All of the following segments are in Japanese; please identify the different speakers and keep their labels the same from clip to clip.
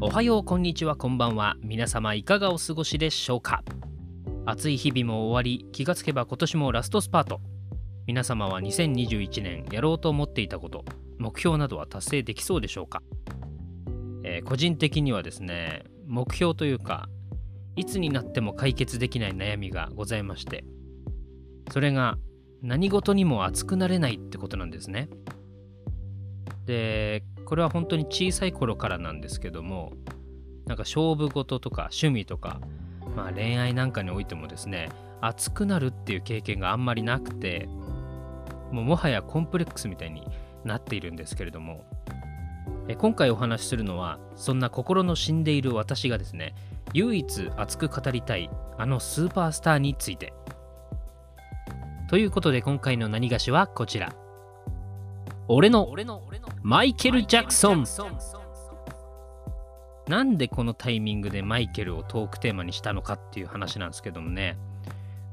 Speaker 1: おはようこんにちはこんばんは皆様いかがお過ごしでしょうか暑い日々も終わり気がつけば今年もラストスパート皆様は2021年やろうと思っていたこと目標などは達成できそうでしょうか、えー個人的にはですね目標というかいつになっても解決できない悩みがございましてそれが何事にも熱くなれないってことなんですねでこれは本当に小さい頃からなんですけどもなんか勝負事とか趣味とか、まあ、恋愛なんかにおいてもですね熱くなるっていう経験があんまりなくてもうもはやコンプレックスみたいになっているんですけれどもえ今回お話しするのはそんな心の死んでいる私がですね唯一熱く語りたいあのスーパースターについて。ということで今回の何がしはこちら。俺のマイケル・ジャクソンなんでこのタイミングでマイケルをトークテーマにしたのかっていう話なんですけどもね、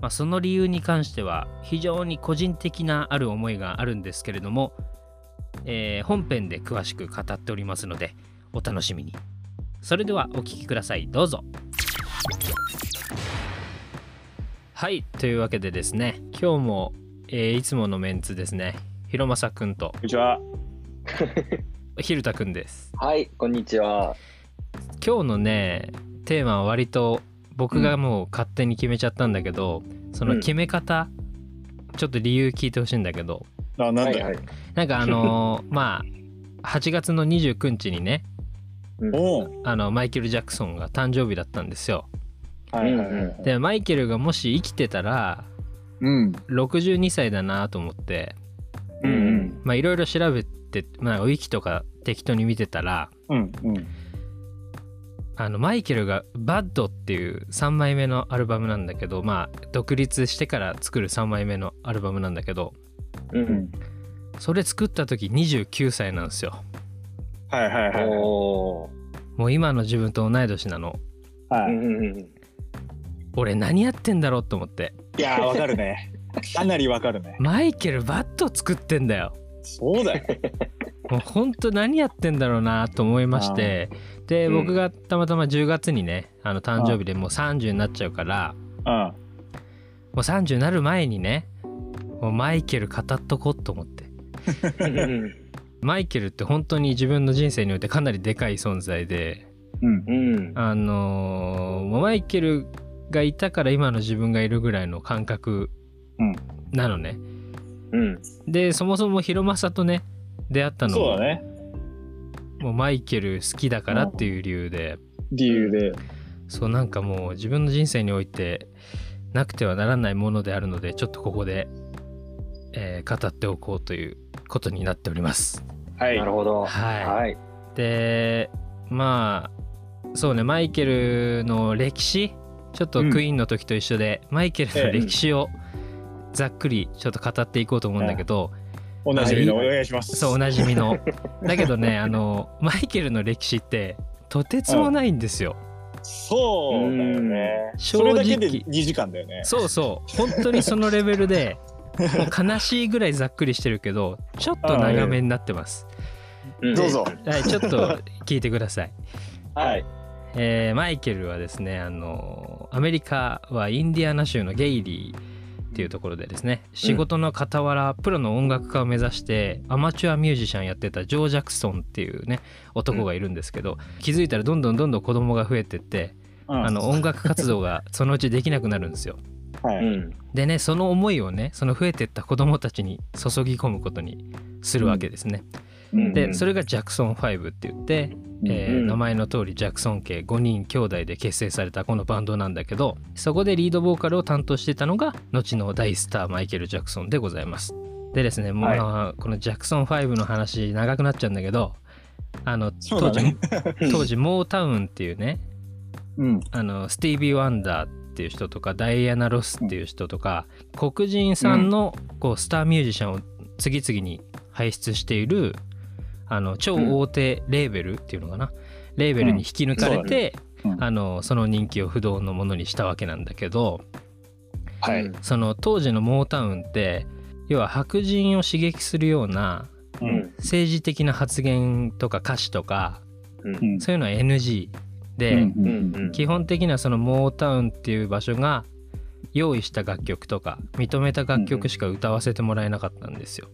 Speaker 1: まあ、その理由に関しては非常に個人的なある思いがあるんですけれども、えー本編で詳しく語っておりますのでお楽しみにそれではお聴きくださいどうぞはいというわけでですね今日も、えーいつものメンツですねひろまさくんと
Speaker 2: こんにちは。
Speaker 1: ひるたくんです
Speaker 3: はい、こんにちは。
Speaker 1: 今日のねテーマは割と僕がもう勝手に決めちゃったんだけど、その決め方、ちょっと理由聞いてほしいんだけど
Speaker 2: あ、なんだよ。
Speaker 3: はいはい。
Speaker 1: なんかあの ーまあ8月の29日にね
Speaker 2: おう
Speaker 1: あのマイケル・ジャクソンが誕生日だったんですよ
Speaker 2: はいはいはいはい。
Speaker 1: でマイケルがもし生きてたら
Speaker 2: うん。
Speaker 1: 62歳だなと思って
Speaker 2: うんうん。
Speaker 1: まあいろいろ調べて、まあ、ウィキとか適当に見てたら
Speaker 2: うんうん。
Speaker 1: あのマイケルが「バッドっていう3枚目のアルバムなんだけどまあ独立してから作る3枚目のアルバムなんだけど
Speaker 3: う。
Speaker 2: うんん。
Speaker 1: それ作った時29歳なんですよ
Speaker 2: はいはいはい。
Speaker 3: おー。
Speaker 1: もう今の自分と同い年なの
Speaker 2: は
Speaker 3: う
Speaker 2: い
Speaker 3: んうんうん。
Speaker 1: 俺何やってんだろうと思って
Speaker 2: いやー、わかる ね。かなりわかるね。
Speaker 1: マイケルバッド作ってんだよ
Speaker 2: そうだよ。
Speaker 1: もうほんと何やってんだろうなと思いましてで
Speaker 3: うん
Speaker 1: 僕がたまたま10月にねあの誕生日でもう30になっちゃうから
Speaker 2: うん。
Speaker 1: もう30になる前にねもうマイケル語っとこうと思って
Speaker 3: うんうん
Speaker 1: マイケルって本当に自分の人生においてかなりでかい存在で
Speaker 2: うん。
Speaker 3: うん。
Speaker 1: あのーマイケルがいたから今の自分がいるぐらいの感覚
Speaker 2: うん
Speaker 1: なのね、
Speaker 3: うん。
Speaker 1: でそもそもヒロマサとね出会ったの
Speaker 2: そう
Speaker 1: も,、
Speaker 2: だね。
Speaker 1: もうマイケル好きだからっていう理由で
Speaker 2: 理由で。
Speaker 1: そうなんかもう自分の人生においてなくてはならないものであるのでちょっとここで、えー語っておこうということになっております。
Speaker 2: はい。
Speaker 3: なるほど。
Speaker 1: はい
Speaker 3: はい。
Speaker 1: でまあそうねマイケルの歴史ちょっと
Speaker 2: うん
Speaker 1: クイーンの時と一緒で、マイケルの
Speaker 2: ええ
Speaker 1: 歴史をざっくりちょっと語っていこうと思うんだけど、
Speaker 2: おなじみのお願いします。
Speaker 1: そうおなじみのだけどねあのマイケルの歴史ってとてつもないんですよ、
Speaker 2: そうだよね。
Speaker 1: ん
Speaker 2: それだけで
Speaker 1: 正直
Speaker 2: 2時間だよね。
Speaker 1: そうそう本当にそのレベルでもう悲しいぐらいざっくりしてるけどちょっと長めになってます、
Speaker 3: ん
Speaker 2: どう。ぞ。
Speaker 1: はいちょっと聞いてください
Speaker 3: はい。
Speaker 1: えーマイケルはですねあのアメリカはインディアナ州のゲイリーっていうところでですね仕事の傍らプロの音楽家を目指してアマチュアミュージシャンやってたジョー・ジャクソンっていうね男がいるんですけど、気づいたらどんどんどんどん子供が増えてって
Speaker 2: うん
Speaker 1: あ、の音楽活動がそのうちできなくなるんですよ。
Speaker 2: は
Speaker 3: う
Speaker 2: い。
Speaker 3: ん。
Speaker 1: でねその思いをねその増えてった子供たちに注ぎ込むことにするわけですね。
Speaker 3: うん
Speaker 1: でそれがジャクソン5って言ってえー
Speaker 3: うん
Speaker 1: 名前の通りジャクソン家5人兄弟で結成されたこのバンドなんだけどそこでリードボーカルを担当してたのが後の大スターマイケル・ジャクソンでございます。でですね、もう
Speaker 3: はい
Speaker 1: まあこのジャクソン5の話長くなっちゃうんだけどあの
Speaker 2: そう
Speaker 1: 当
Speaker 2: だ
Speaker 1: 時,、
Speaker 2: ね
Speaker 1: 当時モータウンっていうね
Speaker 2: うん。
Speaker 1: あのスティービー・ワンダーっていう人とかダイアナ・ロスっていう人とか黒人さんのこうスターミュージシャンを次々に輩出しているあの超大手レーベルっていうのかなレーベルに引き抜かれて
Speaker 2: うんそうだねうん
Speaker 1: あのその人気を不動のものにしたわけなんだけど
Speaker 2: はい。う。
Speaker 1: その当時のモータウンって要は白人を刺激するような
Speaker 3: うんん。
Speaker 1: 政治的な発言とか歌詞とか
Speaker 2: うん
Speaker 1: そういうのは NG で、
Speaker 2: うん
Speaker 3: うん
Speaker 1: 基本的にはそのモータウンっていう場所が用意した楽曲とか認めた楽曲しか歌わせてもらえなかったんですよ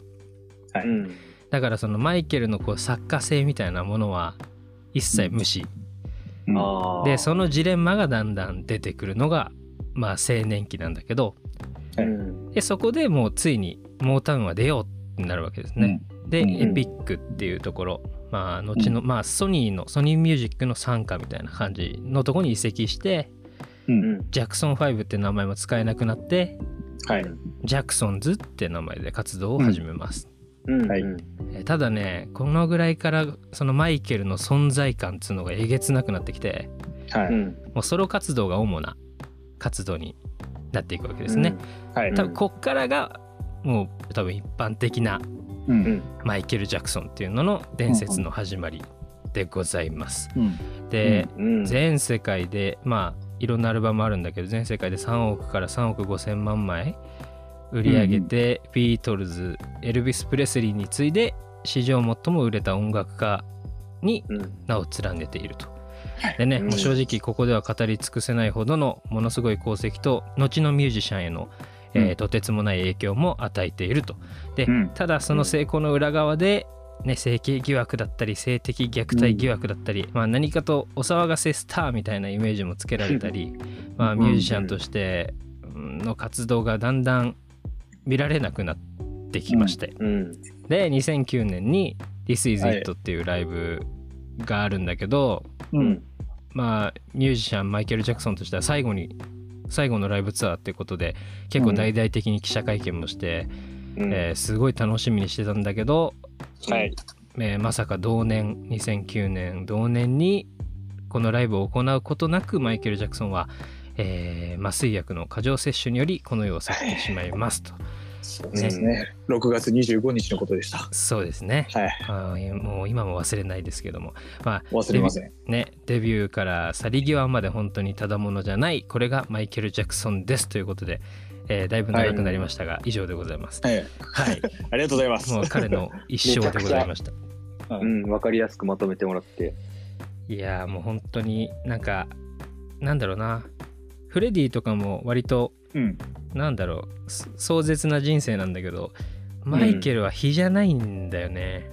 Speaker 3: うん
Speaker 1: だからそのマイケルのこう作家性みたいなものは一切無視、
Speaker 2: うん
Speaker 3: あー
Speaker 1: でそのジレンマがだんだん出てくるのがまあ青年期なんだけど
Speaker 3: うん
Speaker 1: でそこでもうついにモータウンは出ようになるわけですね、で、
Speaker 2: うん
Speaker 1: エピックっていうところまあ後の、まあソニーのソニーミュージックの傘下みたいな感じのとこに移籍して
Speaker 3: うん
Speaker 1: ジャクソン5って名前も使えなくなって
Speaker 3: はい
Speaker 1: ジャクソンズって名前で活動を始めます、
Speaker 3: うん
Speaker 2: はい
Speaker 3: うん
Speaker 1: えーただねこのぐらいからそのマイケルの存在感っつうのがえげつなくなってきて
Speaker 2: は
Speaker 3: う
Speaker 2: い。
Speaker 3: ん
Speaker 1: もうソロ活動が主な活動になっていくわけですね、
Speaker 2: はい。
Speaker 1: 多分こっからがもう多分一般的な
Speaker 2: う
Speaker 3: うん
Speaker 2: ん。
Speaker 1: マイケル・ジャクソンっていうのの伝説の始まりでございます、
Speaker 2: うん。
Speaker 1: で、
Speaker 3: うん
Speaker 1: 全世界でまあいろんなアルバムあるんだけど全世界で3億から3億5千万枚売り上げて、ビートルズエルビス・プレスリーに次いで史上最も売れた音楽家に
Speaker 3: うん
Speaker 1: 名を連ねていると。でね、
Speaker 3: うん
Speaker 1: もう正直ここでは語り尽くせないほどのものすごい功績と後のミュージシャンへの、えー
Speaker 2: うん
Speaker 1: とてつもない影響も与えていると。で、
Speaker 2: うん
Speaker 1: ただその成功の裏側で、ね、性形疑惑だったり性的虐待疑惑だったり、まあ、何かとお騒がせスターみたいなイメージもつけられたり、まあ、ミュージシャンとしてうんの活動がだんだん見られなくなってきまして、
Speaker 3: うん
Speaker 1: で2009年に「This is
Speaker 2: はい
Speaker 1: It」っていうライブがあるんだけど、
Speaker 2: うん。
Speaker 1: まあミュージシャンマイケル・ジャクソンとしては最後に最後のライブツアーっていうことで結構大々的に記者会見もして、
Speaker 3: うん
Speaker 1: えーすごい楽しみにしてたんだけど、
Speaker 2: はい。
Speaker 1: えーまさか同年2009年同年にこのライブを行うことなくマイケル・ジャクソンは、えー麻酔薬の過剰摂取によりこの世を去ってしまいますと
Speaker 2: そうですね。6月25日のことでした。
Speaker 1: そうですね
Speaker 2: はい。
Speaker 1: あーもう今も忘れないですけどもま
Speaker 2: 忘れません。
Speaker 1: あねデビューから去り際まで本当にただものじゃないこれがマイケル・ジャクソンですということで、えーだいぶ長くなりましたが、以上でございます
Speaker 2: はい。
Speaker 1: はい
Speaker 2: ありがとうございます。
Speaker 1: もう彼の一生でございました
Speaker 3: うんわかりやすくまとめてもらって
Speaker 1: いやーもう本当になんかなんだろうなフレディとかも割と
Speaker 2: うん。
Speaker 1: なんだろうそ壮絶な人生なんだけどマイケルは比じゃないんだよね、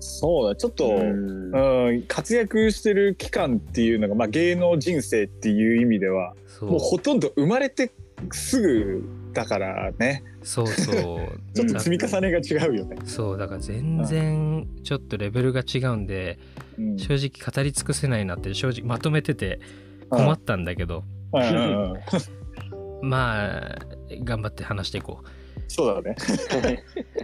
Speaker 2: そうだ。ちょっと、
Speaker 3: うん
Speaker 2: うん、活躍してる期間っていうのが、まあ、芸能人生っていう意味では
Speaker 1: そう
Speaker 2: もうほとんど生まれてすぐだからね
Speaker 1: そう そう
Speaker 2: ちょっと積み重ねが違うよね。
Speaker 1: そうだから全然ちょっとレベルが違うんで
Speaker 2: うん
Speaker 1: 正直語り尽くせないなって正直まとめてて
Speaker 2: うん
Speaker 1: 困ったんだけど
Speaker 2: うんうん
Speaker 1: まあ頑張って話していこ
Speaker 2: そうだね。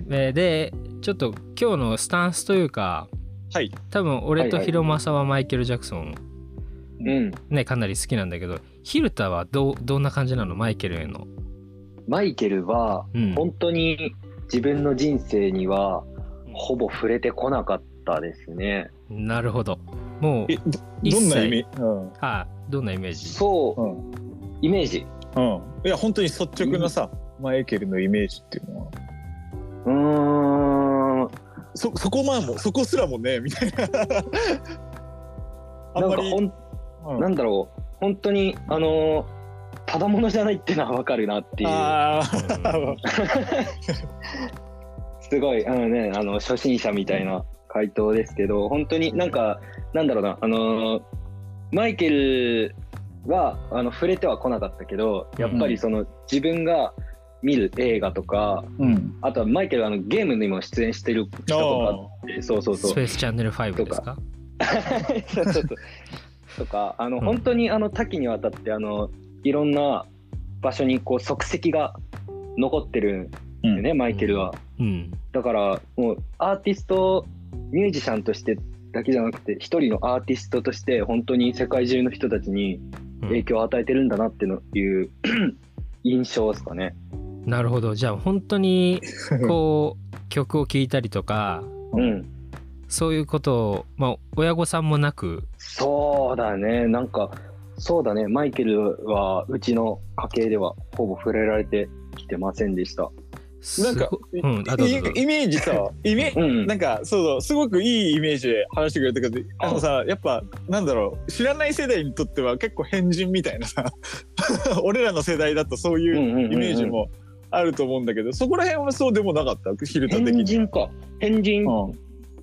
Speaker 1: うででちょっと今日のスタンスというか
Speaker 2: はい。
Speaker 1: 多分俺とヒロマサはマイケル・ジャクソン、
Speaker 3: うん
Speaker 1: ねかなり好きなんだけどヒルタはどうどんな感じなのマイケルへの、
Speaker 3: マイケルは
Speaker 1: うん、
Speaker 3: 本当に自分の人生にはほぼ触れてこなかったですね。
Speaker 1: なるほどもう
Speaker 2: えどどんな意味うん
Speaker 1: あどんなイメージ
Speaker 3: そうう、
Speaker 2: ん
Speaker 3: イメージ。
Speaker 2: うんいや本当に率直なさマイケルのイメージっていうのは
Speaker 3: うーん。
Speaker 2: そそこまあもそこすらもねみたいなあん
Speaker 3: なん
Speaker 2: ま
Speaker 3: か
Speaker 2: り
Speaker 3: ほん、
Speaker 2: うん
Speaker 3: なんだろう。本当に、あのーただものじゃないってのはわかるなっていう。
Speaker 2: あ
Speaker 1: う ん
Speaker 2: ー
Speaker 3: すごい、あのね、あの、初心者みたいな回答ですけど、本当になんか、なんだろうな、あのーマイケルは、あの、触れてはこなかったけど、やっぱりその、自分が見る映画とか、
Speaker 2: うん
Speaker 3: あとはマイケルはあのゲームにも出演してる人とかってそうそうそう
Speaker 1: スペースチャンネル5ですか
Speaker 3: そうそうそうとかあの、
Speaker 1: うん
Speaker 3: 本当にあの多岐にわたってあのいろんな場所にこう足跡が残ってるん
Speaker 2: う
Speaker 3: だよね、マイケルは。
Speaker 1: うん
Speaker 3: だからもうアーティストミュージシャンとしてだけじゃなくて一人のアーティストとして本当に世界中の人たちに
Speaker 1: うん
Speaker 3: 影響を与えてるんだなっていう印象ですかね。
Speaker 1: なるほどじゃあ本当にこう曲を聴いたりとか
Speaker 3: うん、
Speaker 1: そういうことを、まあ、親御さんもなく
Speaker 3: そうだねなんかそうだねマイケルはうちの家系ではほぼ触れられてきてませんでした。
Speaker 2: なん
Speaker 1: す
Speaker 2: か
Speaker 1: ごうん、あどうぞどうぞ
Speaker 2: イイメージさイメ
Speaker 3: うん
Speaker 2: なんかそうそうすごくいいイメージで話してくれたけどあのさやっぱなんだろう知らない世代にとっては結構変人みたいなさ 俺らの世代だとそう
Speaker 3: うん
Speaker 2: いう
Speaker 3: うんうんうん
Speaker 2: イメージもあると思うんだけどそこら辺はそうでもなかった昼太的
Speaker 3: 変
Speaker 2: に。
Speaker 3: 人か変人、
Speaker 2: うん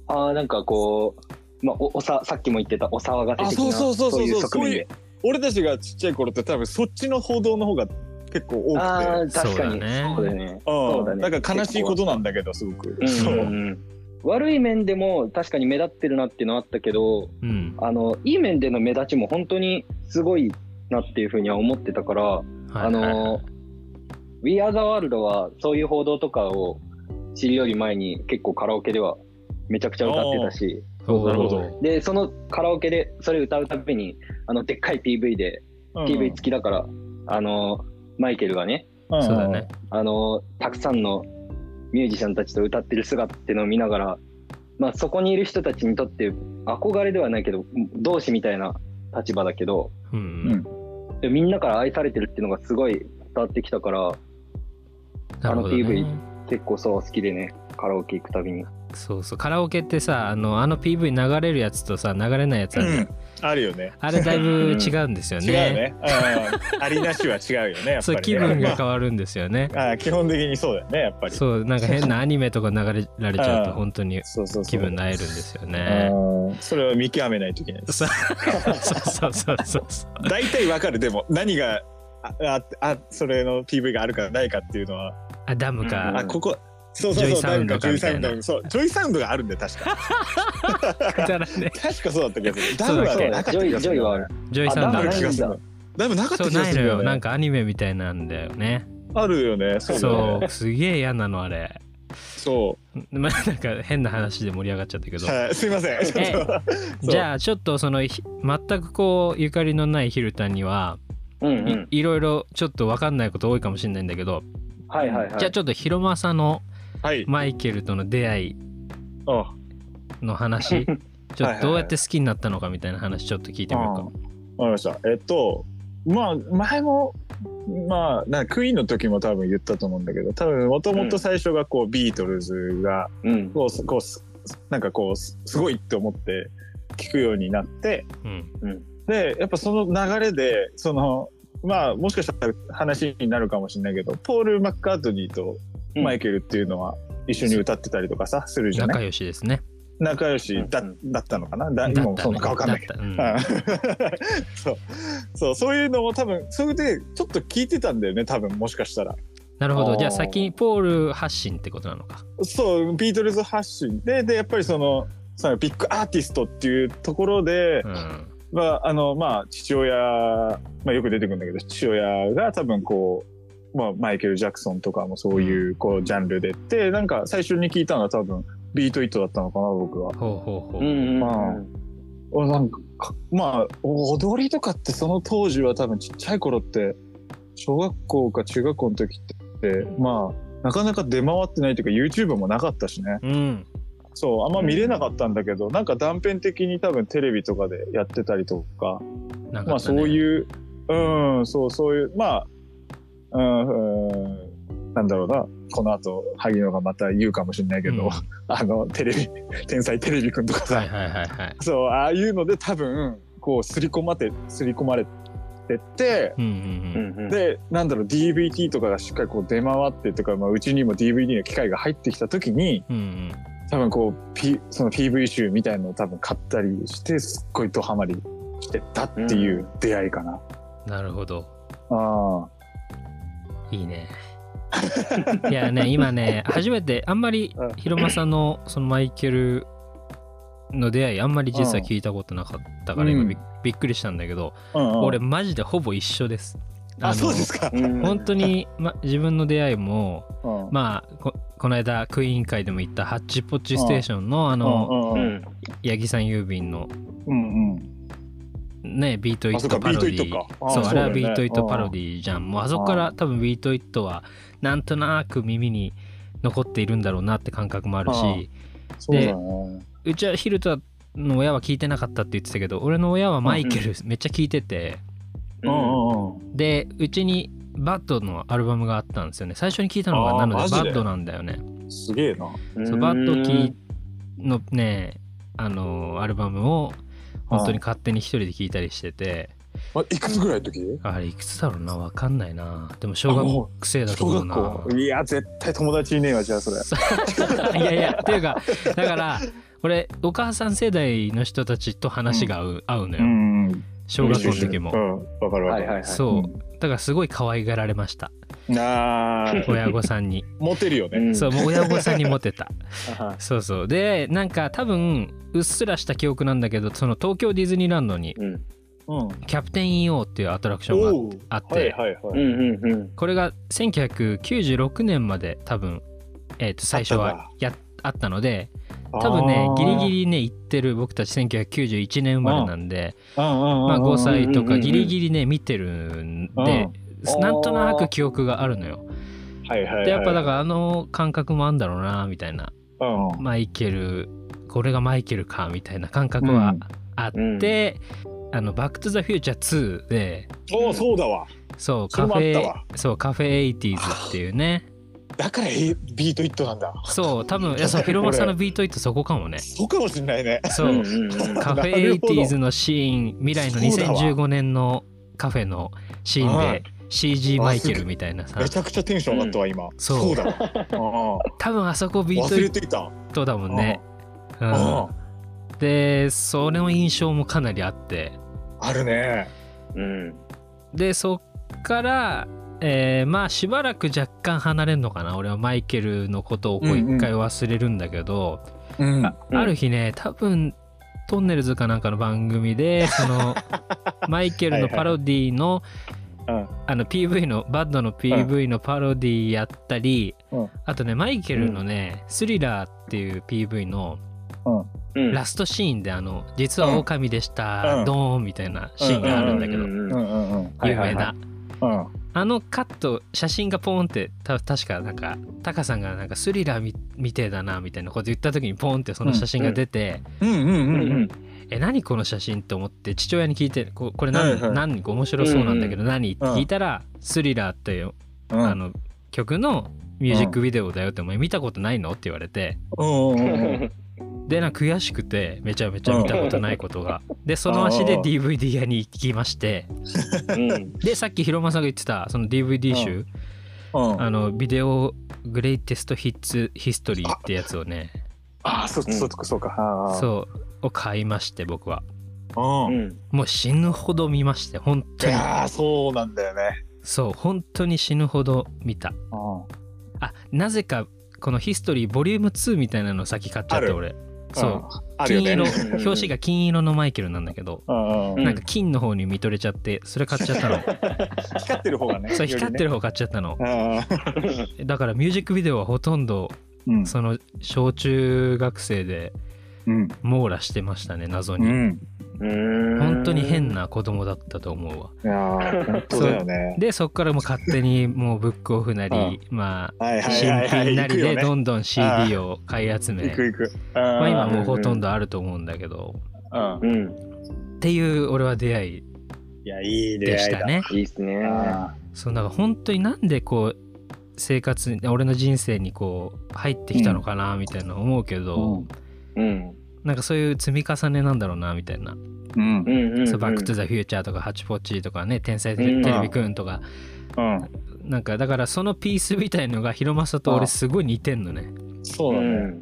Speaker 3: ああなんかこう、まあ、おおささっきも言ってたお騒がせ的な
Speaker 2: あそうそうそうそう
Speaker 3: いう側面で
Speaker 2: 俺たちがちっちゃい頃って多分そっちの報道の方が結構多くて
Speaker 3: ああ確かに
Speaker 1: そうだね
Speaker 3: そうだよね
Speaker 2: う
Speaker 3: そ
Speaker 2: ん
Speaker 3: うだね
Speaker 2: なんか悲しいことなんだけどすごく、そううん
Speaker 3: うんうん悪い面でも確かに目立ってるなっていうのはあったけど
Speaker 1: うん
Speaker 3: あのいい面での目立ちも本当にすごいなっていうふうには思ってたから、
Speaker 1: はい
Speaker 3: あ
Speaker 1: はいはい
Speaker 3: の「We Are the World」はそういう報道とかを知るより前に結構カラオケではめちゃくちゃ歌ってたし
Speaker 1: おー
Speaker 2: なるほど
Speaker 3: でそのカラオケでそれ歌うたびにあのでっかい PV で、
Speaker 2: うん
Speaker 3: PV 付きだからあのマイケルがね
Speaker 2: ん
Speaker 1: そうだね
Speaker 3: あのたくさんのミュージシャンたちと歌ってる姿っていうのを見ながら、まあ、そこにいる人たちにとって憧れではないけど同志みたいな立場だけど
Speaker 1: うん
Speaker 3: でみんなから愛されてるっていうのがすごい伝わってきたから
Speaker 1: なるほど
Speaker 3: あの
Speaker 1: ね
Speaker 3: PV 結構そう好きでねカラオケ行くたびに
Speaker 1: そうそうカラオケってさあのあの PV 流れるやつとさ流れないやつあるじゃん
Speaker 2: うんあるよね
Speaker 1: あれだいぶ違うんですよ
Speaker 2: 違う
Speaker 1: ね
Speaker 2: よね、うん、ありなしは違うよねやっぱりね
Speaker 1: そう気分が変わるんですよね
Speaker 2: まああ基本的にそうだよねやっぱり
Speaker 1: そうなんか変なアニメとか流れられちゃうと
Speaker 2: うん
Speaker 1: 本当に
Speaker 2: そうそうそう
Speaker 1: 気分なえるんですよね
Speaker 2: うんそれは見極めないといけないで
Speaker 1: そ
Speaker 2: す
Speaker 1: う そうそうそうそう
Speaker 2: 大体わかるでも何があああそれの PV があるかないかっていうのは、
Speaker 1: あダムか、
Speaker 3: うん
Speaker 2: あここそうそう
Speaker 1: ジョ
Speaker 2: そ
Speaker 1: イ
Speaker 2: う
Speaker 1: サウンドか
Speaker 2: ジョイサウン
Speaker 1: みたい
Speaker 2: ドそうジョイサウンドがあるんで確か
Speaker 1: くだらね
Speaker 2: 確かそうだったけどダム は
Speaker 1: そう
Speaker 2: ね
Speaker 1: だ
Speaker 2: なかった
Speaker 3: ジョ
Speaker 2: 気
Speaker 3: イ
Speaker 2: がす
Speaker 3: ジョ
Speaker 2: る
Speaker 3: イはある
Speaker 1: ジョイサ
Speaker 2: あ
Speaker 1: ン
Speaker 3: ダ
Speaker 1: ダ
Speaker 3: ム
Speaker 2: る
Speaker 1: ー
Speaker 2: 気がす
Speaker 3: な
Speaker 2: る
Speaker 3: い
Speaker 2: ダムなかった
Speaker 1: そう
Speaker 2: 気が
Speaker 1: ない
Speaker 2: す
Speaker 1: の
Speaker 2: る
Speaker 1: よな
Speaker 2: よ
Speaker 1: ん
Speaker 2: ね
Speaker 1: かアニメみたいなんだよね
Speaker 2: あるよねそうだよ
Speaker 1: そ
Speaker 2: ね
Speaker 1: うすげえ嫌なのあれ
Speaker 2: そ
Speaker 1: まあなんか変な話で盛り上がっちゃったけ
Speaker 2: う
Speaker 1: ど
Speaker 2: はいすいませんちょっとそう
Speaker 1: じゃあちょっとそのひ全くこうゆかりのないヒルタンには
Speaker 3: うんう
Speaker 1: い,、
Speaker 3: ん
Speaker 1: ろいろちょっと分かんないこと多いかもしれないんだけど、
Speaker 3: はいはいはい
Speaker 1: じゃあちょっとヒロマサの
Speaker 2: はい
Speaker 1: マイケルとの出会い
Speaker 2: あ
Speaker 1: の 話ちょ
Speaker 2: はい
Speaker 1: っ
Speaker 2: はい
Speaker 1: とどうやって好きになったのかみたいな話ちょっと聞いてみようか。
Speaker 2: わかりました。えっと、まあ、前も、まあ、なんかクイーンの時も多分言ったと思うんだけど、多分もともと最初がこう、ビートルズが、
Speaker 3: うん
Speaker 2: こう、こうす、なんかこう、すすごいって思って聞くようになって、
Speaker 1: うん
Speaker 2: で、やっぱその流れで、その、まあ、もしかしたら話になるかもしれないけど、ポール・マッカートニーと
Speaker 3: うん
Speaker 2: マイケルっていうのは一緒に歌ってたりとかさ、するじゃな
Speaker 1: 仲
Speaker 2: い
Speaker 1: 良しですね。
Speaker 2: 仲良しだ
Speaker 3: うんうん
Speaker 2: だったのかなだ
Speaker 1: だった
Speaker 2: もうそう
Speaker 1: ね
Speaker 2: かわかんないけど
Speaker 1: だったうん
Speaker 2: うんそうそうそういうのも多分それでちょっと聞いてたんだよね多分もしかしたら
Speaker 1: なるほ
Speaker 3: あ
Speaker 1: ど。
Speaker 3: ー
Speaker 1: じゃあ先にポール発信ってことなのか。
Speaker 2: そうビートルズ発信ででやっぱりそのそのビッグアーティストっていうところで、
Speaker 1: うん
Speaker 2: まああのまあ、父親、まあ、よく出てくるんだけど父親が多分こう、まあ、マイケル・ジャクソンとかもそういうこうジャンルでってなんか最初に聞いたのは多分ビート・イットだったのかな僕は。
Speaker 1: ほうほうほ
Speaker 3: う
Speaker 1: う。
Speaker 3: んうん
Speaker 2: まあおなんかかまあ踊りとかってその当時は多分ちっちゃい頃って小学校か中学校の時ってまあなかなか出回ってないというか YouTube もなかったしね
Speaker 1: うん。
Speaker 2: そうあんま見れなかったんだけど、なんか断片的に多分テレビとかでやってたりとか
Speaker 1: なん
Speaker 2: ま
Speaker 1: か
Speaker 2: あそう
Speaker 1: う。
Speaker 2: いううんそうそういうまあうんうんなんだろうなこの後萩野がまた言うかもしれないけど、
Speaker 1: うん
Speaker 2: あのテレビ「天才テレビくん」とかさ、
Speaker 1: はいはいはいはい。
Speaker 2: そうああいうので多分こう刷り込まれて刷り込まれてって、
Speaker 1: うんう
Speaker 3: うんんうん
Speaker 2: でなんだろう DVD とかがしっかりこう出回ってとか、まあ、うちにも DVD の機械が入ってきた時に
Speaker 1: うん。うん
Speaker 2: 多分こう、P、その PV 集みたいのを多分買ったりしてすっごいドハマりしてたっていう出会いかな。
Speaker 1: うん。なるほど。
Speaker 2: あ
Speaker 1: いいね。いや ね、今ね、初めて、あんまり
Speaker 2: うん
Speaker 1: ヒロマさんのそのマイケルの出会い、あんまり実は聞いたことなかったから、
Speaker 2: うん
Speaker 1: 今びびっくりしたんだけど、
Speaker 2: あ、うんうん
Speaker 1: 俺、マジでほぼ一緒です。
Speaker 2: あ
Speaker 1: の
Speaker 2: そうですか。
Speaker 3: うん
Speaker 1: 本当に、ま、自分の出会いも、
Speaker 2: うん
Speaker 1: まあ、ここの間、クイーン会でも行ったハッチポッチステーションの、あの、
Speaker 2: うんう
Speaker 3: うんん
Speaker 1: 八木さん郵便の
Speaker 2: うんうん
Speaker 1: ね、ビートイ
Speaker 2: あ
Speaker 1: ッ
Speaker 2: そ
Speaker 1: ト
Speaker 2: っか
Speaker 1: パ
Speaker 2: ビー
Speaker 1: ロ
Speaker 2: ト
Speaker 1: デ
Speaker 2: イ
Speaker 1: ィ
Speaker 2: ッ
Speaker 1: ー
Speaker 2: ト。か。あ
Speaker 1: そう、あれは
Speaker 2: だよね
Speaker 1: ビートイットパロディーじゃん。もうあそこから多分ビートイットはなんとなく耳に残っているんだろうなって感覚もあるし、
Speaker 2: うんそうだよね。
Speaker 1: うちはヒルタの親は聞いてなかったって言ってたけど、俺の親はマイケルめっちゃ聞いてて、
Speaker 2: うんうんうん
Speaker 1: で、うちにバッドのアルバムがあったんですよね最初に聞いたのが
Speaker 2: あ
Speaker 1: な
Speaker 2: ー
Speaker 1: ので
Speaker 2: マジ
Speaker 1: バ
Speaker 2: で
Speaker 1: ッドなんだよね
Speaker 2: すげえな。
Speaker 1: そうバッドキーのねあのアルバムを本当に勝手に一人で聞いたりしてて
Speaker 2: あいくつぐらいの時
Speaker 1: あれいくつだろうなわかんないなでも小
Speaker 2: あ
Speaker 1: 学
Speaker 2: も
Speaker 1: 生
Speaker 2: う
Speaker 1: だと
Speaker 2: 小
Speaker 1: 思う
Speaker 2: 学
Speaker 1: な
Speaker 2: 校。いや、絶対友達いねえわ、じゃあそれ。
Speaker 1: いやいやっていう かだから俺お母さん世代の人たちと話が合う,、合うの
Speaker 2: う
Speaker 1: よ
Speaker 2: ん。
Speaker 1: 小学校の時
Speaker 2: う
Speaker 1: も、
Speaker 2: ん、わかるわか
Speaker 3: はい
Speaker 2: る。
Speaker 3: はいはい。
Speaker 1: そうだからすごい可愛がられました
Speaker 2: なあ、
Speaker 1: 親御さんに
Speaker 2: モテるよね。
Speaker 3: ん
Speaker 1: そうもう親御さんにモテた
Speaker 3: あは
Speaker 1: そうそうでなんか多分うっすらした記憶なんだけどその東京ディズニーランドに
Speaker 3: うん
Speaker 2: うん。
Speaker 1: キャプテン EO っていうアトラクションが
Speaker 2: おう
Speaker 1: あって
Speaker 2: はいはいは
Speaker 3: う
Speaker 2: い。
Speaker 3: んうんうん。
Speaker 1: これが1996年まで多分、えーと最初はやあったので多分ねギリギ
Speaker 2: リ。
Speaker 1: リね行ってる僕たち1991年生まれなんで、
Speaker 2: うんうんうんうん。
Speaker 1: まあ、5歳と
Speaker 3: うんうんうんう
Speaker 1: か
Speaker 3: ん
Speaker 1: ギリギリね見てるんで、
Speaker 3: うん
Speaker 1: なんとなく記憶があるのよ。
Speaker 2: はいはいはい。
Speaker 1: でやっぱだからあの感覚もあんだろうなみたいな
Speaker 2: ら、うん。
Speaker 1: マイケルこれがマイケルかみたいな感覚はあって、あの「バック・トゥ・ザ・フューチャー2」で
Speaker 2: おお、そうだわ。
Speaker 1: そう
Speaker 2: それ
Speaker 1: カフ
Speaker 2: もあった
Speaker 1: ェ
Speaker 2: わ
Speaker 1: そうカフェ 80s っていうね
Speaker 2: だからえビートイットなんだ。
Speaker 1: そう多分いやそうフィロマさんのビートイットそこかもね
Speaker 2: そうかもしんないね。
Speaker 1: そう、
Speaker 3: んんうん
Speaker 1: カフ
Speaker 2: なる
Speaker 1: ェ
Speaker 2: ほど
Speaker 1: 80s のシーン未来の
Speaker 2: そうだ
Speaker 1: 2015年のカフェのシーン
Speaker 2: は
Speaker 1: で
Speaker 2: い
Speaker 1: CG マイケルみたいなさ
Speaker 2: めちゃくちゃテンション上がったわ、今。
Speaker 1: そう
Speaker 2: そうだわ。う
Speaker 1: 多分あそこビ
Speaker 2: ん
Speaker 1: ート
Speaker 2: 忘
Speaker 1: イ
Speaker 2: れ
Speaker 1: ッ
Speaker 2: ていた。
Speaker 1: トだもんね、う
Speaker 2: うんん、
Speaker 1: でそれの印象もかなりあって
Speaker 2: あるね。
Speaker 3: うん。
Speaker 1: でそっから、えーまあしばらく若干離れんのかな俺はマイケルのことをこう
Speaker 2: うんうん
Speaker 1: 一回忘れるんだけど、
Speaker 2: うん。
Speaker 1: あある日ね多分トンネルズかなんかの番組でそ のマイケルのパロディの
Speaker 2: うん
Speaker 1: あの PV のバッドの PV のパロディやったり、
Speaker 2: うん
Speaker 1: あとねマイケルのね、スリラーっていう PV の
Speaker 3: うん
Speaker 1: ラストシーンであの実は狼でした、
Speaker 2: うん
Speaker 1: ドーンみたいなシーンがあるんだけど、
Speaker 3: う
Speaker 2: う
Speaker 3: うん
Speaker 2: うんうん。
Speaker 3: はい
Speaker 1: 有
Speaker 3: は
Speaker 1: 名
Speaker 3: いは。
Speaker 1: ない
Speaker 2: うん。
Speaker 1: あのカット写真がポーンってた確かなんかタカさんがなんかスリラーみみてえだなみたいなこと言った時にポーンってその写真が出て、
Speaker 2: うんうん
Speaker 3: う
Speaker 2: うんん
Speaker 3: う
Speaker 2: うんん。
Speaker 1: え何この写真って思って父親に聞いてここれ何,、
Speaker 2: はいはい
Speaker 1: 何面白そうなんだけど何、って
Speaker 2: うん
Speaker 1: 聞いたら「スリラー」っていう、
Speaker 2: うん
Speaker 1: あの曲のミュージックビデオだよって「お前見たことないの?」って言われて
Speaker 2: うんうんうんうん。
Speaker 1: でなんか悔しくてめちゃめちゃ見たことないことが、でその足で DVD 屋に行きまして
Speaker 3: うん
Speaker 1: でさっきひろまさんが言ってたその DVD 集、
Speaker 2: う ん
Speaker 1: あのビデオグレイテストヒッツヒストリーってやつをね
Speaker 2: ああ、そ
Speaker 3: うん
Speaker 2: そっかそうか。あー
Speaker 1: そうを買いまして僕は
Speaker 2: うん。
Speaker 3: うん
Speaker 1: もう死ぬほど見まして本
Speaker 2: い
Speaker 1: 当に
Speaker 2: やーそうなんだよね。
Speaker 1: そう本当に死ぬほど見た
Speaker 2: う
Speaker 1: あなぜかこのヒストリーボリューム2みたいなの先買っちゃっ
Speaker 2: あ
Speaker 1: て
Speaker 2: る
Speaker 1: 俺
Speaker 2: ん。
Speaker 1: そう、
Speaker 2: ん。ある
Speaker 1: 金
Speaker 2: よ
Speaker 1: 色
Speaker 2: ね。
Speaker 1: 表紙が金色のマイケルなんだけど、
Speaker 2: うんうん
Speaker 1: なんか金の方に見とれちゃってそれ買っちゃ ったの
Speaker 2: 光ってる方がね。
Speaker 1: そう光って
Speaker 2: る。
Speaker 1: る方買っちゃったの
Speaker 2: ああ。
Speaker 1: だからミュージックビデオはほとんど
Speaker 2: うん。
Speaker 1: その小中学生で
Speaker 2: うん。
Speaker 1: 網羅してましたね謎
Speaker 2: う
Speaker 1: に、
Speaker 2: ん。
Speaker 3: うん
Speaker 1: 本当に変な子供だったと思うわ
Speaker 2: いやー本当だよね。
Speaker 1: でそっからもう勝手にもうブックオフなり、
Speaker 2: うん
Speaker 1: ま
Speaker 2: はい
Speaker 1: あ
Speaker 2: は
Speaker 1: 新
Speaker 2: いはいはい。
Speaker 1: 品な
Speaker 2: 行
Speaker 1: り
Speaker 2: くよ
Speaker 1: で
Speaker 2: ね。
Speaker 1: どんどん CD を買い集め、
Speaker 2: 行く行く。
Speaker 1: ま
Speaker 2: ま
Speaker 1: あ、今もうほとんどあると思うんだけど、
Speaker 2: うん。
Speaker 3: うん
Speaker 1: っていう俺は出会い
Speaker 2: いや、いい出
Speaker 1: で
Speaker 2: 会
Speaker 1: し
Speaker 2: いだ
Speaker 1: た。ね。
Speaker 3: いいっすね
Speaker 2: あ
Speaker 1: そうだから本当になんでこう生活に俺の人生にこう入ってきたのかなみたいな思うけ
Speaker 2: ー
Speaker 1: ど、
Speaker 3: うん
Speaker 1: なんかそういう積み重ねなんだろうなみたいな「
Speaker 2: うん。
Speaker 3: うんうんうん
Speaker 1: そうバック・トゥ・ザ・フューチャー」とか「ハチポッチ」とかね「天才テレテレビくん」とか、
Speaker 2: う
Speaker 1: なんかだからそのピースみたいのが広政と俺すごい似てんのね。
Speaker 2: ん。そうだね。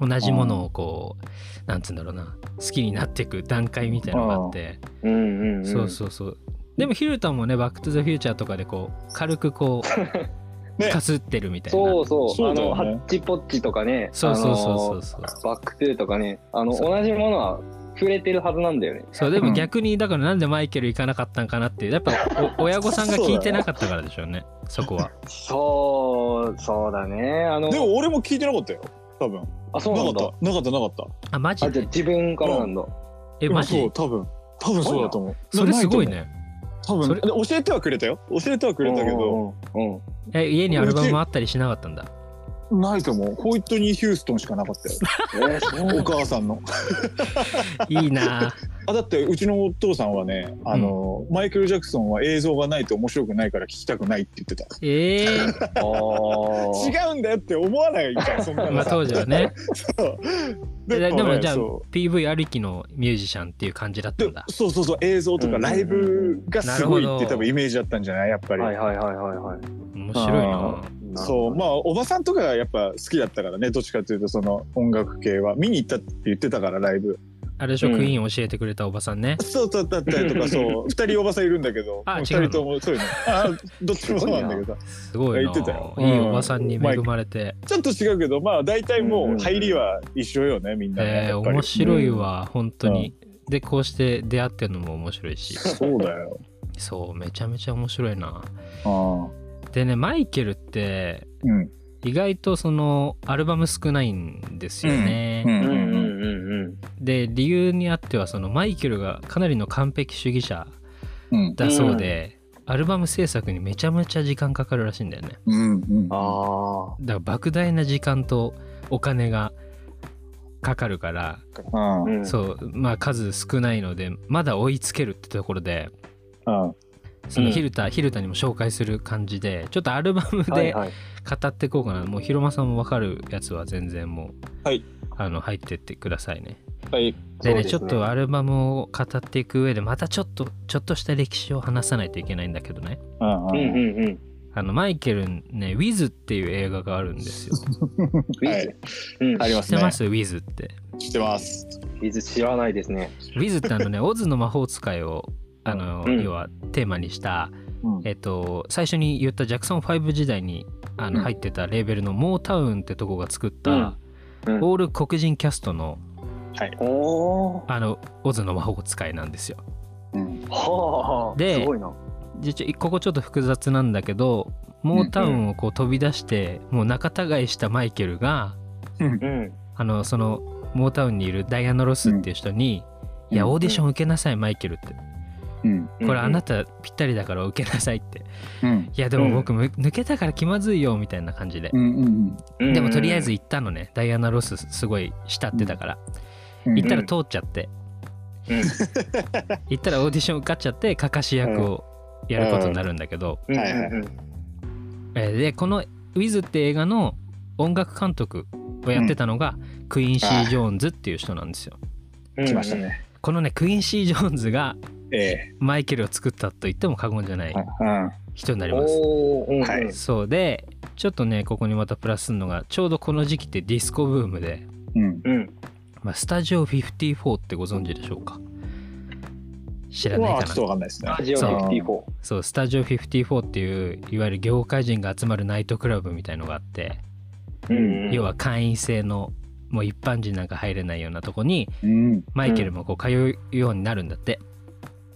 Speaker 1: 同じものをこうなんつうんだろうな好きになっていく段階みたいなのがあって
Speaker 3: うんうんうん
Speaker 1: そうそうそうでもヒルトンもね「バック・トゥ・ザ・フューチャー」とかでこう軽くこ う、
Speaker 2: ね
Speaker 1: かすってるみたいな
Speaker 3: そうそう
Speaker 2: そう
Speaker 3: あ
Speaker 2: だ
Speaker 3: の
Speaker 2: よね
Speaker 3: ハッチポッチとかね
Speaker 1: そうそうそうそ
Speaker 3: あの
Speaker 1: うそう
Speaker 3: バックトゥーとかねあの
Speaker 1: そう
Speaker 3: 同じものは触れてるはずなんだよね
Speaker 1: そうでも逆にだからなんでマイケル行かなかったんかなってやっぱ お親御さんが聞いてなかったからでしょうねそこは
Speaker 3: そうそうだねあの
Speaker 2: でも俺も聞いてなかったよ。多分。
Speaker 3: あそうなん
Speaker 2: なか
Speaker 3: だ
Speaker 2: った。なかったなかった。
Speaker 1: あマジ
Speaker 3: あじゃあ自分からなんだ
Speaker 1: えマジ
Speaker 2: そう多分多分そうだと思う
Speaker 1: それすごいね
Speaker 2: 多分
Speaker 1: それ
Speaker 2: で教えてはくれたよ教えてはくれたけど
Speaker 3: うんうん
Speaker 1: え家にアルバムあったりしなかったんだ
Speaker 2: ないと思う。ホイットニー・ヒューストンしかなかったよ。
Speaker 3: えーそう
Speaker 2: お母さんの。
Speaker 1: いいなあ
Speaker 2: あ、だってうちのお父さんはね、あの、マイケル・ジャクソンは映像がないと面白くないから聞きたくないって言ってた。
Speaker 1: ええ
Speaker 3: あー
Speaker 2: 違うんだよって思わないから、そんな
Speaker 1: ま
Speaker 2: の
Speaker 1: あ
Speaker 2: さ。
Speaker 1: 当時はね
Speaker 2: で
Speaker 1: でもじゃあ
Speaker 2: そう
Speaker 1: PV ありきのミュージシャンっていう感じだった
Speaker 2: で
Speaker 1: んだ
Speaker 2: そうそうそう映像とか
Speaker 3: うんうんうん
Speaker 2: ライブがすごい
Speaker 1: なる
Speaker 2: って
Speaker 1: ほど
Speaker 2: 多分イメージだったんじゃないやっぱり、
Speaker 3: はいはいはいはいはい。
Speaker 1: 面白いな
Speaker 3: なる
Speaker 2: そ
Speaker 3: ほ
Speaker 2: う
Speaker 3: ど
Speaker 2: まあおばさんとかがやっぱ好きだったからねどっちかというとその音楽系は見に行ったって言ってたからライブ
Speaker 1: あれでしょ、
Speaker 3: うん
Speaker 1: クイーン教えてくれたおばさんね
Speaker 2: そうだったりとか そう2人おばさんいるんだけど
Speaker 1: あ
Speaker 2: 2
Speaker 1: 違うの
Speaker 2: 人ともそういうのあどっちもそうなんだけど
Speaker 1: すごいな
Speaker 2: 言ってたよ
Speaker 1: いい
Speaker 2: うん
Speaker 1: おばさんに恵まれて、
Speaker 2: ちょっと違うけどまあ大体もう入りは一緒よねみんなね
Speaker 1: えー
Speaker 2: やっぱり
Speaker 1: 面白いわ本当に、でこうして出会ってるのも面白いし
Speaker 2: そうだよ
Speaker 1: そうめちゃめちゃ面白いな
Speaker 2: あー
Speaker 1: でねマイケルって
Speaker 2: うん
Speaker 1: 意外とそのアルバム少ないんですよね、
Speaker 2: うん
Speaker 3: う
Speaker 2: うん
Speaker 3: うん
Speaker 2: ん
Speaker 3: うんうん。
Speaker 1: で理由にあってはそのマイケルがかなりの完璧主義者
Speaker 2: うん
Speaker 1: だそうで、アルバム制作にめちゃめちゃ時間かかるらしいんだよね
Speaker 2: うんうん
Speaker 3: あ
Speaker 1: だから莫大な時間とお金がかかるから、
Speaker 2: あ
Speaker 3: あ。うん
Speaker 1: そうまあ数少ないのでまだ追いつけるってところで
Speaker 2: あ
Speaker 1: その
Speaker 3: うん
Speaker 1: ヒルタ、ヒルタにも紹介する感じでちょっとアルバム
Speaker 3: はい
Speaker 1: で
Speaker 3: はい。
Speaker 1: 語っていこうかな、もうヒロマさんも分かるやつは全然もう、
Speaker 2: はい
Speaker 1: あの入ってってくださいね
Speaker 2: は
Speaker 1: でね
Speaker 2: い
Speaker 3: そうですね
Speaker 1: ちょっとアルバムを語っていく上でまたちょっとちょっとした歴史を話さないといけないんだけどね
Speaker 2: ああ
Speaker 3: うんうんうん。
Speaker 1: あのマイケルね「Wiz」っていう映画があるんですよ
Speaker 2: はい
Speaker 3: うん。
Speaker 2: あり
Speaker 1: 知
Speaker 2: ま
Speaker 1: っ
Speaker 2: す
Speaker 1: て
Speaker 2: ね
Speaker 1: ます ?Wiz って
Speaker 2: 知ってます
Speaker 3: 水知らないですね。
Speaker 1: Wiz ってあのね オズの魔法使いをあの、
Speaker 3: うん
Speaker 1: 要はテーマにした、
Speaker 2: うん
Speaker 1: えっと、最初に言ったジャクソン5時代にあの
Speaker 2: うん
Speaker 1: 入ってたレーベルのモータウンってとこが作った、
Speaker 3: うんうん
Speaker 1: オール黒人キャストの
Speaker 3: おお。
Speaker 1: あのオズの魔法使いなんですよ。
Speaker 2: うん
Speaker 3: はあ。
Speaker 1: です
Speaker 3: ごいな。
Speaker 1: でちょここちょっと複雑なんだけどモータウンをこう飛び出して、もう仲違いしたマイケルが
Speaker 3: うん。
Speaker 1: あのそのモータウンにいるダイアナ・ロスっていう人に「いや
Speaker 2: うん
Speaker 1: オーディション受けなさいマイケル」って
Speaker 2: うん
Speaker 1: 「これあな
Speaker 3: た。
Speaker 1: たぴったりだから受けなさい」って
Speaker 2: うん
Speaker 1: いやでも僕む抜けたから気まずいよみたいな感じで、
Speaker 2: うんうん
Speaker 3: うん
Speaker 1: でもとりあえず。行ったのねダイアナ・ロスすごい慕ってたから、
Speaker 2: うん
Speaker 1: 行ったら通っちゃって、
Speaker 3: うん
Speaker 1: 行ったらオーディション受かっちゃってかかし役をやることになるんだけど、
Speaker 3: うんうん
Speaker 2: はいはい
Speaker 1: えーでこの「ウィズって映画の音楽監督をやってたのが、クイーン・シー・ジョーンズっていう人なんですよ。
Speaker 3: うん。
Speaker 2: 来ましたね
Speaker 1: このねクイーン・シー・ジョーンズが
Speaker 2: え
Speaker 1: マイケルを作ったと言っても過言じゃない
Speaker 2: えうん
Speaker 1: 人にな
Speaker 3: う
Speaker 1: り
Speaker 3: ん。
Speaker 1: ます。
Speaker 3: おお。うんうん
Speaker 2: はい
Speaker 1: そうでちょっとねここにまたプラスするのがちょうどこの時期ってディスコブームで、
Speaker 2: うん
Speaker 3: うん。
Speaker 1: まあ、スタジオ54ってご存知でしょうか知らない
Speaker 2: はちょ
Speaker 1: か
Speaker 2: っと
Speaker 1: な
Speaker 2: わかんないですね
Speaker 3: ラジオ
Speaker 1: そう
Speaker 3: 54。
Speaker 1: そうスタジオ54っていういわゆる業界人が集まるナイトクラブみたいのがあって、
Speaker 3: うんうん。
Speaker 1: 要は会員制のもう一般人なんか入れないようなとこに
Speaker 2: うん
Speaker 1: マイケルもこう通うようになるんだって、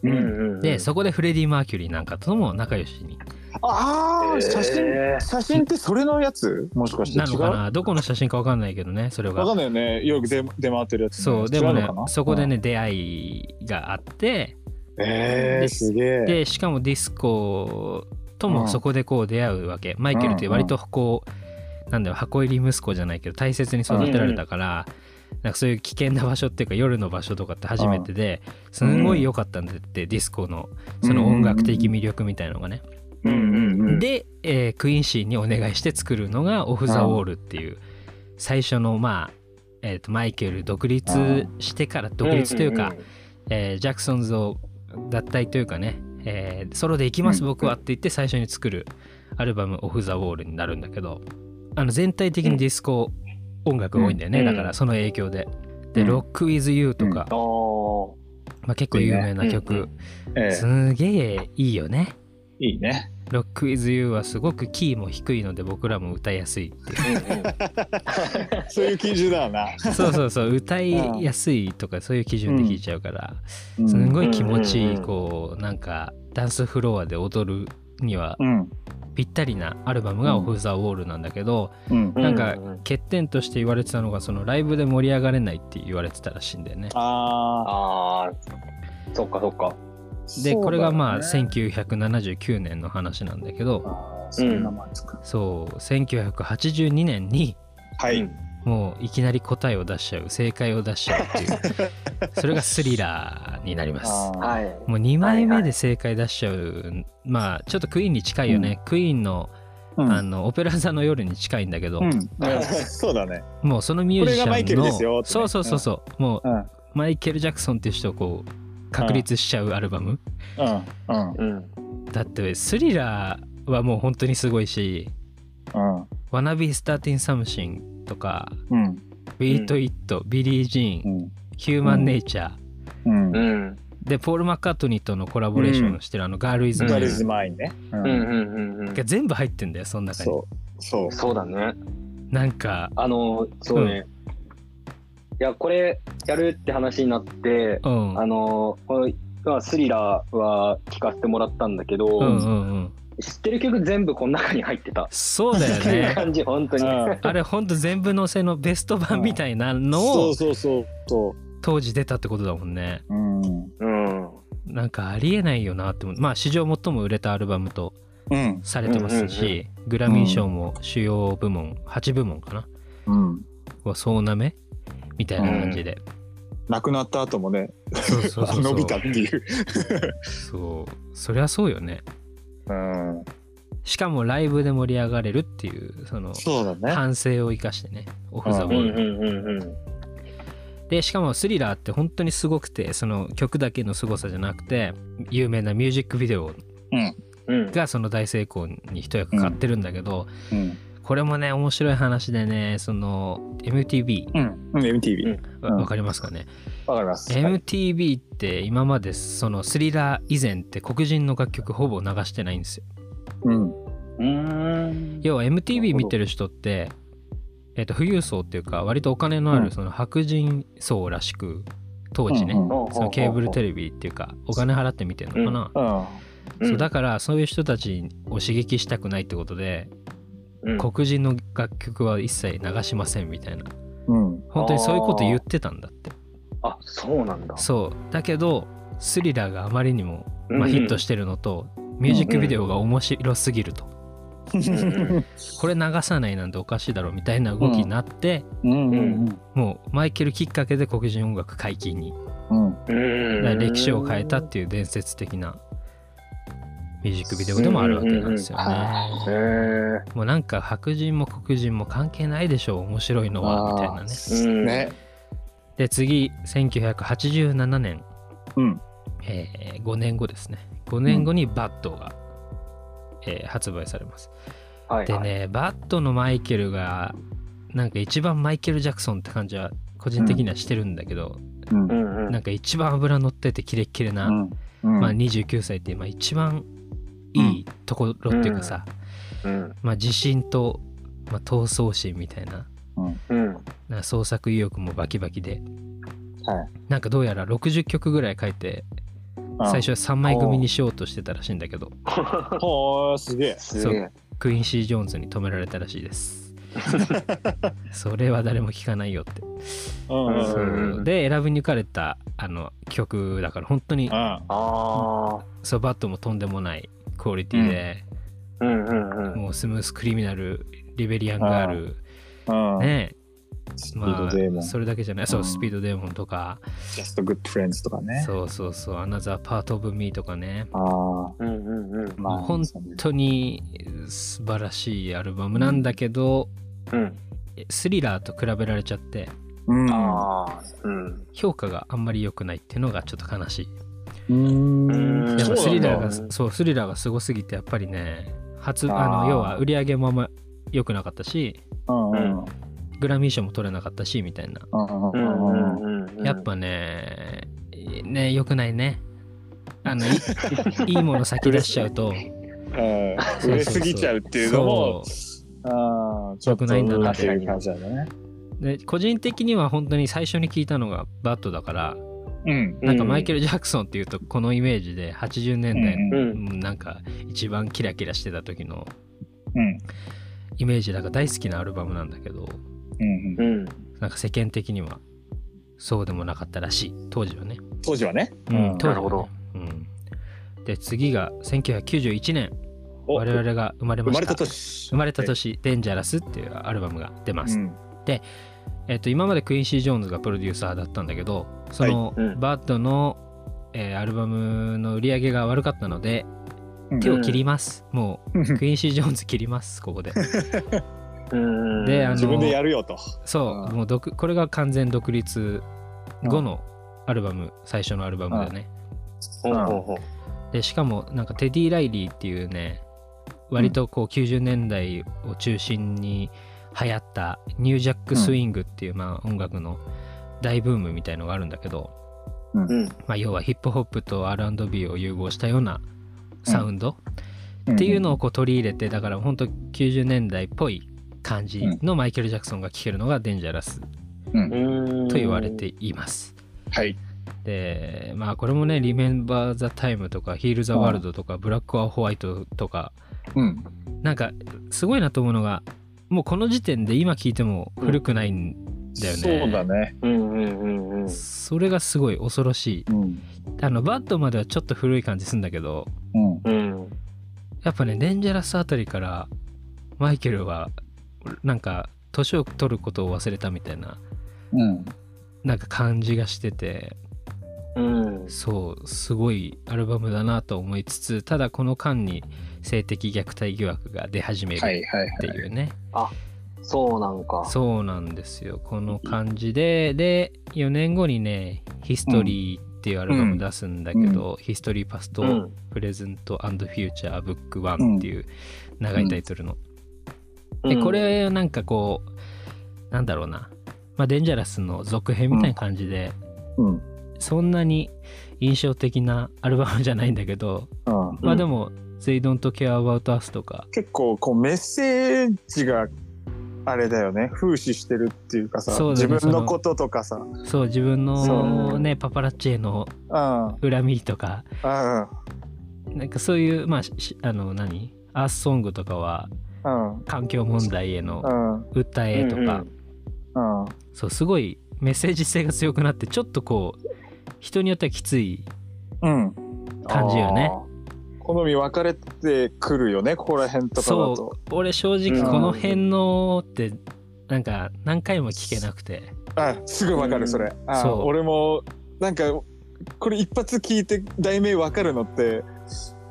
Speaker 3: う
Speaker 2: うん
Speaker 3: うんんうん。
Speaker 1: でそこでフレディ・マーキュリーなんかとも仲良しに
Speaker 2: ああ写真
Speaker 3: えー
Speaker 2: 写真ってそれのやつもしかして
Speaker 1: な
Speaker 2: 違
Speaker 1: の
Speaker 2: う
Speaker 1: か
Speaker 2: わ
Speaker 1: などこの写真か分かんないけどねそれが
Speaker 2: かんないよねよく出出回ってるやつね
Speaker 1: そうで
Speaker 2: 違
Speaker 1: も
Speaker 2: の
Speaker 1: ね
Speaker 2: かな
Speaker 1: そこでね出会いがあって
Speaker 2: うんええすげえ
Speaker 1: でしかもディスコともそこでこう出会うわけマイケルって割とこうなんだろう箱入り息子じゃないけど大切に育てられたからなんかそういう危険な場所っていうか夜の場所とかって初めてですんごい良かったんだってディスコのその音楽的魅力みたいのがね
Speaker 3: うんうんうん。
Speaker 1: で、えークイーンシーにお願いして作るのが「オフ・ザ・ウォール」っていう最初のまあえーとマイケル独立してから独立というか、えージャクソンズを脱退というかね、えーソロで行きます
Speaker 2: うん
Speaker 1: 僕はって言って最初に作るアルバム「オフ・ザ・ウォール」になるんだけどあの全体的にディスコ音楽が多いんだよね、
Speaker 3: うん
Speaker 1: だからその影響で。で「
Speaker 2: うん
Speaker 1: ロック・ウィズ・ユー」とか、
Speaker 3: ああ。
Speaker 1: まあ、結構有名な曲、
Speaker 3: うん
Speaker 2: ええ
Speaker 1: すげえいいよね。
Speaker 2: いいね
Speaker 1: 「ロック・ウィズ・ユー」はすごくキーも低いので僕らも歌いやすいっていう
Speaker 2: そういう基準だな
Speaker 1: そうそうそう歌いやすいとかそういう基準で弾いちゃうから、
Speaker 2: う ん
Speaker 1: すんごい気持ちい
Speaker 3: うんう
Speaker 1: い
Speaker 3: んうん
Speaker 1: こうなんかダンスフロアで踊るには
Speaker 2: うん
Speaker 1: ぴったりなアルバムが「
Speaker 2: うん
Speaker 1: オフ・ザ・ウォール」なんだけど、
Speaker 2: うん
Speaker 1: なんか欠点として言われてたのがそのライブで盛り上がれないって言われてたらしいんだよね。
Speaker 2: ああ
Speaker 3: ああ。そっかそっか。
Speaker 1: でこれがまあ1979年の話なんだけど
Speaker 2: そんなもんですか。
Speaker 1: そう1982年に
Speaker 2: は
Speaker 3: う
Speaker 2: い。
Speaker 3: ん
Speaker 1: もういきなり答えを出しちゃう正解を出しちゃうっていう それがスリラーになります
Speaker 2: あー
Speaker 3: はい。
Speaker 1: もう2枚目で正解出しちゃう、まあちょっとクイーンに近いよね、クイーンの,、
Speaker 2: うん
Speaker 1: あの「オペラ座の夜」に近いんだけど、
Speaker 2: うん、 そうだね。
Speaker 1: もうそのミュージシャンの
Speaker 2: これがマイケルですよってね
Speaker 1: そうそうそうそう、もう
Speaker 2: うん、うん、
Speaker 1: マイケル・ジャクソンっていう人をこう確立しちゃうアルバム、
Speaker 2: うん、
Speaker 3: うん。
Speaker 1: だってスリラーはもう本当にすごいし
Speaker 2: うん、
Speaker 1: 「Wanna Be Starting Something」とか
Speaker 2: うん、
Speaker 1: 「Beat It」ビリー・ジーン」
Speaker 2: うん、
Speaker 1: ヒューマンネイチャー、
Speaker 2: うん
Speaker 3: う。ん。
Speaker 1: でポール・マッカートニーとのコラボレーションをしてる、あのガール・イズ・マ
Speaker 2: ガ
Speaker 1: イ
Speaker 2: レ
Speaker 1: ル
Speaker 2: ージ前にね。う
Speaker 3: うん。うん。うん。う
Speaker 1: が
Speaker 3: ん
Speaker 1: 全部入ってんだよその中に
Speaker 2: そう、そう。
Speaker 3: そうだね。
Speaker 1: なんか
Speaker 3: あの、そうね。いや、これやるって話になって、
Speaker 1: うん
Speaker 3: あの、このまあスリラーは聞かせてもらったんだけど、
Speaker 1: うんうんうん
Speaker 3: 知ってる曲全部この中に入ってた。
Speaker 1: そうだよ
Speaker 3: っていう
Speaker 1: ね
Speaker 3: 感じ、本当に。
Speaker 2: うん
Speaker 1: あれほんと全部載せのベスト版みたいなの
Speaker 2: そ
Speaker 1: を
Speaker 2: うそうそうそ
Speaker 1: 当時出たってことだもんね
Speaker 2: う。うん。
Speaker 3: うん。
Speaker 1: なんかありえないよなって思うまあ史上最も売れたアルバムと
Speaker 2: うん。
Speaker 1: されてますし、
Speaker 3: うんうん
Speaker 1: グラミー賞も主要部門8部門かな
Speaker 2: うん。
Speaker 1: は総なめみたいな感じで、
Speaker 2: 亡くなった後もね、
Speaker 1: そうそうそうそ
Speaker 2: 伸
Speaker 1: う
Speaker 2: びたっていう。
Speaker 1: そうそりゃそうよね
Speaker 2: うん。
Speaker 1: しかもライブで盛り上がれるっていうその
Speaker 2: そうだね。
Speaker 1: 反省を生かしてねオフ・ザ・
Speaker 3: う
Speaker 1: ボ
Speaker 3: ん。う
Speaker 1: ール
Speaker 3: ん。うん。うん。
Speaker 1: でしかも「スリラー」って本当にすごくてその曲だけの凄さじゃなくて有名なミュージックビデオ
Speaker 3: うん。
Speaker 1: がその大成功に一役買ってるんだけど、
Speaker 2: うん。
Speaker 1: これもね面白い話でねその MTV
Speaker 2: うん。MTV。
Speaker 1: わ、
Speaker 2: うん
Speaker 1: わかりますかね、
Speaker 2: わかります。
Speaker 1: MTV って今までその「スリラー」以前って黒人の楽曲ほぼ流してないんですよ
Speaker 2: うん。
Speaker 3: うん。
Speaker 1: 要は MTV 見てる人って、えっと富裕層っていうか割とお金のあ
Speaker 2: うん
Speaker 1: るその白人層らしく当時ね、
Speaker 2: うんうん
Speaker 1: そのケーブルテレビっていうかお金払って見てるのかな、
Speaker 2: うん。
Speaker 1: そうだからそういう人たちを刺激したくないってことで、
Speaker 3: うん
Speaker 1: 黒人の楽曲は一切流しませんみたいな
Speaker 2: うん。
Speaker 1: 本当にそういうこと言ってたんだって
Speaker 3: あ、そうなんだ。
Speaker 1: そうだけどスリラーがあまりにも、まあ
Speaker 3: うん
Speaker 1: ヒットしてるのと、ミュージックビデオが面白すぎると、これ流さないなんておかしいだろうみたいな動きになって、
Speaker 2: うん。うん。
Speaker 1: もうマイケルきっかけで黒人音楽解禁に、
Speaker 2: うん。
Speaker 3: うん
Speaker 1: 歴史を変えたっていう伝説的なミュージックビデオでもあるわけなんですよね。
Speaker 2: うんうんうんは
Speaker 3: へー
Speaker 1: もうなんか白人も黒人も関係ないでしょう面白いのはみたいなね
Speaker 3: うん
Speaker 2: ね。
Speaker 1: で次1987年、
Speaker 2: うん。
Speaker 1: え5年後ですね5年後にバッドが、えー発売されます
Speaker 3: はい
Speaker 1: でねバッドのマイケルがなんか一番マイケル・ジャクソンって感じは個人的にはしてるんだけど、
Speaker 2: うん
Speaker 3: う。んうん
Speaker 1: なんか一番脂乗っててキレッキレな、
Speaker 2: うん。
Speaker 1: まあ、29歳って、まあ、一番いいところっていうかさ、
Speaker 3: うん
Speaker 1: まあ、自信と、まあ、闘争心みたいな
Speaker 3: うん
Speaker 1: なんか創作意欲もバキバキで
Speaker 2: はい。
Speaker 1: なんかどうやら60曲ぐらい書いて最初は3枚組にしようとしてたらしいんだけど
Speaker 2: はあ、すげえ。
Speaker 3: すげえ
Speaker 1: クイーン・シー・ジョーンズに止められたらしいです それは誰も聞かないよって
Speaker 2: うん。
Speaker 3: うん
Speaker 1: で選び抜かれたあの曲だから本当に
Speaker 2: あ
Speaker 3: あ
Speaker 1: そうバットもとんでもないクオリティで、
Speaker 3: ーうんうんうん
Speaker 1: もうスムース・クリミナルリベリアン・ガール
Speaker 2: あ。
Speaker 1: ね
Speaker 2: スピー
Speaker 1: ま
Speaker 2: ドデーモ
Speaker 1: あ
Speaker 2: ン。ジ
Speaker 1: それだけじゃないそううんスピードデーモンとか、
Speaker 2: ャストグッドフレンズとかね。
Speaker 1: そうそうそうアナザー・パート・オブ・ミーとかね
Speaker 2: ああ。
Speaker 3: うんうんうん
Speaker 2: まあ、
Speaker 1: 本当に素晴らしいアルバムなんだけど、
Speaker 3: うん
Speaker 1: スリラーと比べられちゃって
Speaker 2: うん。
Speaker 3: ああうん
Speaker 1: 評価があんまり良くないっていうのがちょっと悲しい。
Speaker 2: うん。
Speaker 1: やっぱスリラー
Speaker 3: そうな
Speaker 1: が
Speaker 3: んだ
Speaker 1: そうスリラーがすごすぎてやっぱりね初あ
Speaker 2: あー
Speaker 1: の要は売り上げもあんま良くなかったし
Speaker 2: うんうん
Speaker 1: グラミー賞も取れなかったしみたいな
Speaker 2: うん
Speaker 3: う
Speaker 2: うん
Speaker 3: うん
Speaker 2: うん。
Speaker 3: んうん
Speaker 1: やっぱねね良くないねあのい いいもの先出しちゃうと
Speaker 2: 売れすぎちゃうっていうのも、ああ、ちょっとなっていう感じだね。
Speaker 1: で個人的には本当に最初に聞いたのがバットだから
Speaker 2: うん。
Speaker 1: なんかマイケル・ジャクソンっていうとこのイメージで80年代の、
Speaker 3: う
Speaker 1: うんんなんか一番キラキラしてた時の
Speaker 2: うん。
Speaker 1: イメージだから大好きなアルバムなんだけど
Speaker 2: うん
Speaker 3: う。ん
Speaker 1: なんか世間的にはそうでもなかったらしい当時はね、
Speaker 2: 当時はね。
Speaker 1: うん
Speaker 2: うん
Speaker 1: 当時はね
Speaker 3: なるほど、
Speaker 1: うん、で次が1991年
Speaker 2: お
Speaker 1: 我々が生まれま
Speaker 2: 生ま
Speaker 1: し
Speaker 2: れ
Speaker 1: た
Speaker 2: た年。
Speaker 1: 生まれた年「デンジャラス」っていうアルバムが出ます、
Speaker 2: うん
Speaker 1: えっと今までクインシー・ジョーンズがプロデューサーだったんだけどその、
Speaker 3: はいうん
Speaker 1: バッドの、えーアルバムの売り上げが悪かったので
Speaker 2: うん
Speaker 1: 手を切ります、も
Speaker 2: うん
Speaker 1: うクインシー・ジョーンズ切りますここ で
Speaker 3: うん
Speaker 1: であの
Speaker 2: 自分でやるよと。
Speaker 1: そう
Speaker 2: うん
Speaker 1: もう独これが完全独立後のアルバム最初のアルバムだよね、
Speaker 3: ほうほうほう
Speaker 1: でしかもなんかテディ・ライリーっていうね割とこう90年代を中心に流行ったニュージャックスイングっていうまあ音楽の大ブームみたいのがあるんだけど、
Speaker 3: うん
Speaker 1: まあ、要はヒップホップと R&B を融合したようなサウンドっていうのをこう取り入れてだから本当90年代っぽい感じのマイケル・ジャクソンが聴けるのがデンジャラス
Speaker 2: うん。うん
Speaker 3: うん
Speaker 1: と言われています。
Speaker 2: はい。
Speaker 1: でまあこれもね「Remember the Time」とか「Heal the World」とか「ブラック・ア・ホワイト」とか
Speaker 2: うん。
Speaker 1: なんかすごいなと思うのがもうこの時点で今聞いても古くないんだよね、
Speaker 2: そうだね。
Speaker 3: うんうんうんうん
Speaker 1: それがすごい恐ろしい
Speaker 2: うん。
Speaker 1: あのバッドまではちょっと古い感じするんだけど
Speaker 2: うん。
Speaker 3: うん
Speaker 1: やっぱねデンジャラスあたりからマイケルはなんか年を取ることを忘れたみたいな
Speaker 2: うん。
Speaker 1: なんか感じがしてて
Speaker 3: うん
Speaker 1: そうすごいアルバムだなと思いつつただこの間に性的虐待疑惑が出始めるっ
Speaker 2: はいはい
Speaker 1: ていうね、
Speaker 3: そうなんか
Speaker 1: そうなんですよこの感じでで4年後にね「ヒストリー」っていうアルバム出すんだけど「ヒストリーパスト、
Speaker 3: うん
Speaker 1: プレゼントフューチャーブック1」っていう長いタイトルの、でこれはなんかこうなんだろうなまあデンジャラスの続編みたいな感じで、
Speaker 2: うん。
Speaker 1: そんなに印象的なアルバムじゃないんだけど、
Speaker 2: うん。
Speaker 1: まあ
Speaker 3: うん
Speaker 1: でも「They Don't Care About Us」とか
Speaker 2: 結構こうメッセージがあれだよね風刺してるっていうかさ
Speaker 1: そうだね
Speaker 2: 自分のこととかさうん
Speaker 1: そう自分の
Speaker 3: そう
Speaker 1: ねパパラッチへの
Speaker 2: あ
Speaker 1: 恨みとか
Speaker 2: あ
Speaker 1: なんかそういうまあしあの何アースソングとかは
Speaker 2: うんうん
Speaker 1: 環境問題への
Speaker 2: うん
Speaker 1: 訴えとか、
Speaker 2: うん
Speaker 1: そうすごいメッセージ性が強くなってちょっとこう人によってはきつい
Speaker 2: うん
Speaker 1: 感じよね
Speaker 2: 好み分かれてくるよねここら辺とかだ
Speaker 1: そ
Speaker 2: と
Speaker 1: う俺正直この辺のってなんか何回も聞けなくて
Speaker 2: あすぐ分かるそれあ
Speaker 1: そう
Speaker 2: 俺もなんかこれ一発聞いて題名分かるのって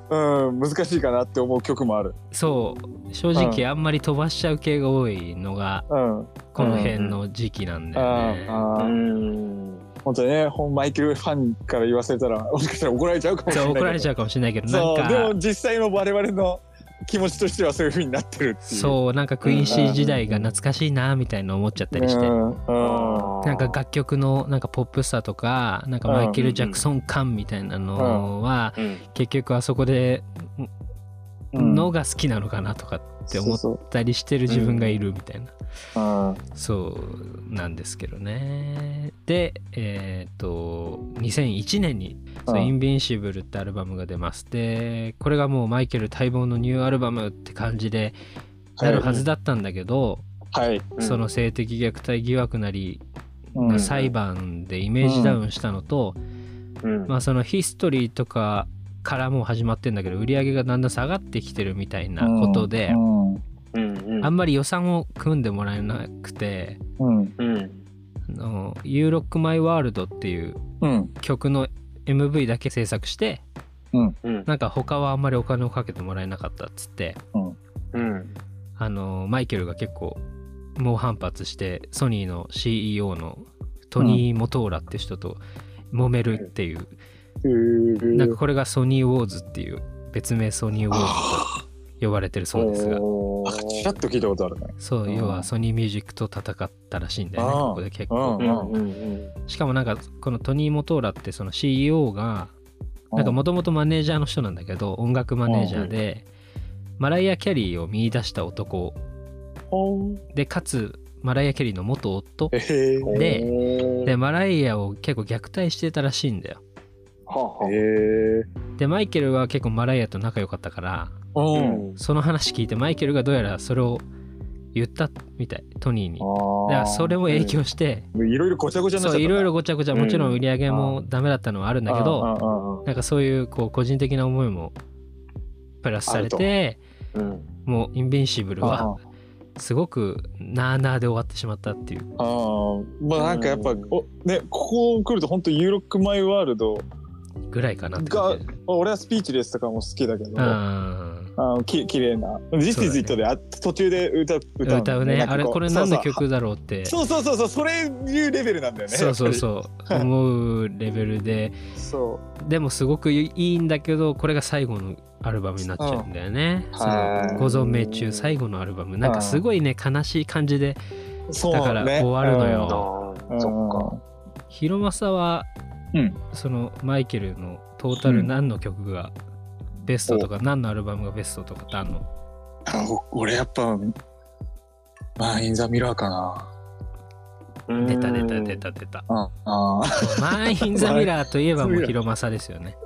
Speaker 2: うん難しいかなって思う曲もある
Speaker 1: そう正直あんまり飛ばしちゃう系が多いのが
Speaker 2: うんあ
Speaker 1: この辺の時期なんだよね、
Speaker 2: あ
Speaker 3: う
Speaker 2: あ
Speaker 3: ん
Speaker 2: 本当にねほんマイケルファンから言わせたら もしかしたら怒られちゃうかもしれ
Speaker 1: そ
Speaker 2: な
Speaker 1: う
Speaker 2: いけど
Speaker 1: 怒られちゃうかもしれないけどなん
Speaker 2: そう
Speaker 1: か
Speaker 2: でも実際の我々の気持ちとしてはそういう風になってるっていう
Speaker 1: そうなんかクイーンシー時代が懐かしいなみたいな思っちゃったりして、
Speaker 2: うんうん
Speaker 1: なんか楽曲のなんかポップさとかなんかマイケル・ジャクソン感みたいなのは
Speaker 3: うん
Speaker 1: 結局あそこで
Speaker 2: うん
Speaker 1: のが好きなのかなとかって思っ
Speaker 2: そう
Speaker 1: たりしてる自分がいるみたいな
Speaker 2: そううん
Speaker 1: そうなんですけどねでえっと2001年に「そうインビンシブル」ってアルバムが出ますでこれがもうマイケル待望のニューアルバムって感じでなるはずだったんだけど
Speaker 2: はい
Speaker 1: その性的虐待疑惑なり
Speaker 2: うん
Speaker 1: 裁判でイメージダウンしたのと、
Speaker 3: うん
Speaker 1: まあそのヒストリーとかからもう始まってんだけど売り上げがだんだん下がってきてるみたいなことで、
Speaker 2: うんうん
Speaker 3: うんうん
Speaker 1: あんまり予算を組んでもらえなくて
Speaker 2: うん
Speaker 3: うん
Speaker 1: 「あの You Rock My World」っていう
Speaker 2: うん
Speaker 1: 曲の MV だけ制作して
Speaker 3: うん
Speaker 1: なんか他はあんまりお金をかけてもらえなかったっつって
Speaker 3: うん
Speaker 1: あのマイケルが結構猛反発してソニーの CEO のトニー・モトーラって人と揉めるっていう、なんかこれがソニー・ウォーズっていう別名ソニー・ウォーズと呼ばれてるそうですが
Speaker 3: お
Speaker 2: あ
Speaker 3: ー
Speaker 2: ちらっと聞いたことあるね
Speaker 1: そう
Speaker 2: うん
Speaker 1: 要はソニー・ミュージックと戦ったらしいんだよね
Speaker 2: あー
Speaker 1: ここで結構
Speaker 2: うん
Speaker 3: うんうん
Speaker 1: しかもなんかこのトニー・モトーラってその CEO がなんかもともとマネージャーの人なんだけど音楽マネージャーでマライア・キャリーを見出した男でかつマライア・キャリーの元夫
Speaker 2: えー
Speaker 3: うん
Speaker 1: で
Speaker 3: おー
Speaker 1: でマライアを結構虐待してたらしいんだよ
Speaker 3: はあはあ
Speaker 2: えー
Speaker 1: でマイケルは結構マライアと仲良かったから
Speaker 2: うん
Speaker 1: その話聞いてマイケルがどうやらそれを言ったみたいトニーにだからそれも影響して、
Speaker 2: いろいろごちゃごちゃになっち
Speaker 1: そ
Speaker 2: ゃった
Speaker 1: ういろいろごちゃごちゃ
Speaker 3: うん
Speaker 1: もちろん売り上げもダメだったのはあるんだけど、
Speaker 2: ど
Speaker 1: なんかそういうこう個人的な思いもプラスされて
Speaker 3: うん
Speaker 1: もうインビンシブル
Speaker 2: あ
Speaker 1: はすごくなあなあで終わってしまったっていう
Speaker 2: あーまあなんかやっぱ、
Speaker 3: うん
Speaker 2: おねここ来ると本当ユーロックマイワールド
Speaker 1: ぐらいかなって
Speaker 2: が
Speaker 1: 感じだよね
Speaker 2: 俺はスピーチレスとかも好きだけど、
Speaker 1: うん
Speaker 2: あのき綺麗な「This
Speaker 1: そうだ
Speaker 2: is
Speaker 1: ね
Speaker 2: It で」あ途中で歌う歌うのね
Speaker 1: 歌うね
Speaker 2: なんか
Speaker 1: あれ
Speaker 2: う
Speaker 1: これ何の曲だろうって
Speaker 2: そうそうそうそうそうそれいうレベルなんだよね
Speaker 1: そうそう
Speaker 2: う
Speaker 1: そう思うレベルで
Speaker 2: そ
Speaker 1: でもすごくいいんだけどこれが最後のアルバムになっちゃうんだよね
Speaker 2: うん
Speaker 1: その
Speaker 2: はい
Speaker 1: ご存命中最後のアルバムなんかすごいね悲しい感じで
Speaker 2: うそう
Speaker 1: だから終わるのよ
Speaker 3: あ
Speaker 2: うん
Speaker 3: あそっか
Speaker 1: 広政は
Speaker 2: うん
Speaker 1: そのマイケルのトータル何の曲がベストとか何のアルバムがベストとかってあんの
Speaker 2: あお俺やっぱまあインザミラーかな
Speaker 1: 出た出た出た出た
Speaker 2: ああー
Speaker 1: マイン・ザ・ミラーといえばもう広政ですよね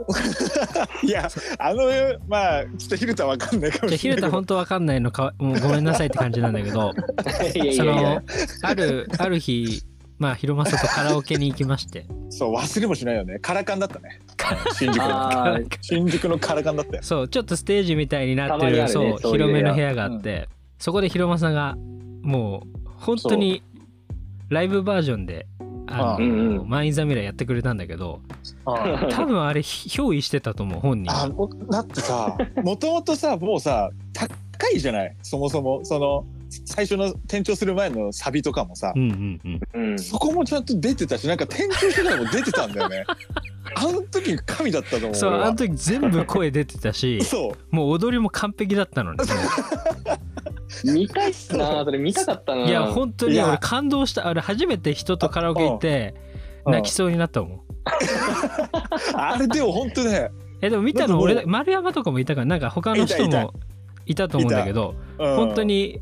Speaker 2: いやあのまあちょっとヒルタわかんないかも
Speaker 1: じゃあ
Speaker 2: し
Speaker 1: ひ
Speaker 2: れ
Speaker 1: るた
Speaker 2: ないけど
Speaker 1: 本当わかんないのかもうごめんなさいって感じなんだけど
Speaker 3: いやい
Speaker 1: そ
Speaker 3: やいや
Speaker 1: のあるある日まあ広政とカラオケに行きまして
Speaker 2: そう忘れもしないよねカラカンだったね新宿の
Speaker 3: あー
Speaker 2: 新宿のカラカンだったよ
Speaker 1: そうちょっとステージみたいになって
Speaker 3: たま
Speaker 1: る
Speaker 3: にあるね
Speaker 1: そう
Speaker 3: そういう
Speaker 1: 広めの部
Speaker 3: 部
Speaker 1: 屋があって、そこで広政がもう本当にライブバージョンであの
Speaker 2: あ
Speaker 3: うんうん
Speaker 1: マイン・ザ・ミラーやってくれたんだけど
Speaker 2: あ
Speaker 1: 多分あれ憑依してたと思う本人
Speaker 2: あ もだってさもともとさもうさ高いじゃないそもそもその最初の転調する前のサビとかもさ、
Speaker 1: うんうんうん
Speaker 3: うん
Speaker 2: そこもちゃんと出てたしなんか転調してからも出てたんだ よねあの時神だったと思う
Speaker 1: そう
Speaker 2: 俺は
Speaker 1: あの時全部声出てた し
Speaker 2: そう
Speaker 1: もう踊りも完璧だったのに
Speaker 3: 見たいっすなそれ見たかったない
Speaker 1: や本当
Speaker 2: い
Speaker 1: に
Speaker 2: や
Speaker 1: 俺感動したあれ初めて人とカラオケ行って
Speaker 2: うん
Speaker 1: 泣きそうになったもん
Speaker 2: あれでも本当ね、
Speaker 1: えでも見た
Speaker 2: なん
Speaker 1: の
Speaker 2: かもう
Speaker 1: 俺だ丸山とかもいたからなんか他の人
Speaker 2: いたい
Speaker 1: もいたと思うんだけど
Speaker 2: うん
Speaker 1: 本当に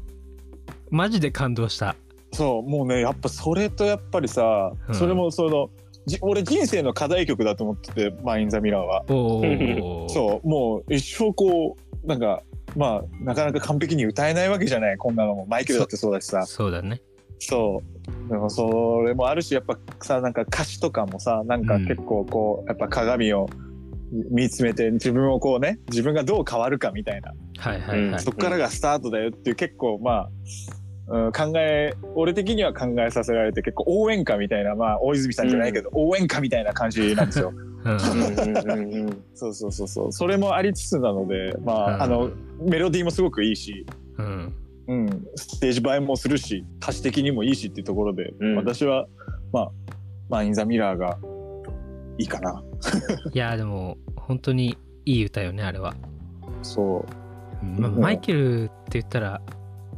Speaker 1: マジで感動した
Speaker 2: そうもうねやっぱそれとやっぱりさ、
Speaker 1: うん
Speaker 2: それもそのじ俺人生の課題曲だと思ってて「マイン・ザ・ミラーは
Speaker 1: おお
Speaker 2: そうもう一生こうなんかまあなかなか完璧に歌えないわけじゃないこんなのもマイケルだってそうだしさ
Speaker 1: そうだね
Speaker 2: そうでもそれもあるしやっぱさなんか歌詞とかもさなんか
Speaker 1: うん
Speaker 2: 結構こう、やっぱ鏡を見つめて自分をこうね自分がどう変わるかみたいな、
Speaker 1: はいはいはい
Speaker 2: そっからがスタートだよっていう結構まあ、うん、考え俺的には考えさせられて結構応援歌みたいなまあ大泉さんじゃないけど、応援歌みたいな感じな んですよ。
Speaker 1: うん
Speaker 3: うんうんうんうん
Speaker 2: そうそうそうそうそれもありつつなのでまあ、
Speaker 1: うん
Speaker 2: あのメロディーもすごくいいし、
Speaker 1: うん
Speaker 2: うん、ステージ映えもするし歌詞的にもいいしっていうところで、
Speaker 3: うん
Speaker 2: 私はまあ「マイン・ザ・ミラー」がいいかない
Speaker 1: やでも本当にいい歌よねあれは
Speaker 2: そう
Speaker 1: まあ
Speaker 2: うん
Speaker 1: マイケルって言ったら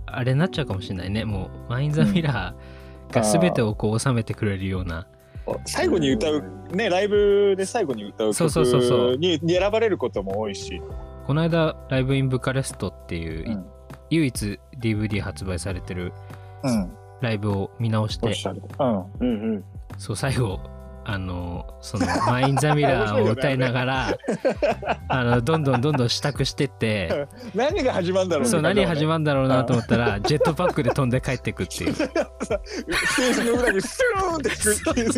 Speaker 1: あれになっちゃうかもしれないねもうマイン・ザ・ミラーが全てをこう収めてくれるような
Speaker 2: 最後に歌うねライブで最後に歌う
Speaker 1: そう
Speaker 2: 曲
Speaker 1: そうそうそう
Speaker 2: にに選ばれることも多いし
Speaker 1: この間ライブ・イン・ブカレストっていう、
Speaker 2: うん
Speaker 1: 唯一 DVD 発売されてる
Speaker 2: うん
Speaker 1: ライブを見直し
Speaker 2: おってしゃるうん
Speaker 3: うんうん
Speaker 1: そう最後あのそ の「マイン・ザ・ミラー」を歌いながら、あのどんどんどんどん支度して って
Speaker 2: 何が始まるんだろう
Speaker 1: そう何始
Speaker 2: る
Speaker 1: まるんだろうなと思ったらジェットパックで飛んで帰ってくっていう
Speaker 2: ステージの裏にスーンってくるっていう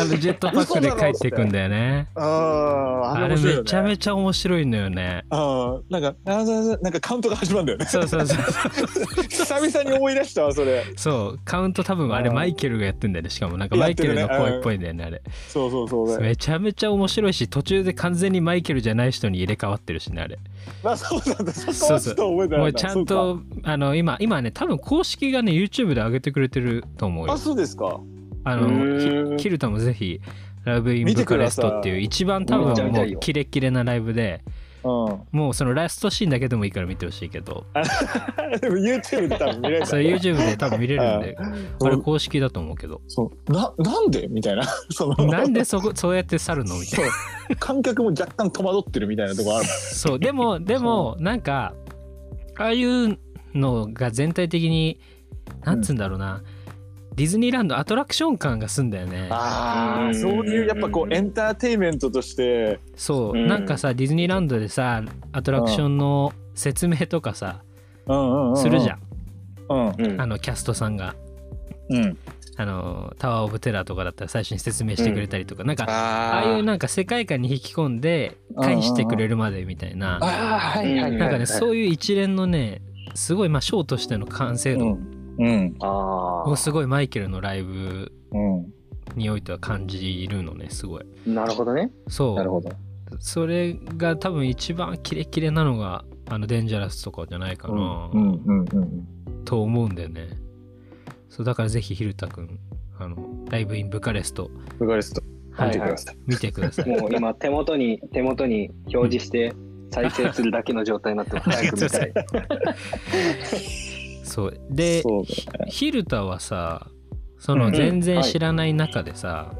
Speaker 1: あのジェットパックで帰ってくんだよね
Speaker 2: ああ
Speaker 1: あ
Speaker 2: あ
Speaker 1: れ
Speaker 2: れ面
Speaker 1: め
Speaker 2: 白いよね
Speaker 1: ちゃめちゃ面白いのよね
Speaker 2: ああ、なんか、あーなんかカウントが始まるんだよね。
Speaker 1: そうそうそう
Speaker 2: 久々に思い出したわ、それ。
Speaker 1: そうカウント多分あれ
Speaker 2: うん
Speaker 1: マイケルがやってんだよねしかもなんかマイケルの声っぽいんだよねあれ
Speaker 2: そうそうそう。
Speaker 1: めちゃめちゃ面白いし途中で完全にマイケルじゃない人に入れ替わってるしねあれ
Speaker 2: あ、そうなんだ。そこ
Speaker 1: そう
Speaker 2: は
Speaker 1: そ
Speaker 2: ちょ
Speaker 1: う
Speaker 2: っと覚えてな
Speaker 1: もう
Speaker 2: かった。
Speaker 1: ちゃん
Speaker 2: そう
Speaker 1: とあの今今ね多分公式がね YouTube で上げてくれてると思う
Speaker 2: か。あ、
Speaker 1: よ
Speaker 2: そうですか。
Speaker 1: あ
Speaker 3: う
Speaker 1: の
Speaker 3: ーん
Speaker 1: キキルタもぜひライブインブカレストっていう一番多
Speaker 2: め
Speaker 1: 分
Speaker 2: ちゃめ
Speaker 3: ち
Speaker 1: も
Speaker 3: ゃ
Speaker 1: う
Speaker 3: いいよ
Speaker 1: キレッキレなライブで
Speaker 2: うん。
Speaker 1: もうそのラストシーンだけでもいいから見てほしいけど
Speaker 2: でも YouTube で多分見れる。
Speaker 1: それ YouTube で多分見れるんで
Speaker 2: うん
Speaker 1: あれ公式だと思うけど
Speaker 2: そう。な、なんでみたいな。 その。
Speaker 1: なんでそこ そうやって去るのみたいな
Speaker 2: そう観客も若干戸惑ってるみたいなとこある。
Speaker 1: そうでもでもなんかああいうのが全体的になんつうんだろうな、ディズニーランドアトラクション感がすんだよね
Speaker 2: あ
Speaker 3: う
Speaker 2: あ、
Speaker 3: ん
Speaker 2: そういうやっぱこうエンターテインメントとして。
Speaker 1: そう、
Speaker 3: うん
Speaker 1: なんかさディズニーランドでさアトラクションの説明とかさ、
Speaker 2: うんうんうん。
Speaker 1: するじゃん、
Speaker 2: うん。
Speaker 3: うん
Speaker 1: あのキャストさんが
Speaker 2: うん。
Speaker 1: あのタワー・オブ・テラーとかだったら最初に説明してくれたりとか、なんかあ
Speaker 2: あ
Speaker 1: あいうなんか世界観に引き込んで返してくれるまでみたいな、
Speaker 2: あーはいはいはい、
Speaker 1: なんかね、
Speaker 3: う
Speaker 1: そういう一連のねすごいまあショーとしての完成
Speaker 2: う
Speaker 1: 度
Speaker 2: んうん
Speaker 3: あ
Speaker 1: をすごいマイケルのライブ
Speaker 2: うん
Speaker 1: においては感じるのねすごい
Speaker 3: あなるほどね
Speaker 1: そ
Speaker 2: なる
Speaker 1: う
Speaker 2: ほど
Speaker 1: それが多分一番キレキレなのがあのデンジャラスとかじゃないかな、
Speaker 2: うんうんうん
Speaker 1: と思うんだよねそうだからぜひひるたくんあのライブインブカレスト
Speaker 2: ブガレスト
Speaker 1: はい
Speaker 2: 見てください、
Speaker 1: 見てください
Speaker 3: もう今手元 に手元に表示して再生するだけの状態になってます
Speaker 1: あり
Speaker 3: 早
Speaker 1: がとう
Speaker 3: く見
Speaker 1: ござ
Speaker 3: たい
Speaker 1: いそうで
Speaker 2: そうだ
Speaker 1: ヒルタはさその全然知らない中でさ、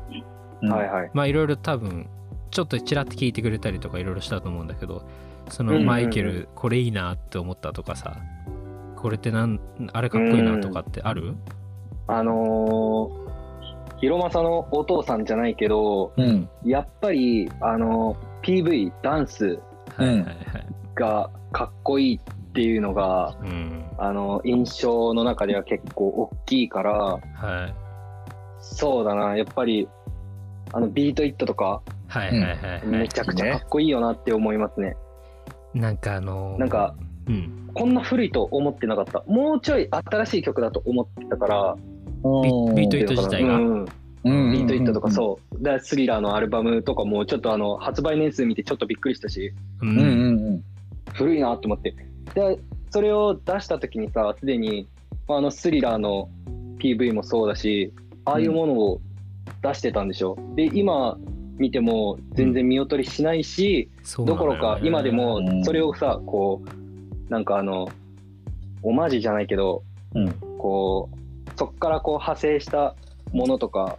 Speaker 2: うん
Speaker 3: はいはい
Speaker 1: まあいろいろ多分ちょっとちらっと聞いてくれたりとかいろいろしたと思うんだけどそ
Speaker 3: うん
Speaker 1: の
Speaker 3: うんうん
Speaker 1: マイケルこれいいなって思ったとかさこれってなんあれかっこいいなとかってある
Speaker 3: あのー、ひろまさのお父さんじゃないけど
Speaker 2: うん
Speaker 3: やっぱりあの PV ダンス
Speaker 1: はいはいはい、
Speaker 3: がかっこいいっていうのが
Speaker 1: うん
Speaker 3: あの印象の中では結構大きいから
Speaker 1: はい、
Speaker 3: そうだなやっぱりあのビートイットとか
Speaker 1: はいはいはいは
Speaker 3: め
Speaker 1: い
Speaker 3: ちゃくちゃかっこいいよなって思いますね
Speaker 1: なんかあのー
Speaker 3: なんか
Speaker 1: うん
Speaker 3: こんな古いと思ってなかったもうちょい新しい曲だと思ってたから
Speaker 1: ビビートイット
Speaker 3: ってい
Speaker 1: 自体
Speaker 3: うのかな
Speaker 1: が
Speaker 3: うん
Speaker 2: うん
Speaker 3: ビートイットとかそうだからスリラーのアルバムとかもちょっとあの発売年数見てちょっとびっくりしたし
Speaker 1: う
Speaker 2: うんうんんうん
Speaker 3: 古いなと思ってでそれを出した時にさすでにまああのスリラーの PV もそうだしああいうものを出してたんでしょ、で今見ても全然見劣りしないし、
Speaker 1: そうな
Speaker 3: ど
Speaker 1: の
Speaker 3: こ
Speaker 1: よ
Speaker 3: ろ
Speaker 1: ね
Speaker 3: か今で
Speaker 2: うん
Speaker 3: もそれをさこうなんかあのオマージュじゃないけど
Speaker 2: うん
Speaker 3: こうそっからこう派生したものとか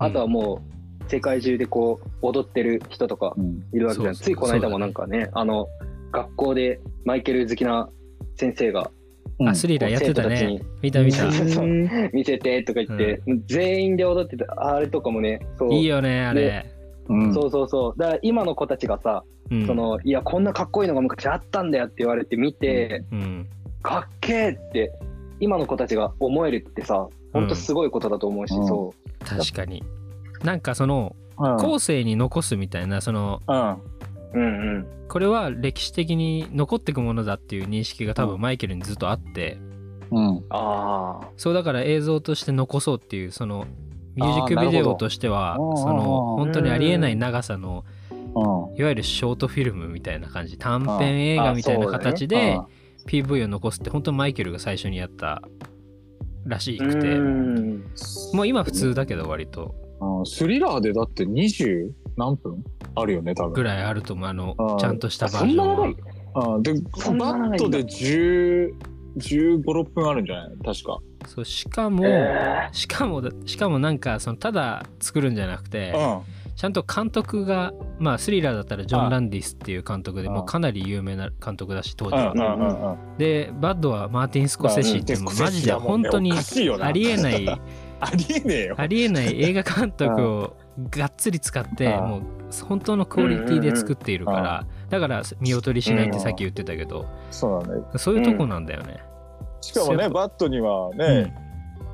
Speaker 1: うん
Speaker 3: あとはもう世界中でこう踊ってる人とか
Speaker 2: うん
Speaker 3: いるわけじゃん
Speaker 1: そうそう
Speaker 3: ついこの間もなんかねあの学校でマイケル好きな先生が
Speaker 2: うん
Speaker 1: あスリラーやってた
Speaker 3: 生徒
Speaker 1: ね
Speaker 3: たち
Speaker 1: 見た見た
Speaker 3: うん見せてとか言って、全員で踊ってたあれとかもねそう
Speaker 1: いいよねあれ
Speaker 2: うん
Speaker 3: そうそうそうだから今の子たちがさ、
Speaker 1: うん
Speaker 3: そのいやこんなかっこいいのが昔あったんだよって言われて見て、
Speaker 1: うん
Speaker 3: かっけーって今の子たちが思えるってさほんとすごいことだと思うし、
Speaker 2: うん
Speaker 3: そ
Speaker 1: 確かになんかその
Speaker 2: うん
Speaker 1: 後世に残すみたいなその
Speaker 2: うん
Speaker 3: ううんうん
Speaker 1: これは歴史的に残っていくものだっていう認識が多分マイケルにずっとあって、
Speaker 2: うん
Speaker 3: ああ
Speaker 1: そうだから映像として残そうっていうそのミュージックビデオとしては
Speaker 2: あーな
Speaker 1: そ
Speaker 2: るほ
Speaker 1: の
Speaker 2: どあー
Speaker 1: 本当にありえない長さの
Speaker 2: うん
Speaker 1: いわゆるショートフィルムみたいな感じ短編映画みたいな形で PV を残すって本当にマイケルが最初にやったらしくて
Speaker 3: うん
Speaker 1: もう今普通だけど割と
Speaker 2: うんスリラーでだって20何分あるよね多
Speaker 1: ぐ
Speaker 2: 分
Speaker 1: らいあると思うあの
Speaker 2: あー
Speaker 1: ちゃんとした
Speaker 3: あ
Speaker 1: バ
Speaker 3: そ
Speaker 1: ー
Speaker 3: ん
Speaker 1: ジョ
Speaker 3: な
Speaker 1: ン
Speaker 3: 長
Speaker 1: はい
Speaker 2: うんで
Speaker 3: そんな
Speaker 2: バ
Speaker 3: 長いんだ
Speaker 2: ットで10 1516分あるんじゃない確か
Speaker 1: そうしかも、
Speaker 3: え
Speaker 1: しかもだしかもなんかそのただ作るんじゃなくて、
Speaker 2: う
Speaker 1: ちゃんと監督がまあスリラーだったらジョン・ランディスっていう監督で
Speaker 2: ああ
Speaker 1: もうかなり有名な監督だし当時
Speaker 2: ん
Speaker 1: は、
Speaker 2: うんうんうんうん
Speaker 1: でバッドはマーティン・スコセッシってもうマジで本当に
Speaker 2: おかしいよな
Speaker 1: ありえない
Speaker 2: ありえねえよ
Speaker 1: ありえ ない映画監督をがっつり使って
Speaker 2: ああ
Speaker 1: もう本当のクオリティで作っているか
Speaker 2: うんうんうん
Speaker 1: らだから見劣りしないってさっき言ってたけど
Speaker 2: そうなんだよ
Speaker 1: そういうとこなんだよね。
Speaker 2: しかもねバットにはね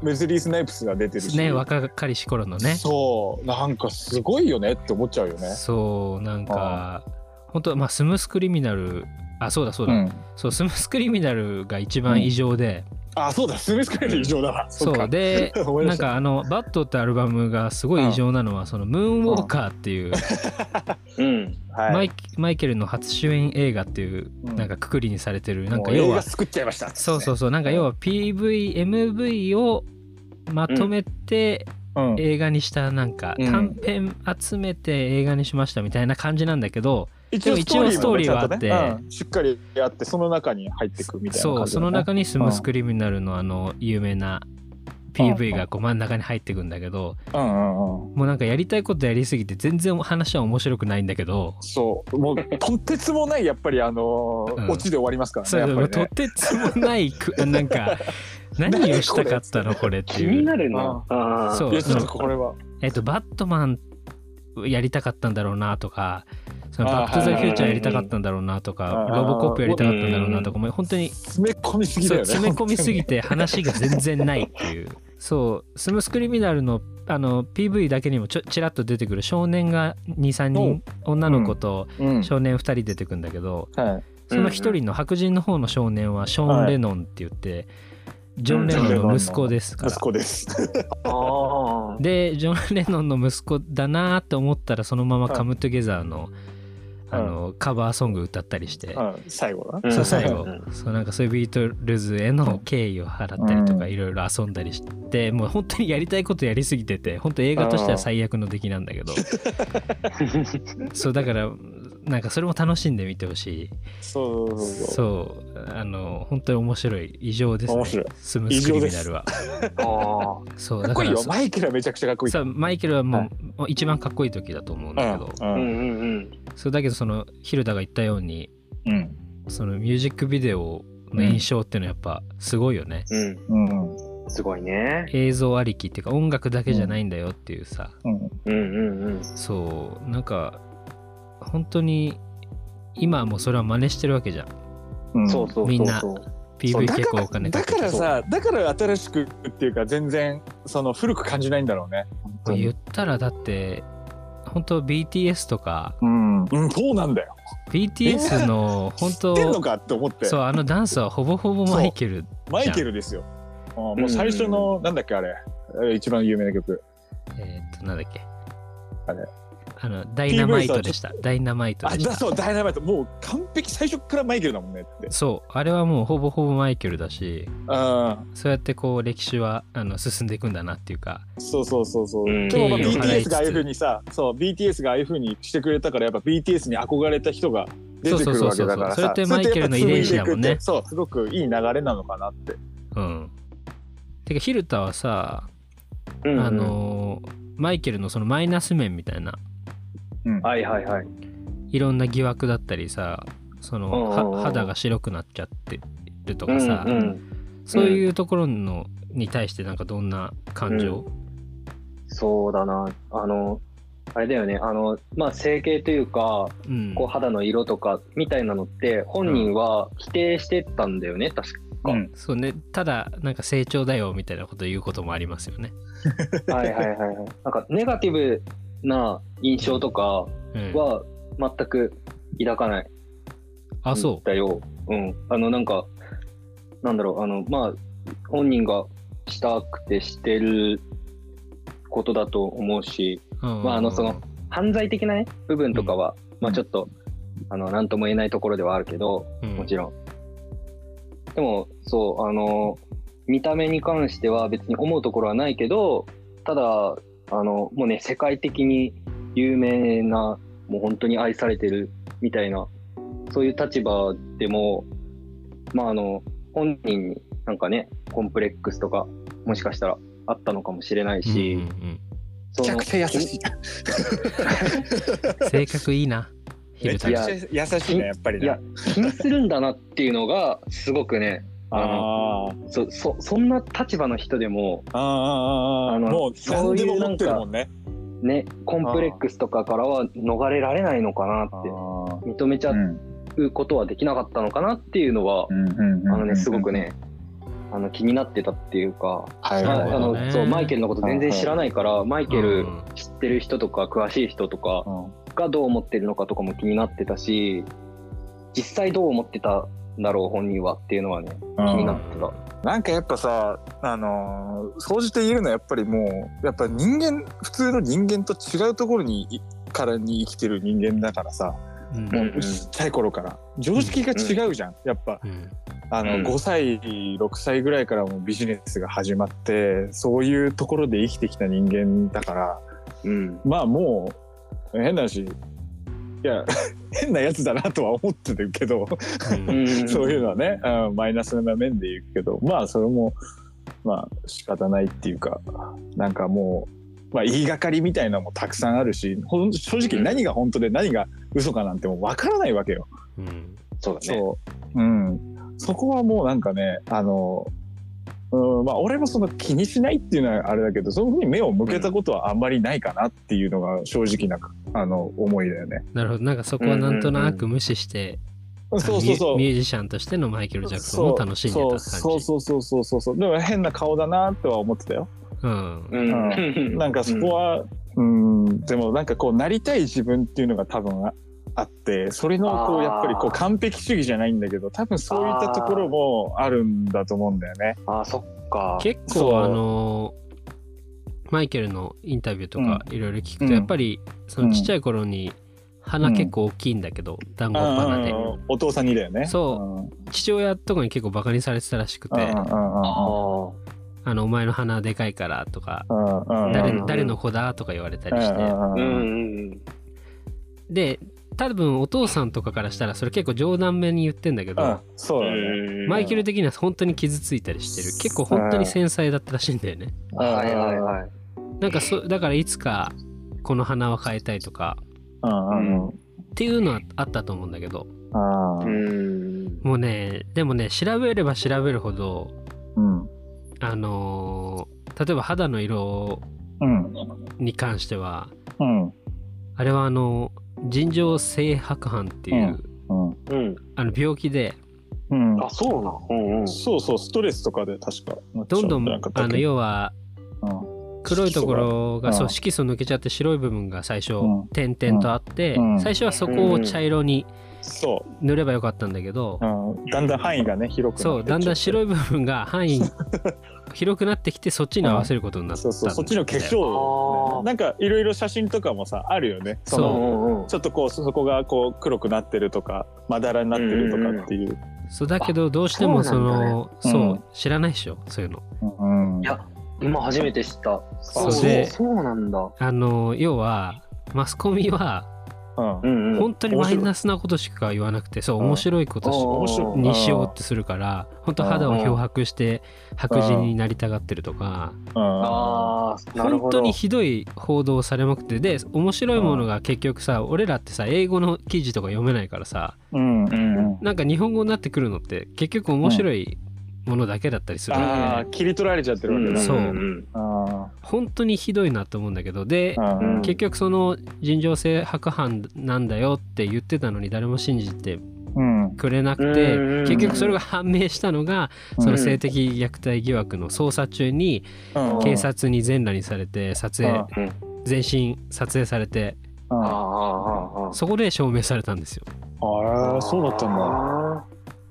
Speaker 2: ウェズリー・スナイプスが出てるし
Speaker 1: ね若かりし頃のね
Speaker 2: そうなんかすごいよねって思っちゃうよね
Speaker 1: そうなんか本当まあスムースクリミナルあそうだそうだ、
Speaker 2: うん
Speaker 1: そうスムースクリミナルが一番異常で、
Speaker 2: あそうだスミスクレイ異常だわ
Speaker 1: そう
Speaker 2: か
Speaker 1: で
Speaker 2: 思い出
Speaker 1: なん
Speaker 2: した
Speaker 1: かあの「バット」ってアルバムがすごい異常なのは、その「ムーンウォーカー」っていう、
Speaker 3: うん
Speaker 2: はい
Speaker 1: マイマイケルの初主演映画っていう
Speaker 2: うん
Speaker 1: なんかくくりにされてる、なん
Speaker 2: も
Speaker 1: か
Speaker 2: う
Speaker 1: 要
Speaker 2: 映
Speaker 1: は
Speaker 2: 画作っちゃいました
Speaker 1: そうそううそうなんか要は PVMV をまとめて
Speaker 2: うん
Speaker 1: 映画にしたなんか
Speaker 2: うん
Speaker 1: 短編集めて映画にしましたみたいな感じなんだけど、
Speaker 2: 一
Speaker 1: で
Speaker 2: 応
Speaker 1: も一応
Speaker 2: ストーリーはあっ
Speaker 1: ス
Speaker 2: て、
Speaker 1: トーリーはあって
Speaker 2: うんしっかりあってその中に入ってくみたいな
Speaker 1: そ
Speaker 2: 感
Speaker 1: う
Speaker 2: じ
Speaker 1: そ
Speaker 2: だ
Speaker 1: の
Speaker 2: よね
Speaker 1: 中にスムースクリミナルのあの有名な PV がこう真ん中に入ってくんだけど
Speaker 2: うんうんうん
Speaker 1: もうなんかやりたいことやりすぎて全然話は面白くないんだけど
Speaker 2: そうもうとんてつもないやっぱりあのー
Speaker 1: うん
Speaker 2: オチで終わりますから
Speaker 1: そ
Speaker 2: ね
Speaker 1: れ
Speaker 2: や
Speaker 1: で
Speaker 2: っ
Speaker 1: も
Speaker 2: ぱ
Speaker 1: う
Speaker 2: り
Speaker 1: と
Speaker 2: ね
Speaker 1: てつもないくなんか何をしたかったのこれって
Speaker 3: 気
Speaker 1: い
Speaker 3: に
Speaker 1: う
Speaker 3: なるなあ
Speaker 1: そう
Speaker 2: いやちょっとこれは
Speaker 1: えっとバットマンやりたかったんだろうなとかその
Speaker 2: あ
Speaker 1: バ
Speaker 2: ー
Speaker 1: ック・ザ・フューチャーやりたかったんだろうなとか
Speaker 2: うん
Speaker 1: ロボコップやりたかったんだろうなとかもう本当に
Speaker 2: 詰め込みすぎ
Speaker 1: そ
Speaker 2: だ
Speaker 1: う
Speaker 2: よね
Speaker 1: 詰め込みすぎて話が全然ないっていうそうスムスクリミナルのあの PV だけにもちょちらっと出てくる少年が23人女の子と
Speaker 2: うん
Speaker 1: 少年2人出てくるんだけど、
Speaker 2: はい。
Speaker 1: その1人の白人の方の少年はショーン・レノンって言って、ジョン・レノンの息子ですから
Speaker 2: 息。子です。
Speaker 3: ああ。
Speaker 1: でジョン・レノンの息子だなーって思ったらそのまま「カム・トゥ・ゲザーの」あのカバーソング歌ったりして、
Speaker 2: はい最後だ。
Speaker 1: そう最後、
Speaker 3: うん
Speaker 1: そうなんかそういうビートルズへの敬意を払ったりとかいろいろ遊んだりして、もう本当にやりたいことやりすぎてて本当映画としては最悪の出来なんだ けどそうだからなんかそれも楽しんでみてほし
Speaker 2: そうそう
Speaker 1: い
Speaker 2: そうそう。
Speaker 1: そうあの本当に面白い異常ですね
Speaker 2: 面白い
Speaker 1: スムースクリミナルは
Speaker 3: あ
Speaker 1: そう
Speaker 2: か
Speaker 1: だ
Speaker 2: っこ
Speaker 1: か
Speaker 2: いい
Speaker 1: ら
Speaker 2: よ。マイケルはめちゃくちゃかっこいい。
Speaker 1: そうマイケルは
Speaker 2: は
Speaker 1: も
Speaker 2: いう
Speaker 1: 一番かっこいい時だと思うんだけど、
Speaker 2: うん
Speaker 3: あ。
Speaker 2: う
Speaker 3: うん
Speaker 2: ん
Speaker 3: うんうん。
Speaker 1: そうだけどそのヒルダが言ったように
Speaker 2: うん
Speaker 1: そのミュージックビデオの印象っていうのはやっぱすごいよね、
Speaker 3: うん。
Speaker 2: うん
Speaker 3: すごいね。
Speaker 1: 映像ありきっていうか音楽だけじゃないんだよっていうさ、
Speaker 2: うん
Speaker 3: うんうんうん。
Speaker 1: そうなんか本当に今はもうそれは真似してるわけじゃん
Speaker 2: うん
Speaker 3: そうそうそうそう。
Speaker 1: みんな
Speaker 2: そう
Speaker 1: PV
Speaker 2: だから
Speaker 1: 結構お金か
Speaker 2: だ
Speaker 1: けて
Speaker 2: からさだから新しくっていうか全然その古く感じないんだろうね本当に
Speaker 1: 言ったらだって本当 BTS とか
Speaker 2: うん、うん、そうなんだよ
Speaker 1: BTS の本
Speaker 2: 知ってんの
Speaker 1: 当
Speaker 2: かって思って
Speaker 1: そうあのダンスはほぼほぼマイケル
Speaker 2: マイケルですよあもう最初
Speaker 3: うん
Speaker 2: のなんだっけあれえ一番有名な曲
Speaker 1: えーっとなんだっけ
Speaker 2: あれ
Speaker 1: あのダイナマイトでしたダイナマイト
Speaker 2: あ
Speaker 1: でし
Speaker 2: だ
Speaker 1: た
Speaker 2: そうダイナマイトもう完璧最初からマイケルだもんねって
Speaker 1: そうあれはもうほぼほぼマイケルだし
Speaker 2: あ
Speaker 1: そうやってこう歴史はあの進んでいくんだなっていうか
Speaker 2: そうそうそうそう、
Speaker 3: うん
Speaker 2: でもまあ
Speaker 1: 敬意を払いつつ
Speaker 2: BTS がああいう風にさそう BTS がああいう風にしてくれたからやっぱ BTS に憧れた人が出てくるわけだからさ
Speaker 1: そうそうそうそうそれってマイケルの遺伝子だもんね
Speaker 2: それってやっぱ紡いでいくってそうすごくいい流れなのかなって
Speaker 1: うんてかヒルタはさ、
Speaker 3: うんうん
Speaker 1: あ、のーマイケルのそのマイナス面みたいな
Speaker 2: うん
Speaker 3: はいはいはい。
Speaker 1: いろんな疑惑だったりさその
Speaker 3: うんうんうん
Speaker 1: は肌が白くなっちゃってるとかさ、
Speaker 3: うんうん、
Speaker 1: そういうところのに対してなんかどんな感情、
Speaker 3: そうだな。あの、あれだよね。あの、まあ、整形というか、
Speaker 1: うん
Speaker 3: こう肌の色とかみたいなのって、本人は否定してたんだよね、確か。
Speaker 2: うん
Speaker 1: そうねただなんか成長だよみたいなこと言うこともありますよね、
Speaker 3: はいはいはいはい。なんか、ネガティブな印象とか
Speaker 1: うん、
Speaker 3: は全く抱かない。
Speaker 1: あそ
Speaker 3: だよ。うん。あの、なんか、なんだろう、あの、まあ、本人がしたくてしてることだと思うし、
Speaker 1: う、うん
Speaker 3: まああのその犯罪的なね、部分とかは、まあちょっと、あの、なんとも言えないところではあるけど、
Speaker 1: うん
Speaker 3: もちろん。でも、そう、あの、見た目に関しては別に思うところはないけど、ただ、あの、もうね、世界的に有名な、もう本当に愛されてるみたいな、そういう立場でも、まああの、本人になんかね、コンプレックスとか、もしかしたらあったのかもしれないし、
Speaker 1: うんうん
Speaker 3: そ
Speaker 2: めちゃ
Speaker 3: の
Speaker 2: くちゃ優しい
Speaker 1: うん性格いいなヒ
Speaker 2: め
Speaker 1: ル
Speaker 2: ち
Speaker 1: タ
Speaker 2: ゃく
Speaker 1: が
Speaker 2: ちゃ優しいねやっぱり
Speaker 3: い
Speaker 2: ね
Speaker 3: や、気にするんだなっていうのが、すごくね、あの、
Speaker 2: あー
Speaker 3: そ、そ、そんな立場の人でも、
Speaker 2: あーあーあー
Speaker 3: あの
Speaker 2: もう何でも持ってるもんね
Speaker 3: ね、コンプレックスとかからは逃れられないのかなって、認めちゃ
Speaker 2: ん
Speaker 3: うことはできなかったのかなっていうのは、あのね、すごくね、あの、気になってたっていうか、
Speaker 2: はい
Speaker 3: あ
Speaker 1: な
Speaker 2: は
Speaker 1: る
Speaker 2: い
Speaker 1: ほ
Speaker 3: あ
Speaker 1: ど
Speaker 2: は
Speaker 1: ね
Speaker 3: の、そう、マイケルのこと全然知らないから、マイケ
Speaker 1: う
Speaker 3: ル
Speaker 1: ん
Speaker 3: 知ってる人とか、詳しい人とか
Speaker 2: い
Speaker 3: がどう思ってるのかとかも気になってたし、実際どう思ってたんだろう、本人はっていうのはね、
Speaker 2: うん
Speaker 3: 気になってた。
Speaker 2: なんかやっぱさあのー総じて言えるのはやっぱりもうやっぱ人間普通の人間と違うところにいからに生きてる人間だからさ
Speaker 1: うん
Speaker 2: も
Speaker 3: うん
Speaker 2: うちっちゃい頃から常識が違うじゃん、やっぱ
Speaker 1: うん
Speaker 2: あの、
Speaker 3: うん
Speaker 2: 5歳6歳ぐらいからもうビジネスが始まってそういうところで生きてきた人間だから
Speaker 3: うん。
Speaker 2: まあもう変な話いや 変なやつだなとは思ってるけど
Speaker 1: うん
Speaker 3: ん
Speaker 2: そういうのはね、うん、マイナスな面で言うけど、まあそれも、まあ仕方ないっていうか、なんかもう、まあ言いがかりみたいなのもたくさんあるし、ほん正直何が本当で何が嘘かなんてもうわからないわけよ。
Speaker 1: うん
Speaker 3: そうだね。
Speaker 2: そう。うん。そこはもうなんかね、あの、うん、まあ俺もその気にしないっていうのはあれだけど、そういうふうに目を向けたことはあんまりないかなっていうのが正直な、あの、思いだよね。
Speaker 1: なるほどなんかそこはなんとなく無視して
Speaker 2: そうそうそう
Speaker 1: ミュミュージシャンとしてのマイケル・ジャクソンを楽しんでた感じ
Speaker 2: そうそうそうそうそうそうでも変な顔だなとは思ってたよ
Speaker 1: うん
Speaker 3: うん
Speaker 2: うなんかそこはうんでもなんかこうなりたい自分っていうのが多分ああってそれのこ
Speaker 3: あ
Speaker 2: う
Speaker 3: ー
Speaker 2: やっぱりこう完璧主義じゃないんだけど多分そういったところもあるんだと思うんだよね
Speaker 3: あーそっか
Speaker 1: 結
Speaker 2: そう
Speaker 1: 構あのマイケルのインタビューとかいろいろ聞くと、
Speaker 2: うん
Speaker 1: やっぱりそのちっちゃい頃に鼻結構大きいんだけど、団子鼻で
Speaker 2: うんうんうんお父さんにだよね
Speaker 1: そう
Speaker 2: うんうん
Speaker 1: 父親とかに結構バカにされてたらしくて
Speaker 2: うんうんうん
Speaker 3: あー
Speaker 1: 「あのお前の鼻でかいから」とか
Speaker 2: うんうんうん
Speaker 1: 誰
Speaker 3: うん
Speaker 1: 誰の子だ?」とか言われた
Speaker 2: うん
Speaker 1: りして、
Speaker 3: う
Speaker 2: うんうん
Speaker 3: んうん
Speaker 1: で多分お父さんとかからしたらそれ結構冗談めに言ってんだけど、
Speaker 2: うんそうだね
Speaker 3: うん
Speaker 1: マイケル的には本当に傷ついたりしてる結構本当に繊細だったらしいんだよね
Speaker 3: はいはいはい
Speaker 1: なんかそだからいつかこの花は変えたいとか
Speaker 2: うんうんうん
Speaker 1: っていうのはあったと思うんだけど
Speaker 2: あー
Speaker 3: ん
Speaker 1: もうねでもね調べれば調べるほど
Speaker 2: うん
Speaker 1: あのー例えば肌の色
Speaker 2: うん
Speaker 1: に関しては
Speaker 2: うん
Speaker 1: あれはあの尋常性白斑っていう、
Speaker 2: うん
Speaker 3: うん
Speaker 1: あの病気で
Speaker 2: うん
Speaker 3: あそうなうんうん
Speaker 2: そうそうストレスとかで確か
Speaker 1: どんどん
Speaker 2: なか
Speaker 1: あの要は
Speaker 2: うん
Speaker 1: 黒いところが
Speaker 2: 色が
Speaker 1: そううん色素抜けちゃって白い部分が最初
Speaker 2: うん
Speaker 1: 点々とあって
Speaker 2: うん
Speaker 1: 最初はそこを茶色に
Speaker 2: そ
Speaker 1: 塗ればよかったんだけど
Speaker 2: う、うん、だんだん範囲がね広くなって
Speaker 1: そうだんだん白
Speaker 2: い
Speaker 1: い部分が範囲広くなってきてそっちに合わせることになった
Speaker 2: そ
Speaker 1: ん
Speaker 2: う
Speaker 1: だ
Speaker 2: そうそっちの化
Speaker 1: よね
Speaker 2: 粧を
Speaker 3: あー
Speaker 2: なんかいろいろ写真とかもさあるよねその
Speaker 3: うんうん
Speaker 2: ちょっとこうそこがこう黒くなってるとかまだらになってるとかっていう、
Speaker 1: そうだけどどうしてもその
Speaker 2: そ
Speaker 1: そ
Speaker 2: うなんだね
Speaker 1: う知らないでしょそういうの
Speaker 2: うんうん
Speaker 3: いや今初めて知った
Speaker 1: そう
Speaker 3: あ
Speaker 1: で
Speaker 3: そうなんだ
Speaker 1: あの要はマスコミは
Speaker 2: うん
Speaker 3: うんうん
Speaker 1: 本当にマイナスなことしか言わなくてそう
Speaker 2: うん
Speaker 1: 面白いことし
Speaker 2: 面白い
Speaker 1: にしようってするから本当肌を漂白して白人になりたがってるとか
Speaker 2: あ
Speaker 3: ああな
Speaker 1: 本
Speaker 3: るほ
Speaker 1: 当
Speaker 3: ど
Speaker 1: にひどい報道をされまくってで面白いものが結局さ俺らってさ英語の記事とか読めないからさ
Speaker 2: うんうん
Speaker 1: なんか日本語になってくるのって結局面白いものだけだったりするので、
Speaker 2: ああ切り取られちゃってるわけだ、
Speaker 1: そうん
Speaker 2: あ
Speaker 1: 本当にひどいなと思うんだけどで
Speaker 2: ーうん
Speaker 3: うん
Speaker 1: 結局その尋常性白斑なんだよって言ってたのに誰も信じて
Speaker 2: うん
Speaker 1: くれなく
Speaker 3: うんうんう
Speaker 1: て
Speaker 3: ん
Speaker 1: 結局それが判明したのが
Speaker 2: うん
Speaker 1: その性的虐待疑惑の捜査中に
Speaker 2: うん
Speaker 1: 警察に全裸にされて撮影
Speaker 3: うん
Speaker 1: 全身撮影されて
Speaker 2: うん
Speaker 3: あー
Speaker 2: あ
Speaker 3: あーあー
Speaker 1: そこで証明されたんですよ
Speaker 2: あーそうだったんだ
Speaker 3: あ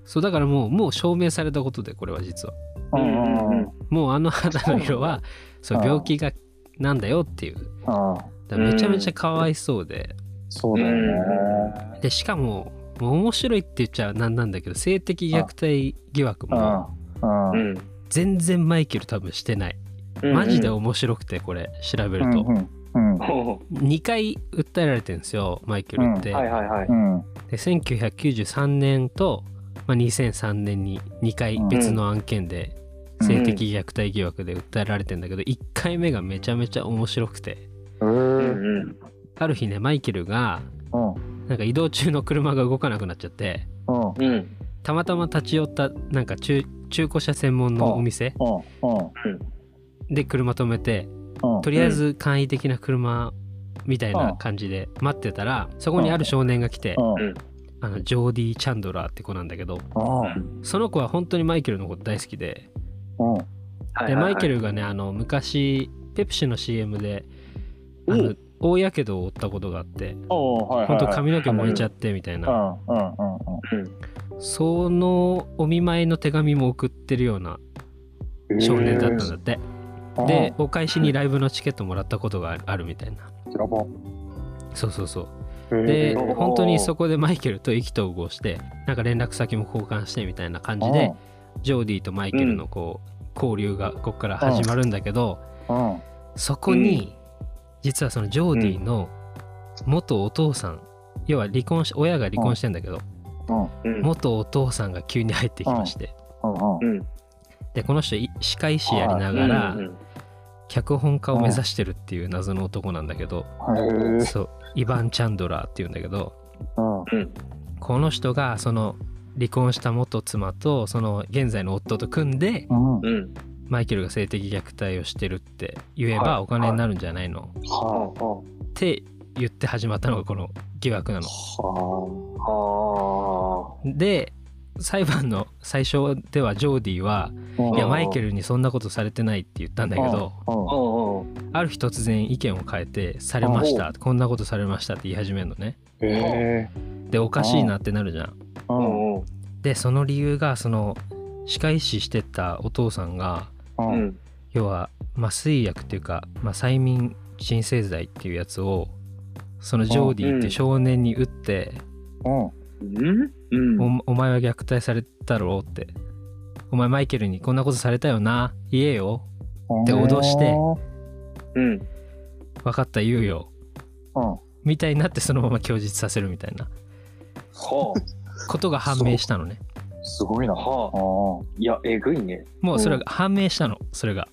Speaker 1: そうだからもうもう証明されたことでこれは実は
Speaker 3: ーうんうんうん
Speaker 1: もうあの肌の色はそう
Speaker 2: ああ
Speaker 1: 病気がなんだよっていう
Speaker 2: ああ
Speaker 1: だからめちゃめちゃかわいそうで
Speaker 2: そうだよね
Speaker 1: でしかももう面白いって言っちゃなんなんだけど性的虐待疑惑
Speaker 2: うん
Speaker 1: も
Speaker 2: うん
Speaker 3: うん
Speaker 1: 全然マイケル多分してない
Speaker 3: うん
Speaker 1: マ ジで面白くてこれ調べる
Speaker 2: う
Speaker 1: と
Speaker 2: んうん
Speaker 3: ほ
Speaker 1: 2回訴えられてるんですよマイケルって
Speaker 3: うはいはいはい
Speaker 2: うん
Speaker 1: で1993年と、まあ、2003年に2回別の案件で
Speaker 2: うん
Speaker 1: 性的虐待疑惑で訴えられてんだけど1回目がめちゃめちゃ面白くて
Speaker 3: う
Speaker 2: うん
Speaker 3: んうん
Speaker 1: ある日ねマイケルが
Speaker 2: うん
Speaker 1: なんか移動中の車が動かなくなっちゃって
Speaker 2: うん
Speaker 3: うん
Speaker 1: たまたま立ち寄ったなんか中中古車専門のお店
Speaker 2: うんうん
Speaker 1: で車止めて
Speaker 2: うん
Speaker 1: とりあえず簡易的な車みたいな感じで待ってたらそこにある少年が来て
Speaker 2: うん
Speaker 1: あのジョーディ・チャンドラーって子なんだけどその子は本当にマイケルのこと大好きで
Speaker 2: うん
Speaker 3: はいはい
Speaker 1: で
Speaker 3: はい
Speaker 1: マイケルがねあの昔ペプシの CM であ
Speaker 3: おう
Speaker 1: の大やけどを負ったことがあって
Speaker 2: おはいはい
Speaker 1: 本当髪の毛燃えちゃってみたいな
Speaker 2: うんうんうん
Speaker 1: そのお見舞いの手紙も送ってるような
Speaker 2: うん
Speaker 1: 少年だったんだって
Speaker 2: うん
Speaker 1: でお返しにライブのチケットもらったことがあるあるみたいな
Speaker 2: やば
Speaker 1: そうそうそうで
Speaker 3: おー
Speaker 1: 本当にそこでマイケルと意気投合してなんか連絡先も交換してみたいな感じでジョーディとマイケルのこう交流がここから始まるんだけど、
Speaker 2: うんうん
Speaker 1: そこに、実はそのジョーディの元お父さん、要は離婚し親が離婚してんだけど、
Speaker 3: うん
Speaker 1: 元お父さんが急に入ってきまして、
Speaker 2: うん
Speaker 3: うん
Speaker 1: でこの人い歯科医師やりながら、
Speaker 3: うんうん
Speaker 1: 脚本家を目指してるっていう謎の男なんだけど、
Speaker 2: うんへえ
Speaker 1: そうイヴァン・チャンドラーっていうんだけど
Speaker 2: うん
Speaker 3: うん
Speaker 1: この人がその離婚した元妻とその現在の夫と組んで
Speaker 2: うん
Speaker 3: うん
Speaker 1: マイケルが性的虐待をしてるって言え
Speaker 3: はい
Speaker 1: ばお金になるんじゃないの、
Speaker 2: は
Speaker 1: って言って始まったのがこの疑惑なの。
Speaker 2: あは
Speaker 3: ああ
Speaker 1: で裁判の最初ではジョーディは「いや
Speaker 3: うん
Speaker 1: マイケルにそんなことされてない」って言ったんだけど
Speaker 2: うんうん
Speaker 3: おうん
Speaker 1: ある日突然意見を変えて「されました」こんなことされましたって言い始めるのね
Speaker 2: へえ
Speaker 1: でおかしいなってなるじゃん
Speaker 2: う
Speaker 3: うんんうん
Speaker 1: でその理由がその歯科医師してたお父さんが
Speaker 2: うん
Speaker 3: う
Speaker 2: うん
Speaker 3: ん
Speaker 1: 要は麻酔薬っていうか、まあ、催眠鎮静剤っていうやつをそのジョーディっていう少年に打って
Speaker 3: うんうん
Speaker 1: おお前は虐待されたろうってお前マイケルにこんなことされたよな言えよ
Speaker 2: うん
Speaker 1: で脅して
Speaker 3: うん
Speaker 1: 分かった言うよ
Speaker 2: うん
Speaker 1: みたいになってそのまま供述させるみたいな
Speaker 3: は
Speaker 1: ことが判明したのね
Speaker 2: すごい
Speaker 3: あ
Speaker 2: な
Speaker 3: はあ
Speaker 2: うん
Speaker 3: いやえぐいね
Speaker 1: もうそれが判明したのそれが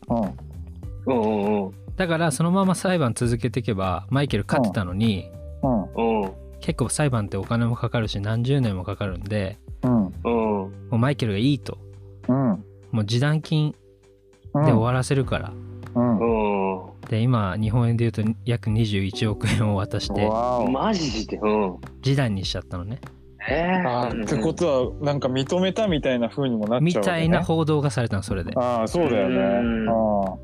Speaker 2: うん
Speaker 3: うんうんうん
Speaker 1: だからそのまま裁判続けていけばマイケル勝ってたのに
Speaker 2: うん
Speaker 3: うん
Speaker 1: 結構裁判ってお金もかかるし何十年もかかるんで
Speaker 2: うん
Speaker 3: うん
Speaker 1: もうマイケルがいいと
Speaker 2: うん
Speaker 1: もう示談金
Speaker 2: うん
Speaker 1: で終わらせるから、
Speaker 2: うん
Speaker 3: うん
Speaker 1: で今日本円で言うと約21億円を渡して
Speaker 2: わお
Speaker 3: マジでうん
Speaker 1: 示談にしちゃったのね
Speaker 3: え
Speaker 2: あーってことはなんか認めたみたいな風にもなっ
Speaker 1: み
Speaker 2: ちゃうわ
Speaker 1: た
Speaker 2: けね
Speaker 1: いな報道がされたのそれで
Speaker 2: ああそうだよね
Speaker 3: うん
Speaker 2: あ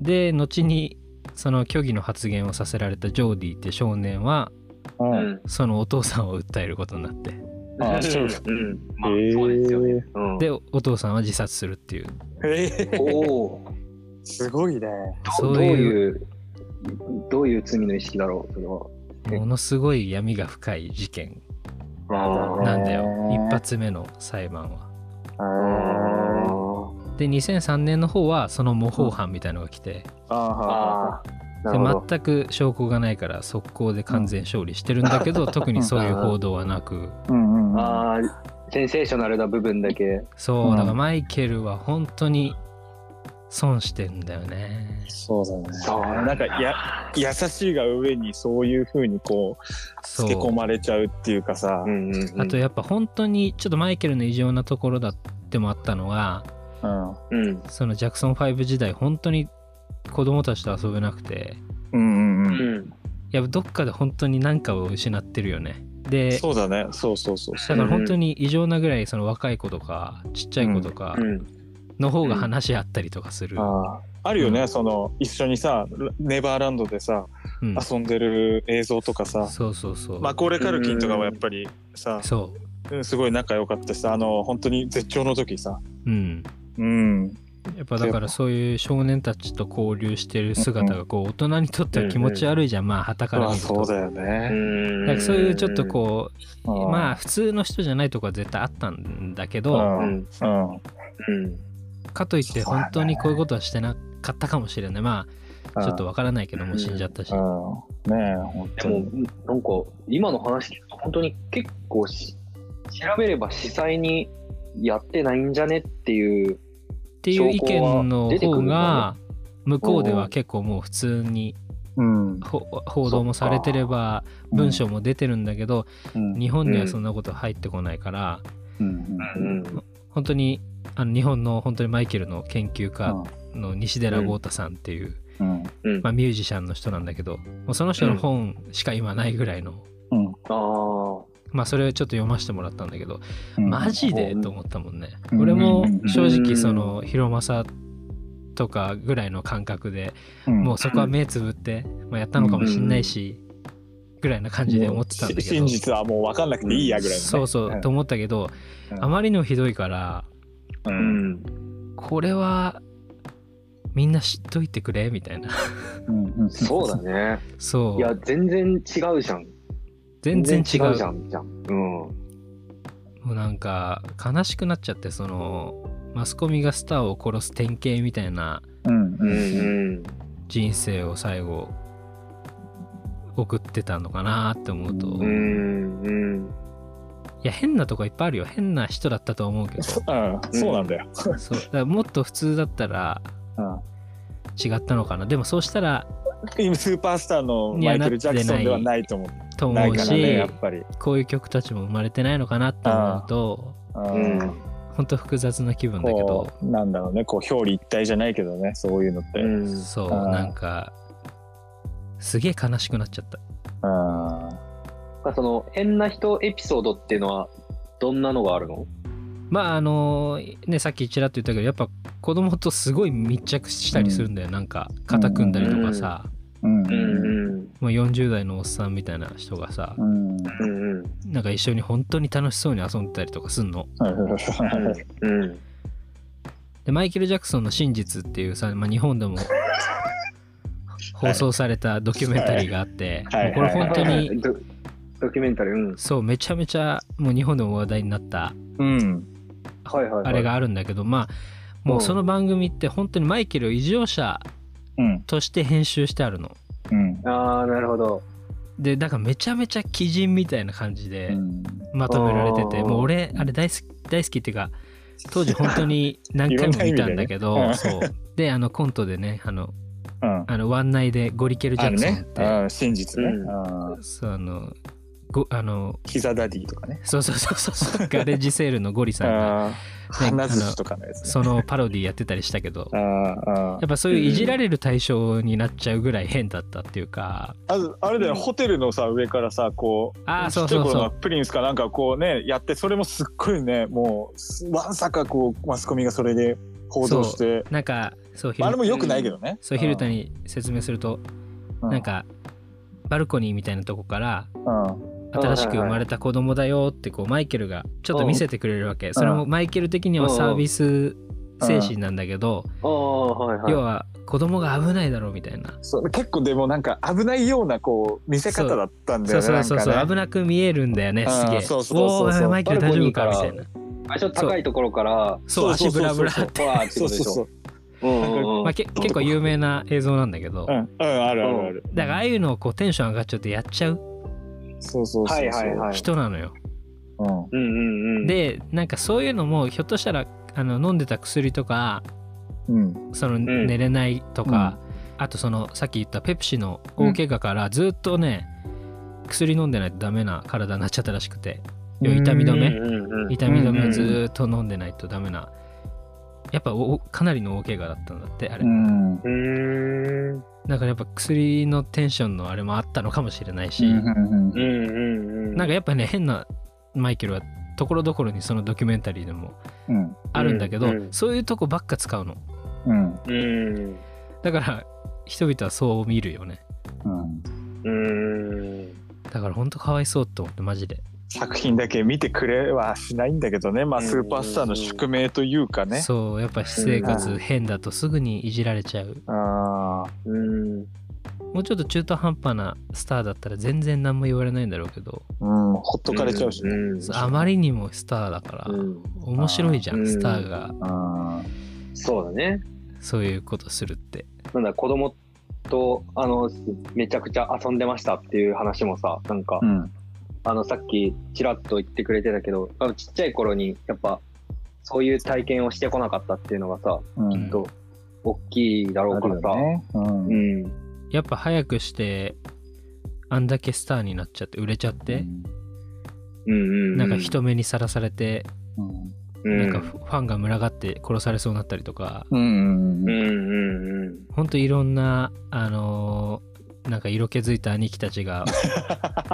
Speaker 1: で後にその虚偽の発言をさせられたジョーディって少年は
Speaker 2: あう
Speaker 3: うんん
Speaker 1: そのお父さんを訴えることになって
Speaker 2: あそう
Speaker 3: うんまあ
Speaker 2: へー
Speaker 3: そうですよねうん
Speaker 1: でお父さんは自殺するっていう
Speaker 2: ええ
Speaker 3: おお
Speaker 2: すごいね
Speaker 1: そ
Speaker 3: ど
Speaker 1: う
Speaker 3: う
Speaker 1: いう
Speaker 3: いうどういう罪の意識だろうそれは
Speaker 1: ものすごい闇が深い事件
Speaker 2: あー
Speaker 1: なんだよ
Speaker 2: へ
Speaker 1: 一
Speaker 2: ー
Speaker 1: 発目の裁判は。
Speaker 2: あ
Speaker 1: で2003年の方はその模倣犯みたいのが来て
Speaker 2: ああ
Speaker 3: ああな
Speaker 1: で
Speaker 3: るほど
Speaker 1: 全く証拠がないから速攻で完全勝利してるんだけど、特にそういう報道はなく
Speaker 2: あうんうんうん
Speaker 3: ああセンセーショナルな部分だけ
Speaker 1: そううんだからマイケルは本当に損してんだよね
Speaker 2: そうだね
Speaker 3: そう
Speaker 2: なんかや優しいが上にそういう風にこう
Speaker 1: そ
Speaker 2: 付け込
Speaker 1: う
Speaker 2: まれちゃうっていうかさ
Speaker 3: う、んうんうん
Speaker 1: あとやっぱ本当にちょっとマイケルの異常なところだってもあったのが
Speaker 2: うん
Speaker 3: うん
Speaker 1: そのジャクソン5時代本当に子供たちと遊べなくて
Speaker 2: うんうん
Speaker 3: う
Speaker 2: うん
Speaker 3: ん
Speaker 1: いやどっかで本当に何かを失ってるよねで
Speaker 2: そうだねそうそうそう
Speaker 1: だから本当に異常なぐらいその若い子とかちっちゃい子とか
Speaker 3: うん
Speaker 1: の方が話し合ったりとかする、
Speaker 2: あああるよね、その一緒にさネバーランドでさ、
Speaker 1: うん
Speaker 2: 遊んでる映像とかさ
Speaker 1: そうそうそう、
Speaker 2: マコーレ・カルキンとかはやっぱりさ、
Speaker 1: そ
Speaker 2: うんすごい仲良かったしさあの本当に絶頂の時さ
Speaker 1: ううん
Speaker 2: うん
Speaker 1: やっぱだからそういう少年たちと交流してる姿がこう大人にとっては気持ち悪いじゃん、まあはたから見
Speaker 2: あ
Speaker 1: ると
Speaker 2: そうだよ
Speaker 3: う
Speaker 2: ね、
Speaker 3: ん
Speaker 1: なんかそういうちょっとこう
Speaker 2: うん
Speaker 1: まあ普通の人じゃないとこは絶対あったんだけ
Speaker 2: う
Speaker 1: ど、
Speaker 2: ん
Speaker 3: う
Speaker 2: うん
Speaker 3: ん
Speaker 2: うん
Speaker 3: うん
Speaker 1: かといって本当にこういうことはしてなかったかもしれないまあちょっとわからないけどもう死んじゃったし、
Speaker 2: うんねえ本
Speaker 3: で
Speaker 2: 当
Speaker 3: も
Speaker 2: に
Speaker 3: なんか今の話聞くと本当に結構し調べれば司祭にやってないんじゃねっていう
Speaker 1: っていう意見の
Speaker 3: 証拠は出てく
Speaker 1: 方
Speaker 3: るの
Speaker 1: が向こうでは結構もう普通に
Speaker 2: うん
Speaker 1: ほ報道もされてれば文章も出てるんだけど
Speaker 2: うん
Speaker 1: 日本にはそんなこと入ってこないから
Speaker 2: うん
Speaker 3: うん
Speaker 1: 本当にあの日本の本当にマイケルの研究家の西寺豪太さんっていう、
Speaker 2: うん
Speaker 3: うん
Speaker 1: まあ、ミュージシャンの人なんだけどもうその人の本しか今ないぐらいの、
Speaker 2: うん
Speaker 3: ああ
Speaker 1: まあそれをちょっと読ませてもらったんだけど
Speaker 2: うん
Speaker 1: マジで
Speaker 3: うん
Speaker 1: と思ったもんね。
Speaker 2: うん
Speaker 1: 俺も正直その広政とかぐらいの感覚で
Speaker 2: うん
Speaker 1: もうそこは目つぶって、まあ、やったのかもしんないし、ぐらいな感じで思ってたんだけど
Speaker 2: し真実はもう分かんなくていいやぐらいのね
Speaker 1: そうそう、と思ったけど、
Speaker 2: うん
Speaker 1: あまりにもひどいから
Speaker 2: う
Speaker 3: うんん
Speaker 1: これはみんな知っといてくれみたいな
Speaker 2: うんうん
Speaker 3: そうだね
Speaker 1: そ
Speaker 3: いうや全然違うじゃん
Speaker 1: 全然違う
Speaker 3: じゃんじゃんうん
Speaker 1: もうなんか悲しくなっちゃってそのマスコミがスターを殺す典型みたいな
Speaker 2: うん
Speaker 3: う
Speaker 2: うん
Speaker 3: ん
Speaker 1: 人生を最後送ってたのかなって思うと、
Speaker 2: う
Speaker 3: うんう
Speaker 1: い
Speaker 3: んうん
Speaker 1: や変なとこいっぱいあるよ変な人だったと思うけど
Speaker 2: そうんそうなんだよ
Speaker 1: そうだからもっと普通だったら
Speaker 2: うん
Speaker 1: 違ったのかなでもそうしたら
Speaker 2: 今スーパースターのマイケル・ジャクソンではないと思う。
Speaker 1: と
Speaker 2: な
Speaker 1: 思
Speaker 2: いうか
Speaker 1: し、
Speaker 2: らね、やっぱり。
Speaker 1: こういう曲たちも生まれてないのかなって思うと
Speaker 3: うん
Speaker 1: 本当複雑な気分だけ
Speaker 2: こ
Speaker 1: ど、
Speaker 2: う、なんだろうね、こう、表裏一体じゃないけどね、そういうのって。うん。
Speaker 3: うん
Speaker 1: そう
Speaker 2: あー
Speaker 1: なんかすげえ悲しくなっちゃった
Speaker 3: その変な人エピソードっていうのはどんなのがあるの
Speaker 1: まああのねさっきちらっと言ったけどやっぱ子供とすごい密着したりするんだよ、なんか肩組んだりとかさ、
Speaker 2: うん
Speaker 3: う
Speaker 2: うん
Speaker 3: ん
Speaker 1: もう40代のおっさんみたいな人がさ、
Speaker 2: うん
Speaker 3: うんうん
Speaker 1: なんか一緒に本当に楽しそうに遊んでたりとかすんの
Speaker 2: はいはいはいはい
Speaker 3: うん
Speaker 1: でマイケル・ジャクソンの「真実」っていうさ、まあ、日本 でも放送されたドキュメンタリーがあって、
Speaker 2: はい
Speaker 1: もうこれ本当
Speaker 3: は
Speaker 1: に
Speaker 3: い はいドドキュメンタリーうん
Speaker 1: そうめちゃめちゃもう日本でも話題になった
Speaker 2: うん
Speaker 3: はいはいはい
Speaker 1: あれがあるんだけど、まあもうその番組って本当にマイケルを異常者
Speaker 2: うん
Speaker 1: として編集してあるの
Speaker 2: うん
Speaker 3: ああなるほど
Speaker 1: でだからめちゃめちゃ鬼人みたいな感じ
Speaker 2: う
Speaker 1: で
Speaker 2: ん
Speaker 1: まとめられてて、
Speaker 3: あー
Speaker 1: もう俺あれ大好き大好きっていうか当時本当に何回も見たんだけ
Speaker 2: いろん
Speaker 1: ど
Speaker 2: な意味
Speaker 1: そうであのコントでねあの
Speaker 2: うん
Speaker 1: あのワンナイでゴリケル・ジ
Speaker 2: あ
Speaker 1: ャ
Speaker 2: る
Speaker 1: クソンっ
Speaker 2: ね
Speaker 1: て、
Speaker 2: あ真実ね
Speaker 3: うん
Speaker 2: あー
Speaker 1: そうあのごあの
Speaker 2: 膝ダディとかね
Speaker 1: そうそうそうそうそうガレージセールのゴリさんが
Speaker 2: あー花寿司とかのやつね
Speaker 1: そのパロディやってたりしたけど
Speaker 2: あーあー
Speaker 1: やっぱそういういじられる対象になっちゃうぐらい変だったっていうか、
Speaker 2: ああれだよ、ホテルのさ上からさこう
Speaker 1: あー
Speaker 2: ちっち
Speaker 1: そ
Speaker 2: ゃい
Speaker 1: うそうそう
Speaker 2: 頃のプリンスかなんかこうねやってそれもすっごいねもうすわんさかこうマスコミがそれで報道して、
Speaker 1: なんかそうひ
Speaker 2: まあ、あれ
Speaker 1: る
Speaker 2: もよくないけどね、
Speaker 1: そうルタに説明すると、
Speaker 2: う
Speaker 1: なん、かバルコニーみたいなとこから
Speaker 2: うん
Speaker 1: 新しく生まれた子供だよってこうマイケルがちょっと見せてくれるわけそれもマイケル的にはサービス精神なんだけど
Speaker 3: ああはいはい
Speaker 1: 要は子供が危ないだろうみたいな
Speaker 2: そう結構でもなんか危ないようなこう見せ方だったんだ
Speaker 1: そ
Speaker 2: よ
Speaker 1: う
Speaker 2: ね
Speaker 1: そうそうそう、
Speaker 2: なんか
Speaker 1: 危
Speaker 2: ね
Speaker 1: なく見えるんだよね
Speaker 2: うん
Speaker 1: すげえ
Speaker 2: そうそうそうそう
Speaker 1: おーマイケル大丈夫か
Speaker 3: バル
Speaker 1: み
Speaker 3: コ
Speaker 1: た
Speaker 3: ニーから
Speaker 1: いな
Speaker 3: あちょっと高いところから
Speaker 1: そう
Speaker 2: そう
Speaker 1: 足
Speaker 2: そ
Speaker 1: ブ
Speaker 2: うそ
Speaker 1: ラ
Speaker 2: う
Speaker 1: ブ
Speaker 2: そう
Speaker 1: ラ って
Speaker 3: わーって
Speaker 2: そ
Speaker 3: こ
Speaker 2: う
Speaker 3: とでし
Speaker 2: そうそ
Speaker 3: ょ
Speaker 2: う
Speaker 3: うんうんう
Speaker 1: ま
Speaker 3: ん
Speaker 1: あ、け結構有名な映像なんだけど、
Speaker 2: うんうんあるあるある
Speaker 1: だからああいうのをこうテンション上がっちゃってやっちゃう
Speaker 2: そうそうそうそう
Speaker 3: はいはいはい
Speaker 1: 人なのよ、
Speaker 2: うん
Speaker 3: うんうんうん
Speaker 1: でなんかそういうのもひょっとしたらあの飲んでた薬とか
Speaker 2: うん
Speaker 1: その
Speaker 3: ん
Speaker 1: 寝れないとか、あとそのさっき言ったペプシの大怪我からずっとね、薬飲んでないとダメな体になっちゃったらしくて要は痛み止
Speaker 3: うん
Speaker 1: め
Speaker 3: うんうん
Speaker 1: 痛み止めをずーっと飲んでないとダメなやっぱおかなりの大怪我だったんだってあれ、
Speaker 2: うんうん
Speaker 3: うーん
Speaker 1: だからやっぱ薬のテンションのあれもあったのかもしれないし、
Speaker 2: うん
Speaker 3: うんうんうん
Speaker 1: なんかやっぱね変なマイケルはところどころにそのドキュメンタリーでも
Speaker 2: うん
Speaker 1: あるんだけど、
Speaker 3: うんうん
Speaker 1: そういうとこばっか使うの
Speaker 2: うん
Speaker 3: うん
Speaker 1: だから人々はそう見るよね
Speaker 2: うん
Speaker 3: うん
Speaker 1: だからほんとかわいそうって思ってマジで、
Speaker 2: 作品だけ見てくれはしないんだけどね、まあ、
Speaker 3: うん
Speaker 2: スーパースターの宿命というかね。
Speaker 1: そうやっぱ私生
Speaker 2: う
Speaker 1: 活変だとすぐにいじられちゃう
Speaker 2: あ
Speaker 3: うん
Speaker 1: もうちょっと中途半端なスターだったら全然何も言われないんだろうけど
Speaker 2: ーうん、ほっとかれちゃうしね。
Speaker 3: ん
Speaker 1: そうあまりにもスターだから、
Speaker 3: うん
Speaker 1: 面白いじゃ
Speaker 3: うんん
Speaker 1: スターが
Speaker 2: あ
Speaker 3: そうだね
Speaker 1: そういうことするって
Speaker 3: なんだ子供とあのめちゃくちゃ遊んでましたっていう話もさなんか、
Speaker 2: ーうん
Speaker 3: あのさっきちらっと言ってくれてたけどあのちっちゃい頃にやっぱそういう体験をしてこなかったっていうのがさ
Speaker 2: うん
Speaker 1: う
Speaker 3: きっ
Speaker 1: ん
Speaker 3: と大きいだろうからさ、
Speaker 2: あるよねうん
Speaker 3: うん
Speaker 1: やっぱ早くしてあんだけスターになっちゃって売れちゃって、
Speaker 3: うんうん
Speaker 1: なんか人目にさらされて、
Speaker 2: うん
Speaker 3: うん
Speaker 1: なんかファンが群がって殺されそうになったりとか、
Speaker 2: うん
Speaker 3: うんうんうん
Speaker 1: ほんといろんな、あのーなんか色気づいた兄貴たちが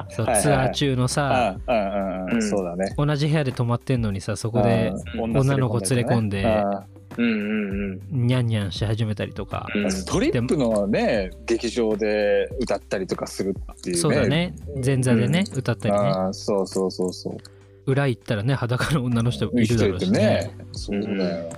Speaker 1: そう
Speaker 2: はいはいはい
Speaker 1: ツアー中のさ
Speaker 2: ああああ
Speaker 3: うん
Speaker 2: そうだね。
Speaker 1: 同じ部屋で泊まってんのにさそこで
Speaker 2: あー
Speaker 1: 女の子連れ込んで
Speaker 2: あ
Speaker 3: うんうん
Speaker 1: ニャンニャンし始めたりとか、
Speaker 3: うん
Speaker 2: ーストリップのね劇場で歌ったりとかするっていうね。
Speaker 1: そうだね前座でね、歌ったりね
Speaker 2: あーそうそうそうそう。
Speaker 1: 裏行ったらね裸の女の人いるだろうしね
Speaker 2: ね。そうだよ。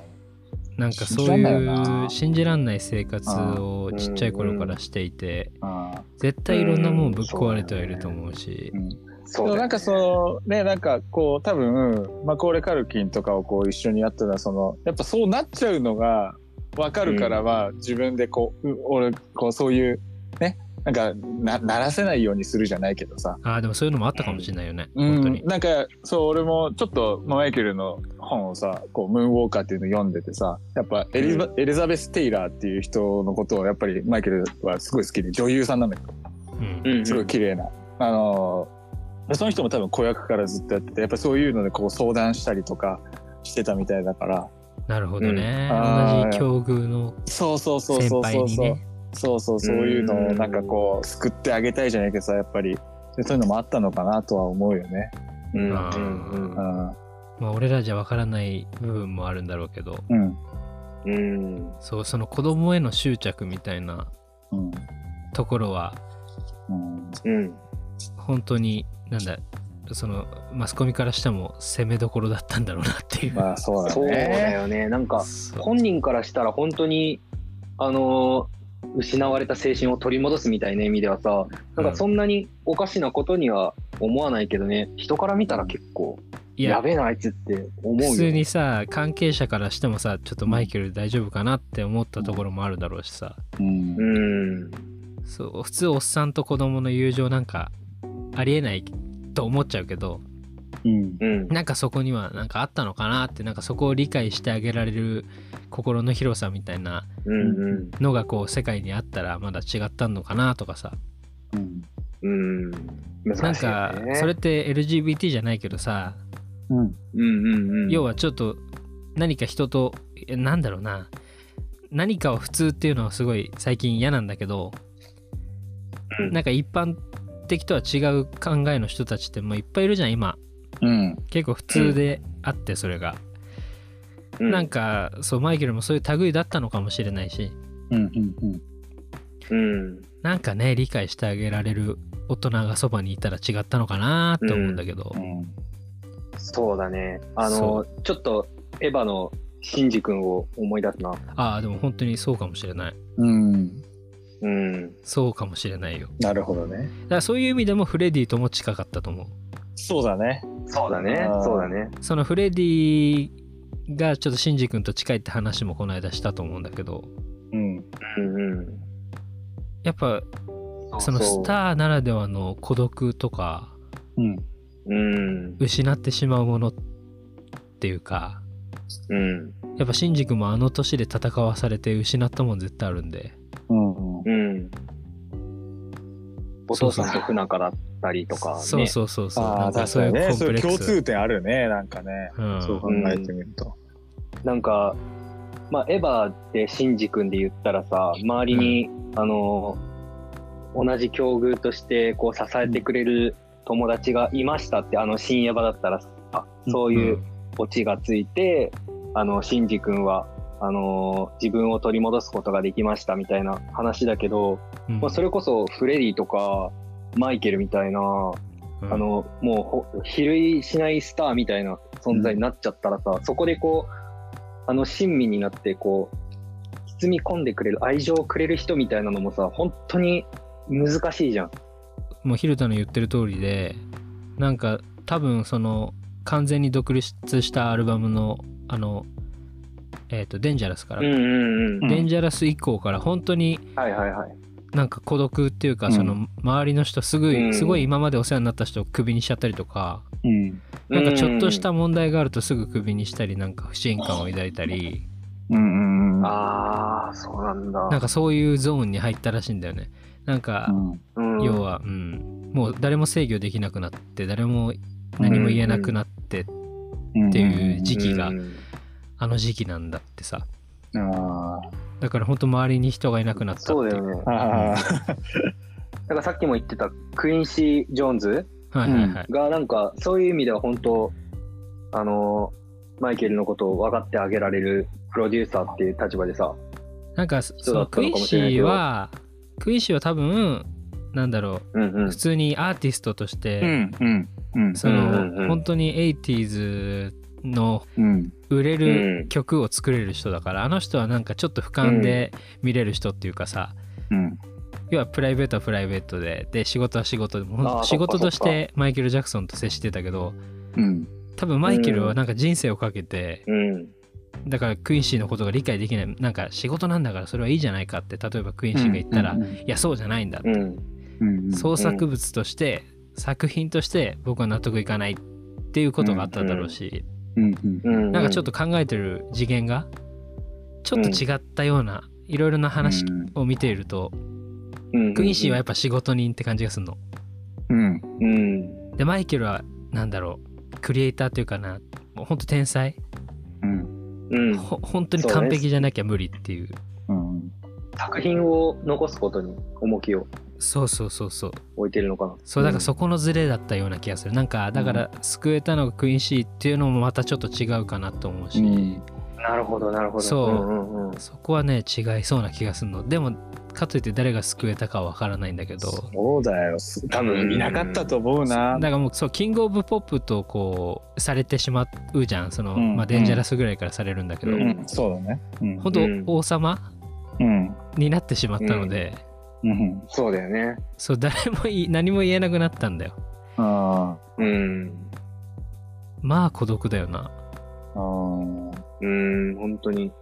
Speaker 1: なんかそういう信じらんない生活をちっちゃい頃からしていて、
Speaker 2: あー
Speaker 1: 絶対いろんなもんぶっ壊れてはいると思うし、
Speaker 2: うん
Speaker 3: そう
Speaker 2: でも
Speaker 3: だよね
Speaker 2: なんかそのねなんかこう多分マコーレ・カルキンとかをこう一緒にやってたそのやっぱそうなっちゃうのが分かるからは、自分でこうう俺こうそういうねなんかなならせないようにするじゃないけどさ、
Speaker 1: ああでもそういうのもあったかもしれないよね、
Speaker 2: うん
Speaker 1: 本当に、
Speaker 2: なんかそう俺もちょっとマイケルの本をさこうムーンウォーカーっていうの読んでてさやっぱエリザ,、エリザベス・テイラーっていう人のことをやっぱりマイケルはすごい好きで女優さんなんだけど
Speaker 1: うん
Speaker 3: うんうん
Speaker 2: すごい綺麗な。あのーその人も多分子役からずっとやってて、やっぱそういうのでこう相談したりとかしてたみたいだから。
Speaker 1: なるほどね、
Speaker 2: うんあー
Speaker 1: 同じ境遇の
Speaker 2: そうそうそう
Speaker 1: 先
Speaker 2: そう
Speaker 1: 輩
Speaker 2: そう
Speaker 1: に
Speaker 2: そう。
Speaker 1: ね
Speaker 2: そうそうそういうのをなんかこう救ってあげたいじゃないけどさ、やっぱり。でそういうのもあったのかなとは思うよね。
Speaker 3: うん
Speaker 1: あー
Speaker 3: うん
Speaker 2: あ
Speaker 1: まあ、俺らじゃわからない部分もあるんだろうけど
Speaker 2: ーうん。
Speaker 3: うんうん
Speaker 1: そうその子供への執着みたいな
Speaker 2: うん。
Speaker 1: ところは
Speaker 2: うん。
Speaker 3: うん
Speaker 1: 本当になんだそのマスコミからしても攻めどころだったんだろうなっていう、
Speaker 2: まあ、そうだ
Speaker 3: そうだ
Speaker 2: ね。
Speaker 3: よねなんか
Speaker 1: そう
Speaker 3: 本人からしたら本当にあのー失われた精神を取り戻すみたいな意味ではさなんかそんなにおかしなことには思わないけどね人から見たら結構
Speaker 1: い
Speaker 3: や
Speaker 1: や
Speaker 3: べえなあいつって思うよ
Speaker 1: 普通にさ関係者からしてもさちょっとマイケル大丈夫かなって思ったところもあるだろうしさ、
Speaker 2: うん
Speaker 3: う。ん
Speaker 1: そう普通おっさんと子供の友情なんかありえないと思っちゃうけど
Speaker 2: うん。
Speaker 3: うん
Speaker 1: なんかそこにはなんかあったのかなってなんかそこを理解してあげられる心の広さみたいな
Speaker 3: うん
Speaker 1: のがこう世界にあったらまだ違ったのかなとかさ
Speaker 2: うん。
Speaker 3: うんうん
Speaker 1: な
Speaker 3: 難
Speaker 1: ん
Speaker 3: しいよ
Speaker 1: か
Speaker 3: ね
Speaker 1: それって LGBT じゃないけどさ
Speaker 2: うん。
Speaker 3: うんうんうん
Speaker 1: 要はちょっと何か人とえなんだろうな何かを普通っていうのはすごい最近嫌なんだけど
Speaker 3: うん
Speaker 1: なんか一般的とは違う考えの人たちってもういっぱいいるじゃん今
Speaker 2: うん。
Speaker 1: 結構普通であってそれが、
Speaker 3: うん
Speaker 1: なんかそうマイケルもそういう類だったのかもしれないし
Speaker 2: うん。うん。
Speaker 3: うん
Speaker 1: なんかね理解してあげられる大人がそばにいたら違ったのかなと思うんだけど、
Speaker 2: うん。
Speaker 3: そうだねあ
Speaker 1: そ
Speaker 3: のちょっとエヴァのシンジ君を思い出すな
Speaker 1: ああでも本当にそうかもしれない
Speaker 2: うん。
Speaker 3: うん
Speaker 1: そうかもしれないよ
Speaker 2: なるほどね。
Speaker 1: だからそういう意味でもフレディとも近かったと思う
Speaker 2: そうだね。
Speaker 3: そうだね
Speaker 2: あー
Speaker 3: そうだね
Speaker 1: そのフレディがちょっとシンジ君と近いって話もこの間したと思うんだけど
Speaker 2: うん。
Speaker 3: うんうん
Speaker 1: やっぱそのスターならではの孤独とか
Speaker 2: うん。
Speaker 3: うん
Speaker 1: 失ってしまうものっていうか
Speaker 3: うん
Speaker 1: やっぱシンジ君もあの年で戦わされて失ったもん絶対あるんで
Speaker 2: うん。
Speaker 3: うんお
Speaker 1: そう
Speaker 3: 父
Speaker 1: そう
Speaker 3: さんと不仲だったりとかね
Speaker 1: そうそうそうそう
Speaker 2: あ
Speaker 1: な
Speaker 2: あ、
Speaker 1: んか
Speaker 2: 確
Speaker 1: そう
Speaker 2: か
Speaker 1: いう
Speaker 2: にね。
Speaker 1: コン
Speaker 2: そ
Speaker 1: プ
Speaker 2: うい
Speaker 1: レ
Speaker 2: う
Speaker 1: ック
Speaker 2: 共
Speaker 1: ス
Speaker 2: 通点あるね。なんかね。
Speaker 1: うん
Speaker 2: そう考えてみると。
Speaker 3: なんか、まあ、エヴァでシンジ君で言ったらさ、周りに、あの、同じ境遇として、こう、支えてくれる友達がいましたって、あの、新エヴァだったらさ、そういうオチがついて、あの、シンジ君は、あの、自分を取り戻すことができましたみたいな話だけど、
Speaker 1: うん
Speaker 3: まあ、それこそフレディとか、マイケルみたいな、
Speaker 1: うん
Speaker 3: あのもうほ比類しないスターみたいな存在になっちゃったらさ、そこでこうあの親身になってこう包み込んでくれる愛情をくれる人みたいなのもさ本当に難しいじゃん。
Speaker 1: もうヒルタの言ってる通りでなんか多分その完全に独立したアルバムのあのえっ、と「デンジャラス」から、
Speaker 3: うんうんうん。
Speaker 1: デンジャラス以降から本当に
Speaker 3: はいはいはい。
Speaker 1: なんか孤独っていうか、
Speaker 2: うん
Speaker 1: その周りの人すごい、
Speaker 3: うん
Speaker 1: すごい今までお世話になった人をクビにしちゃったりとか、
Speaker 2: うん。
Speaker 1: なんかちょっとした問題があるとすぐクビにしたりなんか不信感を抱いたり
Speaker 2: うん。うん。うん。
Speaker 3: ああそうなんだ。
Speaker 1: なんかそういうゾーンに入ったらしいんだよねなんか、
Speaker 3: うん
Speaker 1: 要は、うん、もう誰も制御できなくなって誰も何も言えなくなって、
Speaker 2: って
Speaker 1: いう時期が
Speaker 3: うん
Speaker 1: あの時期なんだってさ
Speaker 2: あ
Speaker 1: だから本当周りに人がいなくなったってい
Speaker 3: そうだよね
Speaker 2: あ。。あ
Speaker 3: なんかさっきも言ってたクインシー・ジョーンズ
Speaker 1: はいはいはい、
Speaker 3: がなんかそういう意味では本当あのマイケルのことを分かってあげられるプロデューサーっていう立場でさ
Speaker 1: なんかそ
Speaker 3: だ
Speaker 1: の
Speaker 3: った
Speaker 1: クイ
Speaker 3: の
Speaker 1: ン
Speaker 3: かも
Speaker 1: シ
Speaker 3: しれないけ
Speaker 1: ー
Speaker 3: ど
Speaker 1: はクインシーは多分なんだろ
Speaker 3: うんう
Speaker 1: うん普通にアーティストとし
Speaker 2: う
Speaker 1: て、
Speaker 2: ん。うん。うん。
Speaker 1: その、
Speaker 3: うんうんうん
Speaker 1: 本当に 80s の
Speaker 2: うん。
Speaker 1: 売れる
Speaker 3: うん
Speaker 1: 曲を作れる人だから、あの人はなんかちょっと俯瞰で見れる人っていうかさ、
Speaker 2: うん。
Speaker 1: 要はプライベートはプライベートでで仕事は仕事でもう本
Speaker 3: あ
Speaker 1: 当
Speaker 3: ー
Speaker 1: 仕事
Speaker 3: そっ
Speaker 1: と
Speaker 3: か
Speaker 1: し
Speaker 3: そっか
Speaker 1: てマイケル・ジャクソンと接してたけど
Speaker 2: うん。
Speaker 1: 多分マイケルはなんか人生をかけて、
Speaker 3: うん
Speaker 1: だからクインシーのことが理解できないなんか仕事なんだからそれはいいじゃないかって例えばクインシーが言ったら、
Speaker 2: うんう
Speaker 1: いやそうじゃないんだ、
Speaker 3: うん
Speaker 2: うん。
Speaker 1: 創作物として、作品として僕は納得いかないっていうことがあっただろうし、
Speaker 2: うん。うん。
Speaker 3: うん
Speaker 1: なんかちょっと考えてる次元がちょっと違ったような、いろいろな話を見ていると、クインシーはやっぱ仕事人って感じがするの。
Speaker 2: うん。
Speaker 3: うん
Speaker 1: でマイケルはなんだろうクリエイターというかなもうほんと天才、
Speaker 2: うん。
Speaker 3: うん
Speaker 1: ほ本当に完璧じゃなきゃ無理っていう
Speaker 2: うん。
Speaker 3: 作品を残すことに重きを
Speaker 1: そう,、そうそうそうそう
Speaker 3: 置いてるのかな。
Speaker 1: そうだからそこのズレだったような気がする、なんかだから救えたのがクイーンシーっていうのもまたちょっと違うかなと思うし、
Speaker 2: うん
Speaker 3: なるほど、なるほど。
Speaker 1: そうん
Speaker 3: うんうん
Speaker 1: そこはね違いそうな気がするのでもかといって誰が救えたかはわからないんだけど
Speaker 2: そうだよ。多分いなかったと思うな
Speaker 1: だ。からもうそうキングオブポップとこうされてしまうじゃんその、
Speaker 2: うん
Speaker 1: まあ、デンジャラスぐらいからされるんだけど、
Speaker 3: う
Speaker 2: うんん、そうだね。うん。
Speaker 1: 本
Speaker 3: うん
Speaker 1: 当王様
Speaker 2: うん。
Speaker 1: になってしまったので、
Speaker 2: うん。
Speaker 3: そうだよね。
Speaker 1: そう誰もい何も言えなくなったんだよ
Speaker 2: あ
Speaker 3: うん。
Speaker 1: まあ孤独だよな
Speaker 2: あ。あー
Speaker 3: うん、本当に。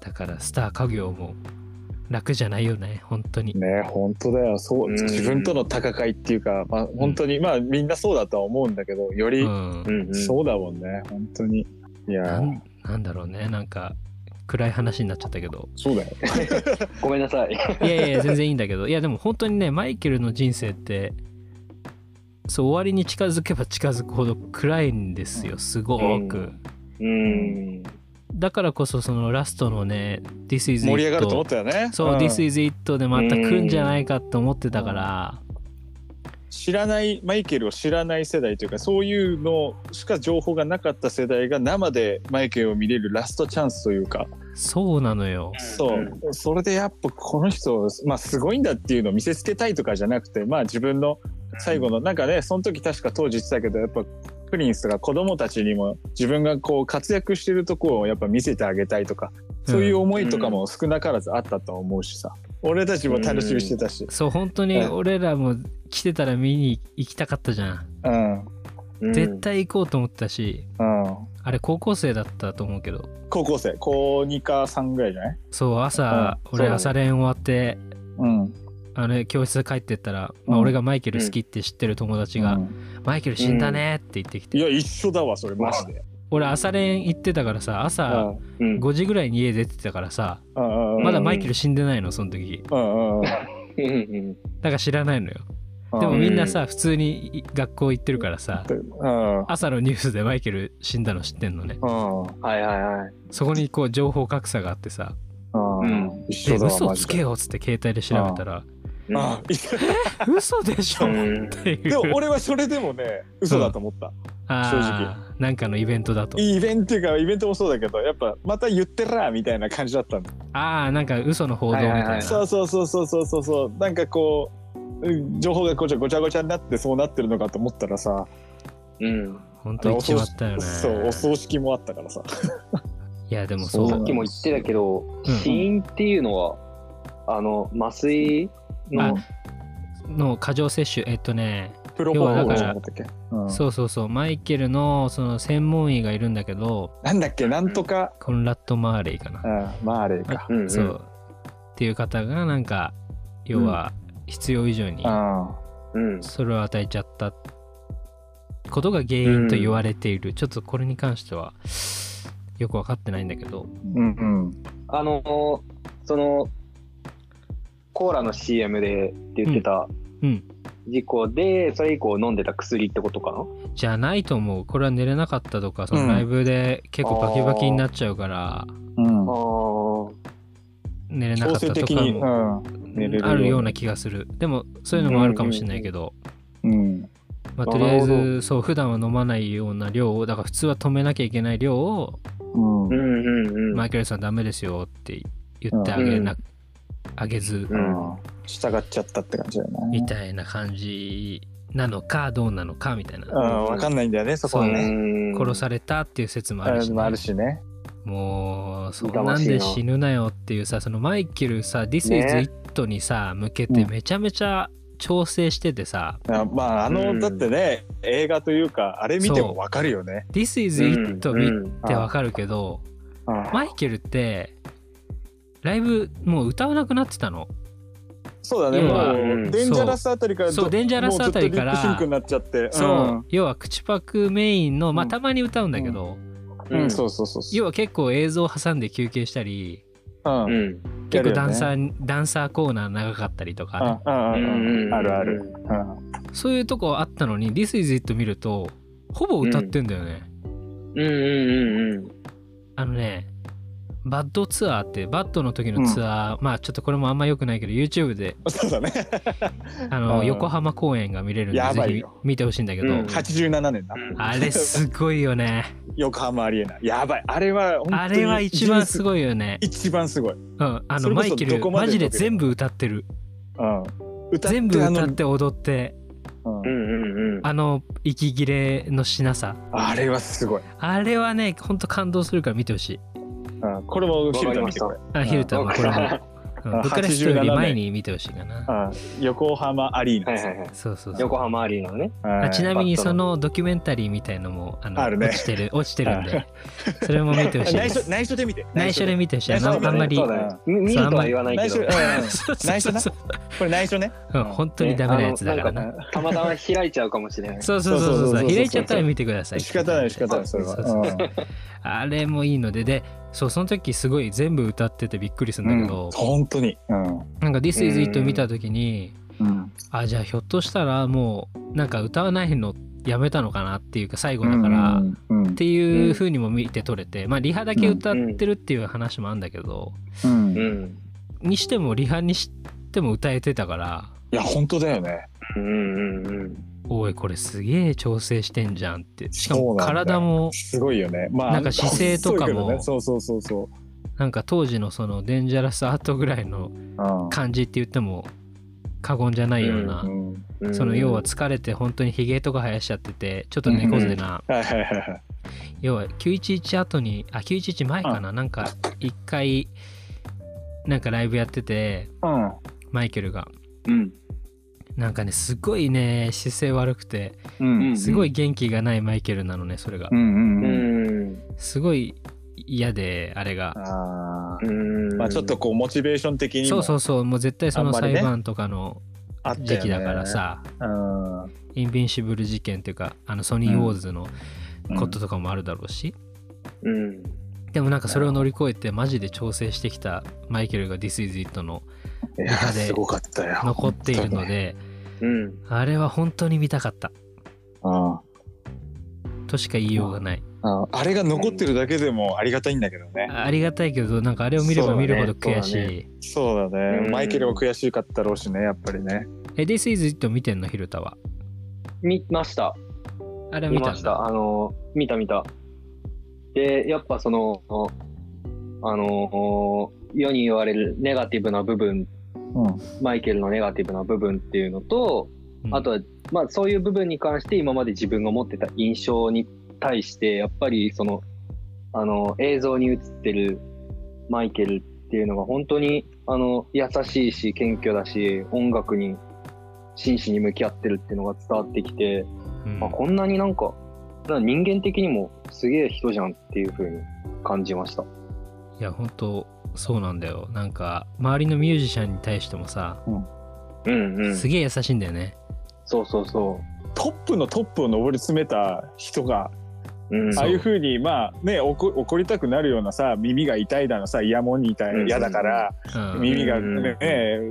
Speaker 1: だからスター家業も楽じゃないよね本当に、
Speaker 2: ね本当だよ。そうう、
Speaker 3: ん
Speaker 2: 自分との戦いっていうか、まあ本当に、まあみんなそうだとは思うんだけど、よ
Speaker 1: う
Speaker 2: り、
Speaker 1: ん
Speaker 3: う、ん、うん。
Speaker 2: そうだもんね。本当に。い
Speaker 1: な
Speaker 2: やー
Speaker 1: ん、なんだろうねなんか暗い話になっちゃったけど
Speaker 2: そうだよ。
Speaker 3: ごめんなさい。
Speaker 1: いやいや全然いいんだけどいやでも本当にねマイケルの人生ってそう終わりに近づけば近づくほど暗いんですよすごく、
Speaker 3: うんうん。
Speaker 1: だからこそそのラストのね「This is
Speaker 2: 盛り上がると思っ
Speaker 1: It
Speaker 2: たよね」。
Speaker 1: そう「
Speaker 2: ん
Speaker 1: This is It」でまた来るんじゃないかと思ってたから、
Speaker 2: 知らないマイケルを知らない世代というかそういうのしか情報がなかった世代が生でマイケルを見れるラストチャンスというか、
Speaker 1: そうなのよ
Speaker 2: そうそれでやっぱこの人、まあ、すごいんだっていうのを見せつけたいとかじゃなくて、まあ、自分の最後のなんかねその時確か当時言ってたけどやっぱプリンスが子供たちにも自分がこう活躍してるところをやっぱ見せてあげたいとかそういう思いとかも少なからずあったと思うしさ、俺たちも楽しみしてたし、
Speaker 1: そう本当に俺らも来てたら見に行きたかったじゃん、
Speaker 2: うん
Speaker 3: うん。
Speaker 1: 絶対行こうと思ってたし
Speaker 2: うん、
Speaker 1: あれ高校生だったと思うけど
Speaker 2: 高校生高2か3ぐらいじゃない
Speaker 1: そう朝、
Speaker 3: うんそう
Speaker 1: 俺
Speaker 3: だね
Speaker 1: 朝練終わって
Speaker 2: うん、
Speaker 1: あの教室帰ってったら、まあ、
Speaker 2: うん
Speaker 1: 俺がマイケル好きって知ってる友達が「マイケル死んだね」って言ってきて、
Speaker 2: いや一緒だわそれマジで
Speaker 1: 俺朝練行ってたからさ朝
Speaker 3: うん。
Speaker 1: 5時ぐらいに家出てたからさ、
Speaker 2: うんうん
Speaker 1: まだマイケル死んでないのその時
Speaker 2: うんうんうん
Speaker 3: うんうん
Speaker 1: だから知らないのよ
Speaker 2: うん
Speaker 1: でもみんなさ普通にい学校行ってるからさ
Speaker 2: うん
Speaker 1: 朝のニュースでマイケル死んだの知ってんのね
Speaker 2: うん
Speaker 3: はいはいはい。
Speaker 1: そこにこう情報格差があってさ
Speaker 2: うん
Speaker 1: 「
Speaker 2: 一
Speaker 1: え
Speaker 2: 緒だわ
Speaker 1: 嘘
Speaker 2: マ
Speaker 1: つ
Speaker 2: ジ
Speaker 1: け
Speaker 2: で
Speaker 1: よ」っつって携帯で調べたら
Speaker 3: うん
Speaker 2: あ一緒
Speaker 1: 「嘘でしょ!」
Speaker 3: うん
Speaker 1: っていう
Speaker 2: でも俺はそれでもね嘘だと思った
Speaker 1: あーなんかのイベントだと
Speaker 2: イベントっていうかイベントもそうだけどやっぱまた言ってらみたいな感じだったんだ
Speaker 1: ああなんか嘘の報道み
Speaker 3: はいはい
Speaker 1: た
Speaker 3: はいい
Speaker 2: そ
Speaker 1: な
Speaker 2: うそうそうそうそうそうそうなんかこううん情報がごちゃごちゃごちゃになってそうなってるのかと思ったらさ
Speaker 3: うん。
Speaker 1: 本当に決まったよね
Speaker 2: そうお葬式もあったからさ
Speaker 1: いやでも
Speaker 2: そ
Speaker 1: そうう
Speaker 3: さっきも言ってたけど、
Speaker 1: うん
Speaker 3: 死因っていうのは、あの、麻酔の、
Speaker 1: の過剰摂取えっとね
Speaker 2: プロポーズじゃなかったっけ、うん
Speaker 1: そうそうそうマイケルのその専門医がいるんだけど
Speaker 2: なんだっけなんとか、
Speaker 1: コンラッド・マーレイかな
Speaker 2: う、ん、マーレーか、
Speaker 3: うんうん
Speaker 1: そう、っていう方がなんか要は必要以上に
Speaker 2: う
Speaker 3: うん。
Speaker 1: それを与えちゃったことが原因と言われている、ちょっとこれに関してはよく分かってないんだけど
Speaker 2: んうん
Speaker 3: あの、その、コーラの CM でって言ってた
Speaker 1: うん
Speaker 3: 事故で、それ以降飲んでた薬ってことかな
Speaker 1: じゃないと思うこれは寝れなかったとかその
Speaker 2: うん
Speaker 1: ライブで結構バキバキになっちゃうから、
Speaker 2: うん
Speaker 3: あ
Speaker 1: 寝れなか
Speaker 2: 強
Speaker 1: ったと
Speaker 2: 制的
Speaker 1: か
Speaker 2: に、う
Speaker 1: も
Speaker 2: ん寝れるように
Speaker 1: あるような気がするでもそういうのもあるかもしれないけど、
Speaker 2: うん
Speaker 1: まあ、とりあえ
Speaker 3: なる
Speaker 1: ずそう普段は飲まないような量をだから普通は止めなきゃいけない量を
Speaker 2: うん
Speaker 3: あ。うんうんうん。
Speaker 1: マイケルさんダメですよって言ってあげな、あげず
Speaker 3: うん
Speaker 2: 従っちゃったって感じだよね
Speaker 1: みたいな感じなのかどうなのかみたい
Speaker 2: うん
Speaker 1: な、
Speaker 2: わかんないんだよねそこはね
Speaker 3: うん
Speaker 1: 殺されたっていう説もあるし、
Speaker 2: うんあるしね
Speaker 1: もうそんなんで死ぬなよっていうさそのマイケルさ「This is
Speaker 3: ね
Speaker 1: It」にさ向けて
Speaker 2: うん
Speaker 1: めちゃめちゃ調整しててさ
Speaker 2: あまああの、
Speaker 3: うん
Speaker 2: だってね映画というかあれ見てもわかるよね
Speaker 1: 「This is
Speaker 3: うん
Speaker 1: It」見
Speaker 3: うん
Speaker 1: てわかるけど、
Speaker 2: うん
Speaker 1: マイケルってライブもう歌わなくなってたの
Speaker 2: そうだね
Speaker 1: 要
Speaker 2: も
Speaker 1: は
Speaker 3: う
Speaker 2: うんデンジャラスあたりから
Speaker 1: そう
Speaker 2: ど
Speaker 1: デンジャラスあたりから
Speaker 2: もうずっとリップシンクになっちゃって
Speaker 1: そう要は口パクメインのまあ
Speaker 2: うん
Speaker 1: たまに歌うんだけど、
Speaker 2: うん、うん、そうそうそうそう
Speaker 1: 要は結構映像を挟んで休憩したり
Speaker 2: うん
Speaker 3: うん。
Speaker 1: 結構
Speaker 2: やるよね
Speaker 1: ダンサー、ダンサーコーナー長かったりとか、
Speaker 2: うんう
Speaker 3: う
Speaker 2: んん
Speaker 3: う
Speaker 2: うんんあるある。うん
Speaker 1: そういうとこあったのに「This is It」見るとほぼ歌ってんだよね、
Speaker 3: うんうんうんうん。
Speaker 1: あのねバッドツアーってバッドの時のツアー、まあちょっとこれもあんま良くないけど YouTube で
Speaker 2: そうだね。
Speaker 1: あの、
Speaker 2: うん
Speaker 1: 横浜公演が見れるんで
Speaker 2: や
Speaker 1: ぜ
Speaker 2: ばい
Speaker 1: ひ
Speaker 2: よ
Speaker 1: 見てほしいんだけど、
Speaker 3: うん
Speaker 2: 87年な。
Speaker 1: あれすごいよね
Speaker 2: 横浜アリーナ。やばい。あれは本当に
Speaker 1: あれは一番す
Speaker 2: い。
Speaker 1: ごいよね、
Speaker 2: 一番すごい。う
Speaker 1: うん、あ
Speaker 2: そ
Speaker 1: のマ
Speaker 2: れこそ
Speaker 1: イケ
Speaker 2: どこ
Speaker 1: ル
Speaker 2: ま
Speaker 1: マ
Speaker 2: で
Speaker 1: ジで
Speaker 2: 伸びる
Speaker 1: 全部歌ってる
Speaker 2: ん。歌って
Speaker 1: 全部
Speaker 2: あの
Speaker 1: 歌って踊って
Speaker 2: うん
Speaker 3: うんうんうん。
Speaker 1: あの息切れのしなさ
Speaker 2: あれはすごい。
Speaker 1: あれはねほんと感動するから見てほしい
Speaker 2: うんこれもヒルタ見てこれ。
Speaker 1: あヒルタもこ れも、 うん、ブカレストより前に見てほしいかな
Speaker 2: うん横浜アリーナ
Speaker 3: はい
Speaker 2: で
Speaker 3: はい
Speaker 2: す。
Speaker 3: はい。
Speaker 1: そうそうそう
Speaker 3: 横浜アリーナのね。
Speaker 2: は
Speaker 1: あ
Speaker 2: い
Speaker 1: ちなみにそのドキュメンタリーみたいのもあの
Speaker 2: あるね
Speaker 1: 落ちてる落ちてるん でそれも見てほしいで
Speaker 2: 内緒
Speaker 1: す
Speaker 2: 内緒で見て。
Speaker 1: 内緒で見てほしいあ
Speaker 2: 内緒で
Speaker 1: のあんまり
Speaker 3: そうだね。み見るとは言わないけ
Speaker 2: 内緒。
Speaker 3: ど
Speaker 2: うん。
Speaker 1: そうそうそう
Speaker 2: 内緒なこれ内 緒ね。
Speaker 1: うん本当にダメなやつだから
Speaker 2: う
Speaker 1: なん
Speaker 3: たまたま開いちゃうかもしれない。
Speaker 1: そうそうそうそう
Speaker 2: そうそうそうそう
Speaker 1: 開いちゃったら見てください
Speaker 2: 仕方ない仕方ないそれ
Speaker 1: ううう
Speaker 2: は。
Speaker 1: あれもいいのででそうその時すごい全部歌っててびっくりす
Speaker 2: う
Speaker 1: るんだ
Speaker 2: ん
Speaker 1: けど、
Speaker 2: 本当に。うん
Speaker 1: なんか「This is It」見た時に
Speaker 2: うん。
Speaker 1: あじゃあひょっとしたらもうなんか歌わないのやめたのかなっていうか最後だから、
Speaker 2: う
Speaker 1: っ
Speaker 2: んうん
Speaker 1: ていう風にも見て取れてまあリハだけ歌ってるっていう話もあるんだけど、
Speaker 2: うん
Speaker 3: う
Speaker 2: い
Speaker 3: ん。
Speaker 1: にしてもリハにしても歌えてたから
Speaker 2: や本当だよね。
Speaker 3: うんうんうん。
Speaker 1: おいこれすげえ調整してんじゃんってしか
Speaker 2: そ
Speaker 1: も
Speaker 2: うなんだよ
Speaker 1: 体も
Speaker 2: すごいよね。まあ
Speaker 1: なんか姿勢とかも
Speaker 2: そういうことねそうそうそうそう。
Speaker 1: なんか当時のそのデンジャラスアートぐらいの
Speaker 2: うん
Speaker 1: 感じって言っても過言じゃないような、
Speaker 2: うん
Speaker 3: うん
Speaker 1: その要は疲れて本当にヒゲとか生やしちゃっててちょっと猫背な、
Speaker 2: はいはいはいはい。
Speaker 1: 要は911後にあ911前かな、なんか一回なんかライブやってて
Speaker 2: うん。
Speaker 1: マイケルが
Speaker 3: うん
Speaker 1: なんかねすごいね姿勢悪くて
Speaker 2: うん
Speaker 1: すごい元気がないマイケルなのねそれが
Speaker 2: うん
Speaker 3: う
Speaker 2: うん。
Speaker 3: ん
Speaker 1: すごい嫌であれが
Speaker 2: あ
Speaker 3: う
Speaker 2: ー
Speaker 3: ん。
Speaker 2: まあちょっとこうモチベーション的に
Speaker 1: そ
Speaker 2: も
Speaker 1: うそうそうもう絶対そ
Speaker 2: あ
Speaker 1: の
Speaker 2: んま
Speaker 1: 裁
Speaker 2: りね
Speaker 1: 判とかの
Speaker 2: あった
Speaker 1: 時
Speaker 2: よ
Speaker 1: 期
Speaker 2: ね
Speaker 1: だから。さ、
Speaker 2: うん。う
Speaker 1: インビンシブル事件っていうかあのソニー・ウォーズの
Speaker 2: ん
Speaker 1: こととかもあるだろうし、
Speaker 3: うん。
Speaker 1: でもなんかそれを乗り越えてマジで調整してきたマイケルが「This is It」の
Speaker 2: いやーすごかったよ。
Speaker 1: 残っているので、
Speaker 3: うん。
Speaker 1: あれは本当に見たかった
Speaker 2: うん。
Speaker 1: としか言いようがない、
Speaker 2: うんあれが残ってるだけでもありがたいんだけどね。
Speaker 1: ありがたいけどなんかあれを見れば見るほど
Speaker 3: そうだね
Speaker 1: 悔しい、
Speaker 2: そうだね。
Speaker 3: うん
Speaker 2: マイケルは悔しかったろうしね、やっぱりね。
Speaker 1: え「This is It」見てんのヒルタは
Speaker 3: 見ました。
Speaker 1: あれは
Speaker 3: 見
Speaker 1: 見た
Speaker 3: ま
Speaker 1: ん
Speaker 3: した。
Speaker 1: だ
Speaker 3: あの、見た見た。で、やっぱその、あの、世に言われるネガティブな部分、
Speaker 2: うん。
Speaker 3: マイケルのネガティブな部分っていうのと、
Speaker 1: うん
Speaker 3: あとは、まあそういう部分に関して今まで自分が持ってた印象に対して、やっぱりその、あの、映像に映ってるマイケルっていうのが本当に、あの、優しいし、謙虚だし、音楽に真摯に向き合ってるっていうのが伝わってきて、
Speaker 1: うん
Speaker 3: あこんなになんか、なんか人間的にもすげえ人じゃんっていう風に感じました。
Speaker 1: いや本当そうなんだよなんか周りのミュージシャンに対してもさ、
Speaker 3: うんうん。
Speaker 1: すげえ優しいんだよね
Speaker 3: そうそうそ
Speaker 2: トップのトップを上り詰めた人が、
Speaker 3: う。うん。
Speaker 2: ああいうふうに、まあね、怒怒りたくなるようなさ、耳が痛いだのさ、イヤモンに痛
Speaker 3: う
Speaker 2: い
Speaker 3: ん
Speaker 2: 嫌だから、
Speaker 1: うん
Speaker 2: 耳が
Speaker 3: うん
Speaker 2: ね、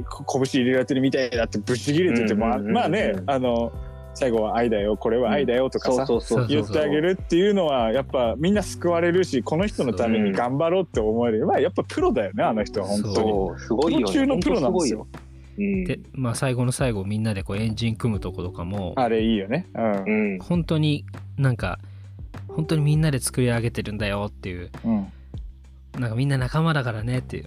Speaker 2: こ拳入れられてるみたいだってぶち切れてて、
Speaker 3: うん
Speaker 2: まあ
Speaker 3: うん
Speaker 2: まあね、あの、最後は愛だよ、これは愛だよとか
Speaker 3: そう
Speaker 2: さ、
Speaker 3: そうそう。
Speaker 2: 言ってあげるっていうのは、やっぱみんな救われるし、この人のために頑張ろうって思える。まあやっぱプロだよね、あの人は本当に。
Speaker 3: そう、すごいよ、ね。
Speaker 2: プロ中のプロなんですよ
Speaker 3: 本当
Speaker 1: で
Speaker 3: にすごいよ。
Speaker 1: まあ最後の最後みんなでこうエンジン組むとことかも
Speaker 2: あれいいよね。うん
Speaker 3: う。ん。
Speaker 1: 本当になんか本当にみんなで作り上げてるんだよっていう
Speaker 2: うん。
Speaker 1: なんかみんな仲間だからねっていう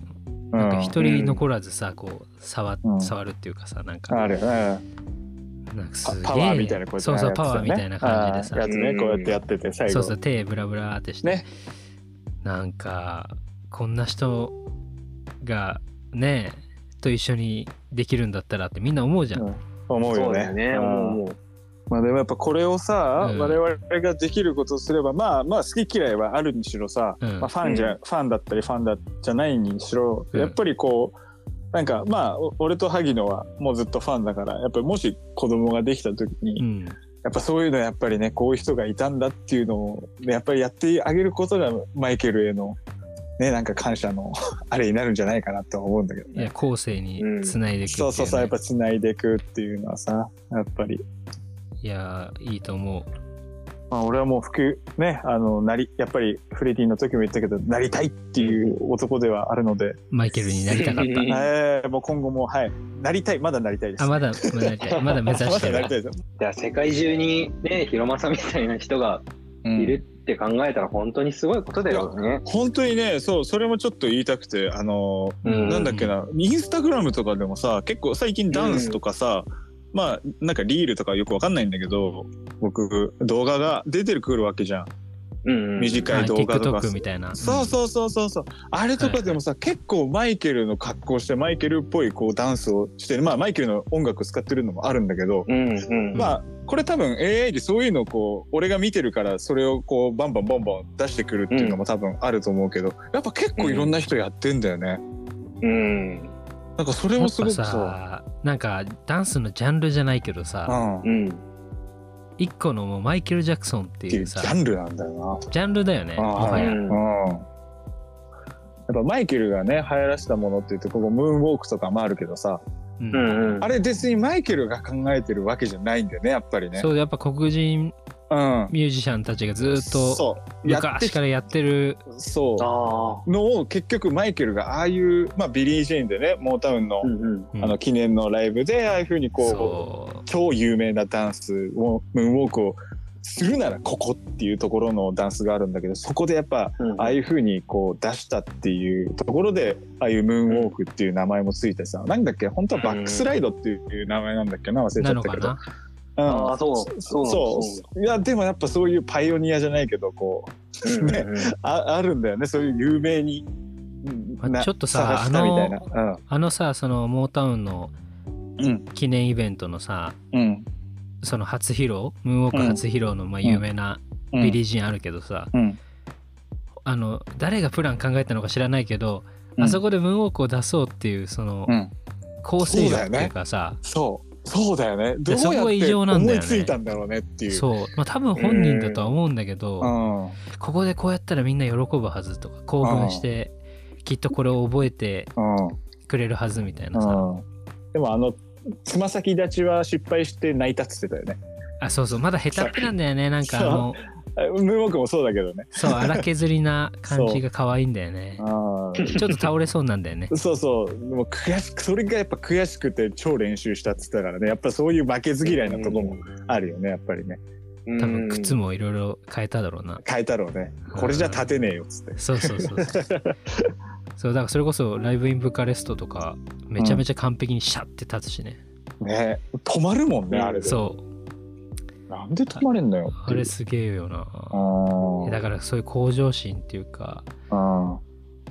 Speaker 2: う
Speaker 1: なんか
Speaker 2: ん
Speaker 1: 一人残らずさこう触,、
Speaker 2: うん
Speaker 1: 触るっていうかさなんか
Speaker 2: ある。うん
Speaker 1: なんかす
Speaker 2: パ
Speaker 1: げえ
Speaker 2: パワーみたいなこうやって
Speaker 1: そ
Speaker 2: ね
Speaker 1: うそう
Speaker 2: やつ
Speaker 1: パ
Speaker 2: だ
Speaker 1: ワ
Speaker 2: ね
Speaker 1: ーみたいな感じでさ
Speaker 2: あーやつね、
Speaker 3: うん
Speaker 2: こうやってやってて、最後。
Speaker 1: そうそう手ブラブラーってして、
Speaker 2: ね
Speaker 1: なんかこんな人がねと一緒にできるんだったらってみんな思うじゃん、
Speaker 2: うん思う
Speaker 3: そ
Speaker 2: よ
Speaker 3: うだ
Speaker 2: ね。
Speaker 3: よね。
Speaker 2: うん
Speaker 3: もう、
Speaker 2: まあでもやっぱこれをさ、
Speaker 1: うん
Speaker 2: 我々ができることをすれば、まあまあ好き嫌いはあるにしろさ、
Speaker 1: うん
Speaker 2: まあファンじゃ、
Speaker 3: う
Speaker 2: ファンだったりファンだじゃないにしろ、
Speaker 1: うん
Speaker 2: やっぱりこう、なんかまあお俺と萩野はもうずっとファンだからやっぱりもし子供ができた時に、
Speaker 1: うん
Speaker 2: やっぱそういうのやっぱりねこういう人がいたんだっていうのをやっぱりやってあげることがマイケルへのねなんか感謝の あれになるんじゃないかなとは思うんだけど
Speaker 1: いや
Speaker 2: ね。
Speaker 1: 後世につないでいくってい
Speaker 2: そう
Speaker 1: ね
Speaker 2: うそうそうやっぱ繋いでいくっていうのはさやっぱり
Speaker 1: いやーいいと思う
Speaker 2: まあ、俺はもう服ねあのなりやっぱりフレディの時も言ったけどなりたいっていう男ではあるので、
Speaker 1: マイケルになりたかっ
Speaker 3: う
Speaker 1: た。
Speaker 3: ん
Speaker 2: えーもう今後もはいなりたいまだなりたいです
Speaker 1: あ、まだ、まだなりたいまだ目指して
Speaker 2: まだなりた
Speaker 1: る。
Speaker 2: いです
Speaker 3: じゃあ世界中にね、ヒロマさんみたいな人がいるって考えたら本当にすごいことだよね。
Speaker 2: 本当にねそうそれもちょっと言いたくてあのー
Speaker 3: うん
Speaker 2: なんだっけなインスタグラムとかでもさ結構最近ダンスとかさ、まあなんかリールとかよくわかんないんだけど僕動画が出てくるわけじゃん
Speaker 3: うん。
Speaker 2: 短
Speaker 1: はいい、
Speaker 2: 動画とか、
Speaker 1: TikTok みたいな。
Speaker 2: そうそうそうそうそうあれとかでもさ、結構マイケルの格好してマイケルっぽいこうダンスをしてまあマイケルの音楽使ってるのもあるんだけど、
Speaker 3: うんうん。
Speaker 2: まあこれ多分 AI でそういうのをこう俺が見てるからそれをこうバンバンバンバン出してくるっていうのも多分あると思うけど、やっぱ結構いろんな人やってんだよね、
Speaker 3: うん。
Speaker 2: なんかそれ
Speaker 1: や
Speaker 2: も
Speaker 1: っ
Speaker 2: す
Speaker 1: ぱ
Speaker 2: ごくさ
Speaker 1: さ、なんかダンスのジャンルじゃないけど
Speaker 2: う
Speaker 1: さ、
Speaker 2: ん
Speaker 3: うん。
Speaker 1: 一個のもうマイケル・ジャクソンって
Speaker 2: っ
Speaker 1: い
Speaker 2: ていう
Speaker 1: う
Speaker 2: ジ
Speaker 1: さ、
Speaker 2: ャンルなんだよ
Speaker 1: ジャンルだよね。
Speaker 2: な、
Speaker 1: もは
Speaker 3: う
Speaker 1: や。
Speaker 3: ん
Speaker 2: うん、やっぱマイケルがね流行らしたものっていうとここムーンウォークとかもあるけどさ、
Speaker 1: うん
Speaker 3: うんうん。
Speaker 2: あれ別にマイケルが考えてるわけじゃないんだよねやっぱりね
Speaker 1: そう、やっぱ黒人
Speaker 2: うん
Speaker 1: ミュージシャンたちがずっと
Speaker 2: そうやって
Speaker 1: 昔からやってる。
Speaker 2: そ
Speaker 3: ああ。
Speaker 2: うのを結局マイケルがああいう、まあ、ビリー・ジェーンでねモータウンの,、
Speaker 3: うんうん。
Speaker 1: うん
Speaker 2: あの記念のライブでああいうふうにこ
Speaker 1: そう
Speaker 2: 超有名なダンスをムーンウォークをするならここっていうところのダンスがあるんだけどそこでやっぱああいうふうにこう出したっていうところでああいうムーンウォークっていう名前もついてさなんだっけ本当はバックスライドっていう名前なんだっけな忘
Speaker 1: う
Speaker 2: れち
Speaker 1: な
Speaker 2: ゃっ
Speaker 1: の
Speaker 2: た
Speaker 1: か
Speaker 2: けど。
Speaker 1: な。
Speaker 2: うん
Speaker 3: ああそうそう
Speaker 2: そういやでもやっぱそういうパイオニアじゃないけどこう
Speaker 3: うんうんうん
Speaker 2: ああるんだよねそういう有名に、うん
Speaker 1: まあ
Speaker 2: な
Speaker 1: ちょっとさ
Speaker 2: 探したみたいな
Speaker 1: あのさ、そのモータウンの
Speaker 2: うん
Speaker 1: 記念イベントのさ、
Speaker 2: うん
Speaker 1: その初披露、ムーンウォーク初披露のまあ
Speaker 2: うん
Speaker 1: 有名な
Speaker 2: うん
Speaker 1: ビリー・ジーンあるけどさ、
Speaker 2: うん
Speaker 1: あの誰がプラン考えたのか知らないけど、
Speaker 2: うん
Speaker 1: あそこでムーンウォークを出そうっていうその
Speaker 2: うん
Speaker 1: 構成力っていうかさ、
Speaker 2: そうそうだよねど
Speaker 1: で
Speaker 2: う
Speaker 1: そこが異常
Speaker 2: や
Speaker 1: な
Speaker 2: って
Speaker 1: んだ
Speaker 2: 思
Speaker 1: よ
Speaker 2: い
Speaker 1: ね
Speaker 2: ついたんだろうねっていう
Speaker 1: そうまあ、多分本人だとは思うんだけど、
Speaker 2: うんうん
Speaker 1: ここでこうやったらみんな喜ぶはずとか興奮して、きっとこれを覚えてくれるはずみたいなさ、
Speaker 2: うんでもあのつま先立ちは失敗して泣いたっつってたよね
Speaker 1: あそうそうまだ下手っぺなんだよ ねなんかあの
Speaker 2: あムーンウォークもそうだけどね
Speaker 1: そう荒削りな感じが可愛いんだよね
Speaker 2: あ
Speaker 1: ちょっと倒れそうなんだよね
Speaker 2: そうそうでも悔しくそれがやっぱ悔しくて超練習したっつってたからねやっぱそういう負けず嫌いなとこもあるよねやっぱりね
Speaker 3: うん
Speaker 1: 多分靴もいろいろ変えただろうな
Speaker 2: 変えたろうねこれじゃ立てねえよっつって
Speaker 1: そうそうそう そうそうだからそれこそライブインブカレストとかめちゃめちゃ完璧にシャッて立つしね、
Speaker 2: ね止まるもんね
Speaker 3: うん
Speaker 2: あれで
Speaker 1: そう
Speaker 2: なんで止まれんのよっ
Speaker 1: あ
Speaker 2: ていう
Speaker 1: れすげえよな、
Speaker 2: うん
Speaker 1: だからそういう向上心っていうか
Speaker 2: うん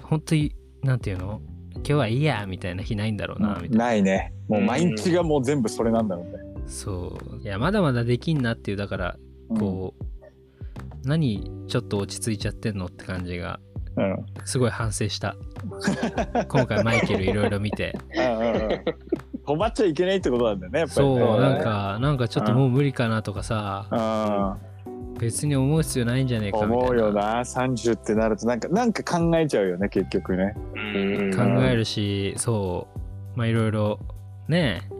Speaker 1: 本当になんていうの今日はいいやみたいな日ないんだろうなみたいな、
Speaker 2: ないねもう毎日がもう全部それなんだろうね
Speaker 1: そういやまだまだできんなっていうだからこう、何ちょっと落ち着いちゃってんのって感じが
Speaker 2: うんうん
Speaker 1: すごい反省した 今回マイケルいろいろ見て
Speaker 2: うんうん止まっちゃいけないってことなんだよねやっぱり
Speaker 1: そ
Speaker 2: ね
Speaker 1: うなんかなんかちょっともう無理かなとかさ別に思う必要ないんじゃねえ
Speaker 2: うん
Speaker 1: かみ
Speaker 2: 思
Speaker 1: た
Speaker 2: うよ
Speaker 1: いな
Speaker 2: な30ってなるとなんかなんか考えちゃうよね結局ね
Speaker 3: うん
Speaker 1: 考えるしそうまあいろいろねえ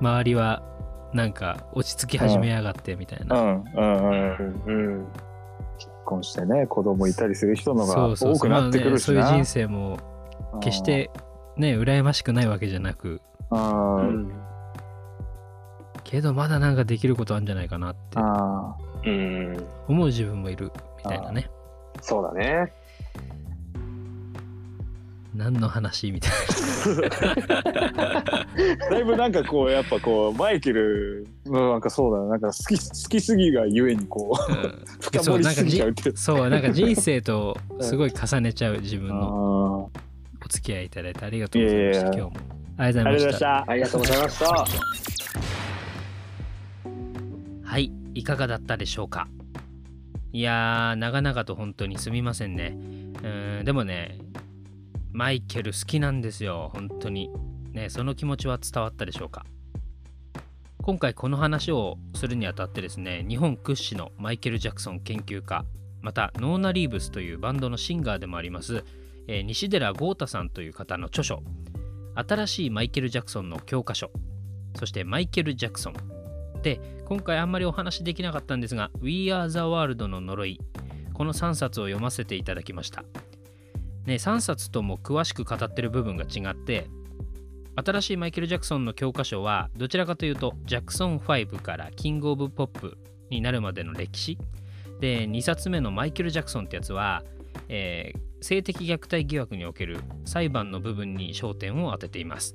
Speaker 1: 周りはなんか落ち着き始めやがってみたいうな、
Speaker 2: んうんうん
Speaker 3: うん
Speaker 2: 結婚してね子供いたりする人のが
Speaker 1: そうそう
Speaker 2: 多
Speaker 1: そ
Speaker 2: く
Speaker 1: うま
Speaker 2: な
Speaker 1: あ
Speaker 2: ってく
Speaker 1: ね
Speaker 2: るし
Speaker 1: そう
Speaker 2: な、
Speaker 1: いう人生も決してね羨ましくないわけじゃなく
Speaker 2: うん、
Speaker 3: う
Speaker 2: うん
Speaker 3: ん
Speaker 1: けどまだなんかできることあるんじゃないかなって
Speaker 2: あー
Speaker 3: うん
Speaker 1: 思う自分もいるみたいなね
Speaker 3: そうだね
Speaker 1: 何の話みたい
Speaker 2: だいぶなんかこうやっぱこうマイケルのなんかそうだななんか好き好きすぎがゆえにこう
Speaker 1: な、うん
Speaker 2: 深掘りしすぎちゃうっていう
Speaker 1: そうなんか人生とすごい重ねちゃう自分の
Speaker 2: あ
Speaker 1: お付き合いいただいてありがとうございました今
Speaker 2: いや
Speaker 1: 日
Speaker 2: い
Speaker 1: もありが
Speaker 2: ー
Speaker 1: とう
Speaker 2: ありがとう
Speaker 1: ご
Speaker 2: ご
Speaker 1: ざい
Speaker 2: ざい
Speaker 1: ま
Speaker 2: ま
Speaker 1: し
Speaker 2: したた
Speaker 3: ありがとうございました
Speaker 1: はいいかがだったでしょうかいやー長々と本当にすみませんねうーんでもねマイケル好きなんですよ本当にねその気持ちは伝わったでしょうか今回この話をするにあたってですね日本屈指のマイケル・ジャクソン研究家またノーナ・リーブスというバンドのシンガーでもあります、えー西寺豪太さんという方の著書「新しいマイケル・ジャクソンの教科書」そしてマイケル・ジャクソンして今回あんまりお話しできなかったんですが「We Are the World の呪い」この3冊を読ませていただきました、ね、3冊とも詳しく語ってる部分が違って新しいマイケル・ジャクソンの教科書はどちらかというとジャクソン5からキング・オブ・ポップになるまでの歴史で2冊目のマイケル・ジャクソンってやつは、えー性的虐待疑惑における裁判の部分に焦点を当てています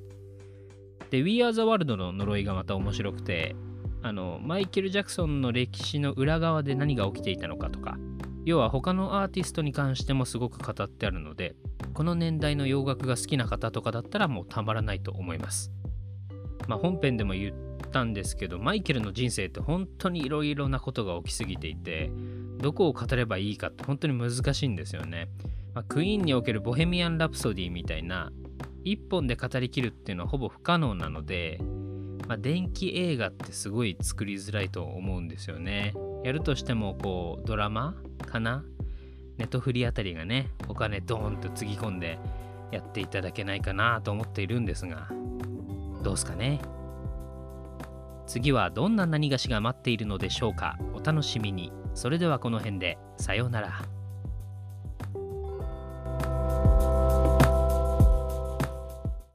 Speaker 1: で「We Are the World」の呪いがまた面白くてあのマイケル・ジャクソンの歴史の裏側で何が起きていたのかとか要は他のアーティストに関してもすごく語ってあるのでこの年代の洋楽が好きな方とかだったらもうたまらないと思います、まあ、本編でも言ったんですけどマイケルの人生って本当にいろいろなことが起きすぎていてどこを語ればいいかって本当に難しいんですよね、まあ、クイーンにおけるボヘミアン・ラプソディみたいな一本で語りきるっていうのはほぼ不可能なので、まあ、電気映画ってすごい作りづらいと思うんですよね。やるとしてもこうドラマかなネットフリあたりがねお金ドーンとつぎ込んでやっていただけないかなと思っているんですがどうすかね次はどんな何がしが待っているのでしょうかお楽しみにそれではこの辺でさようなら。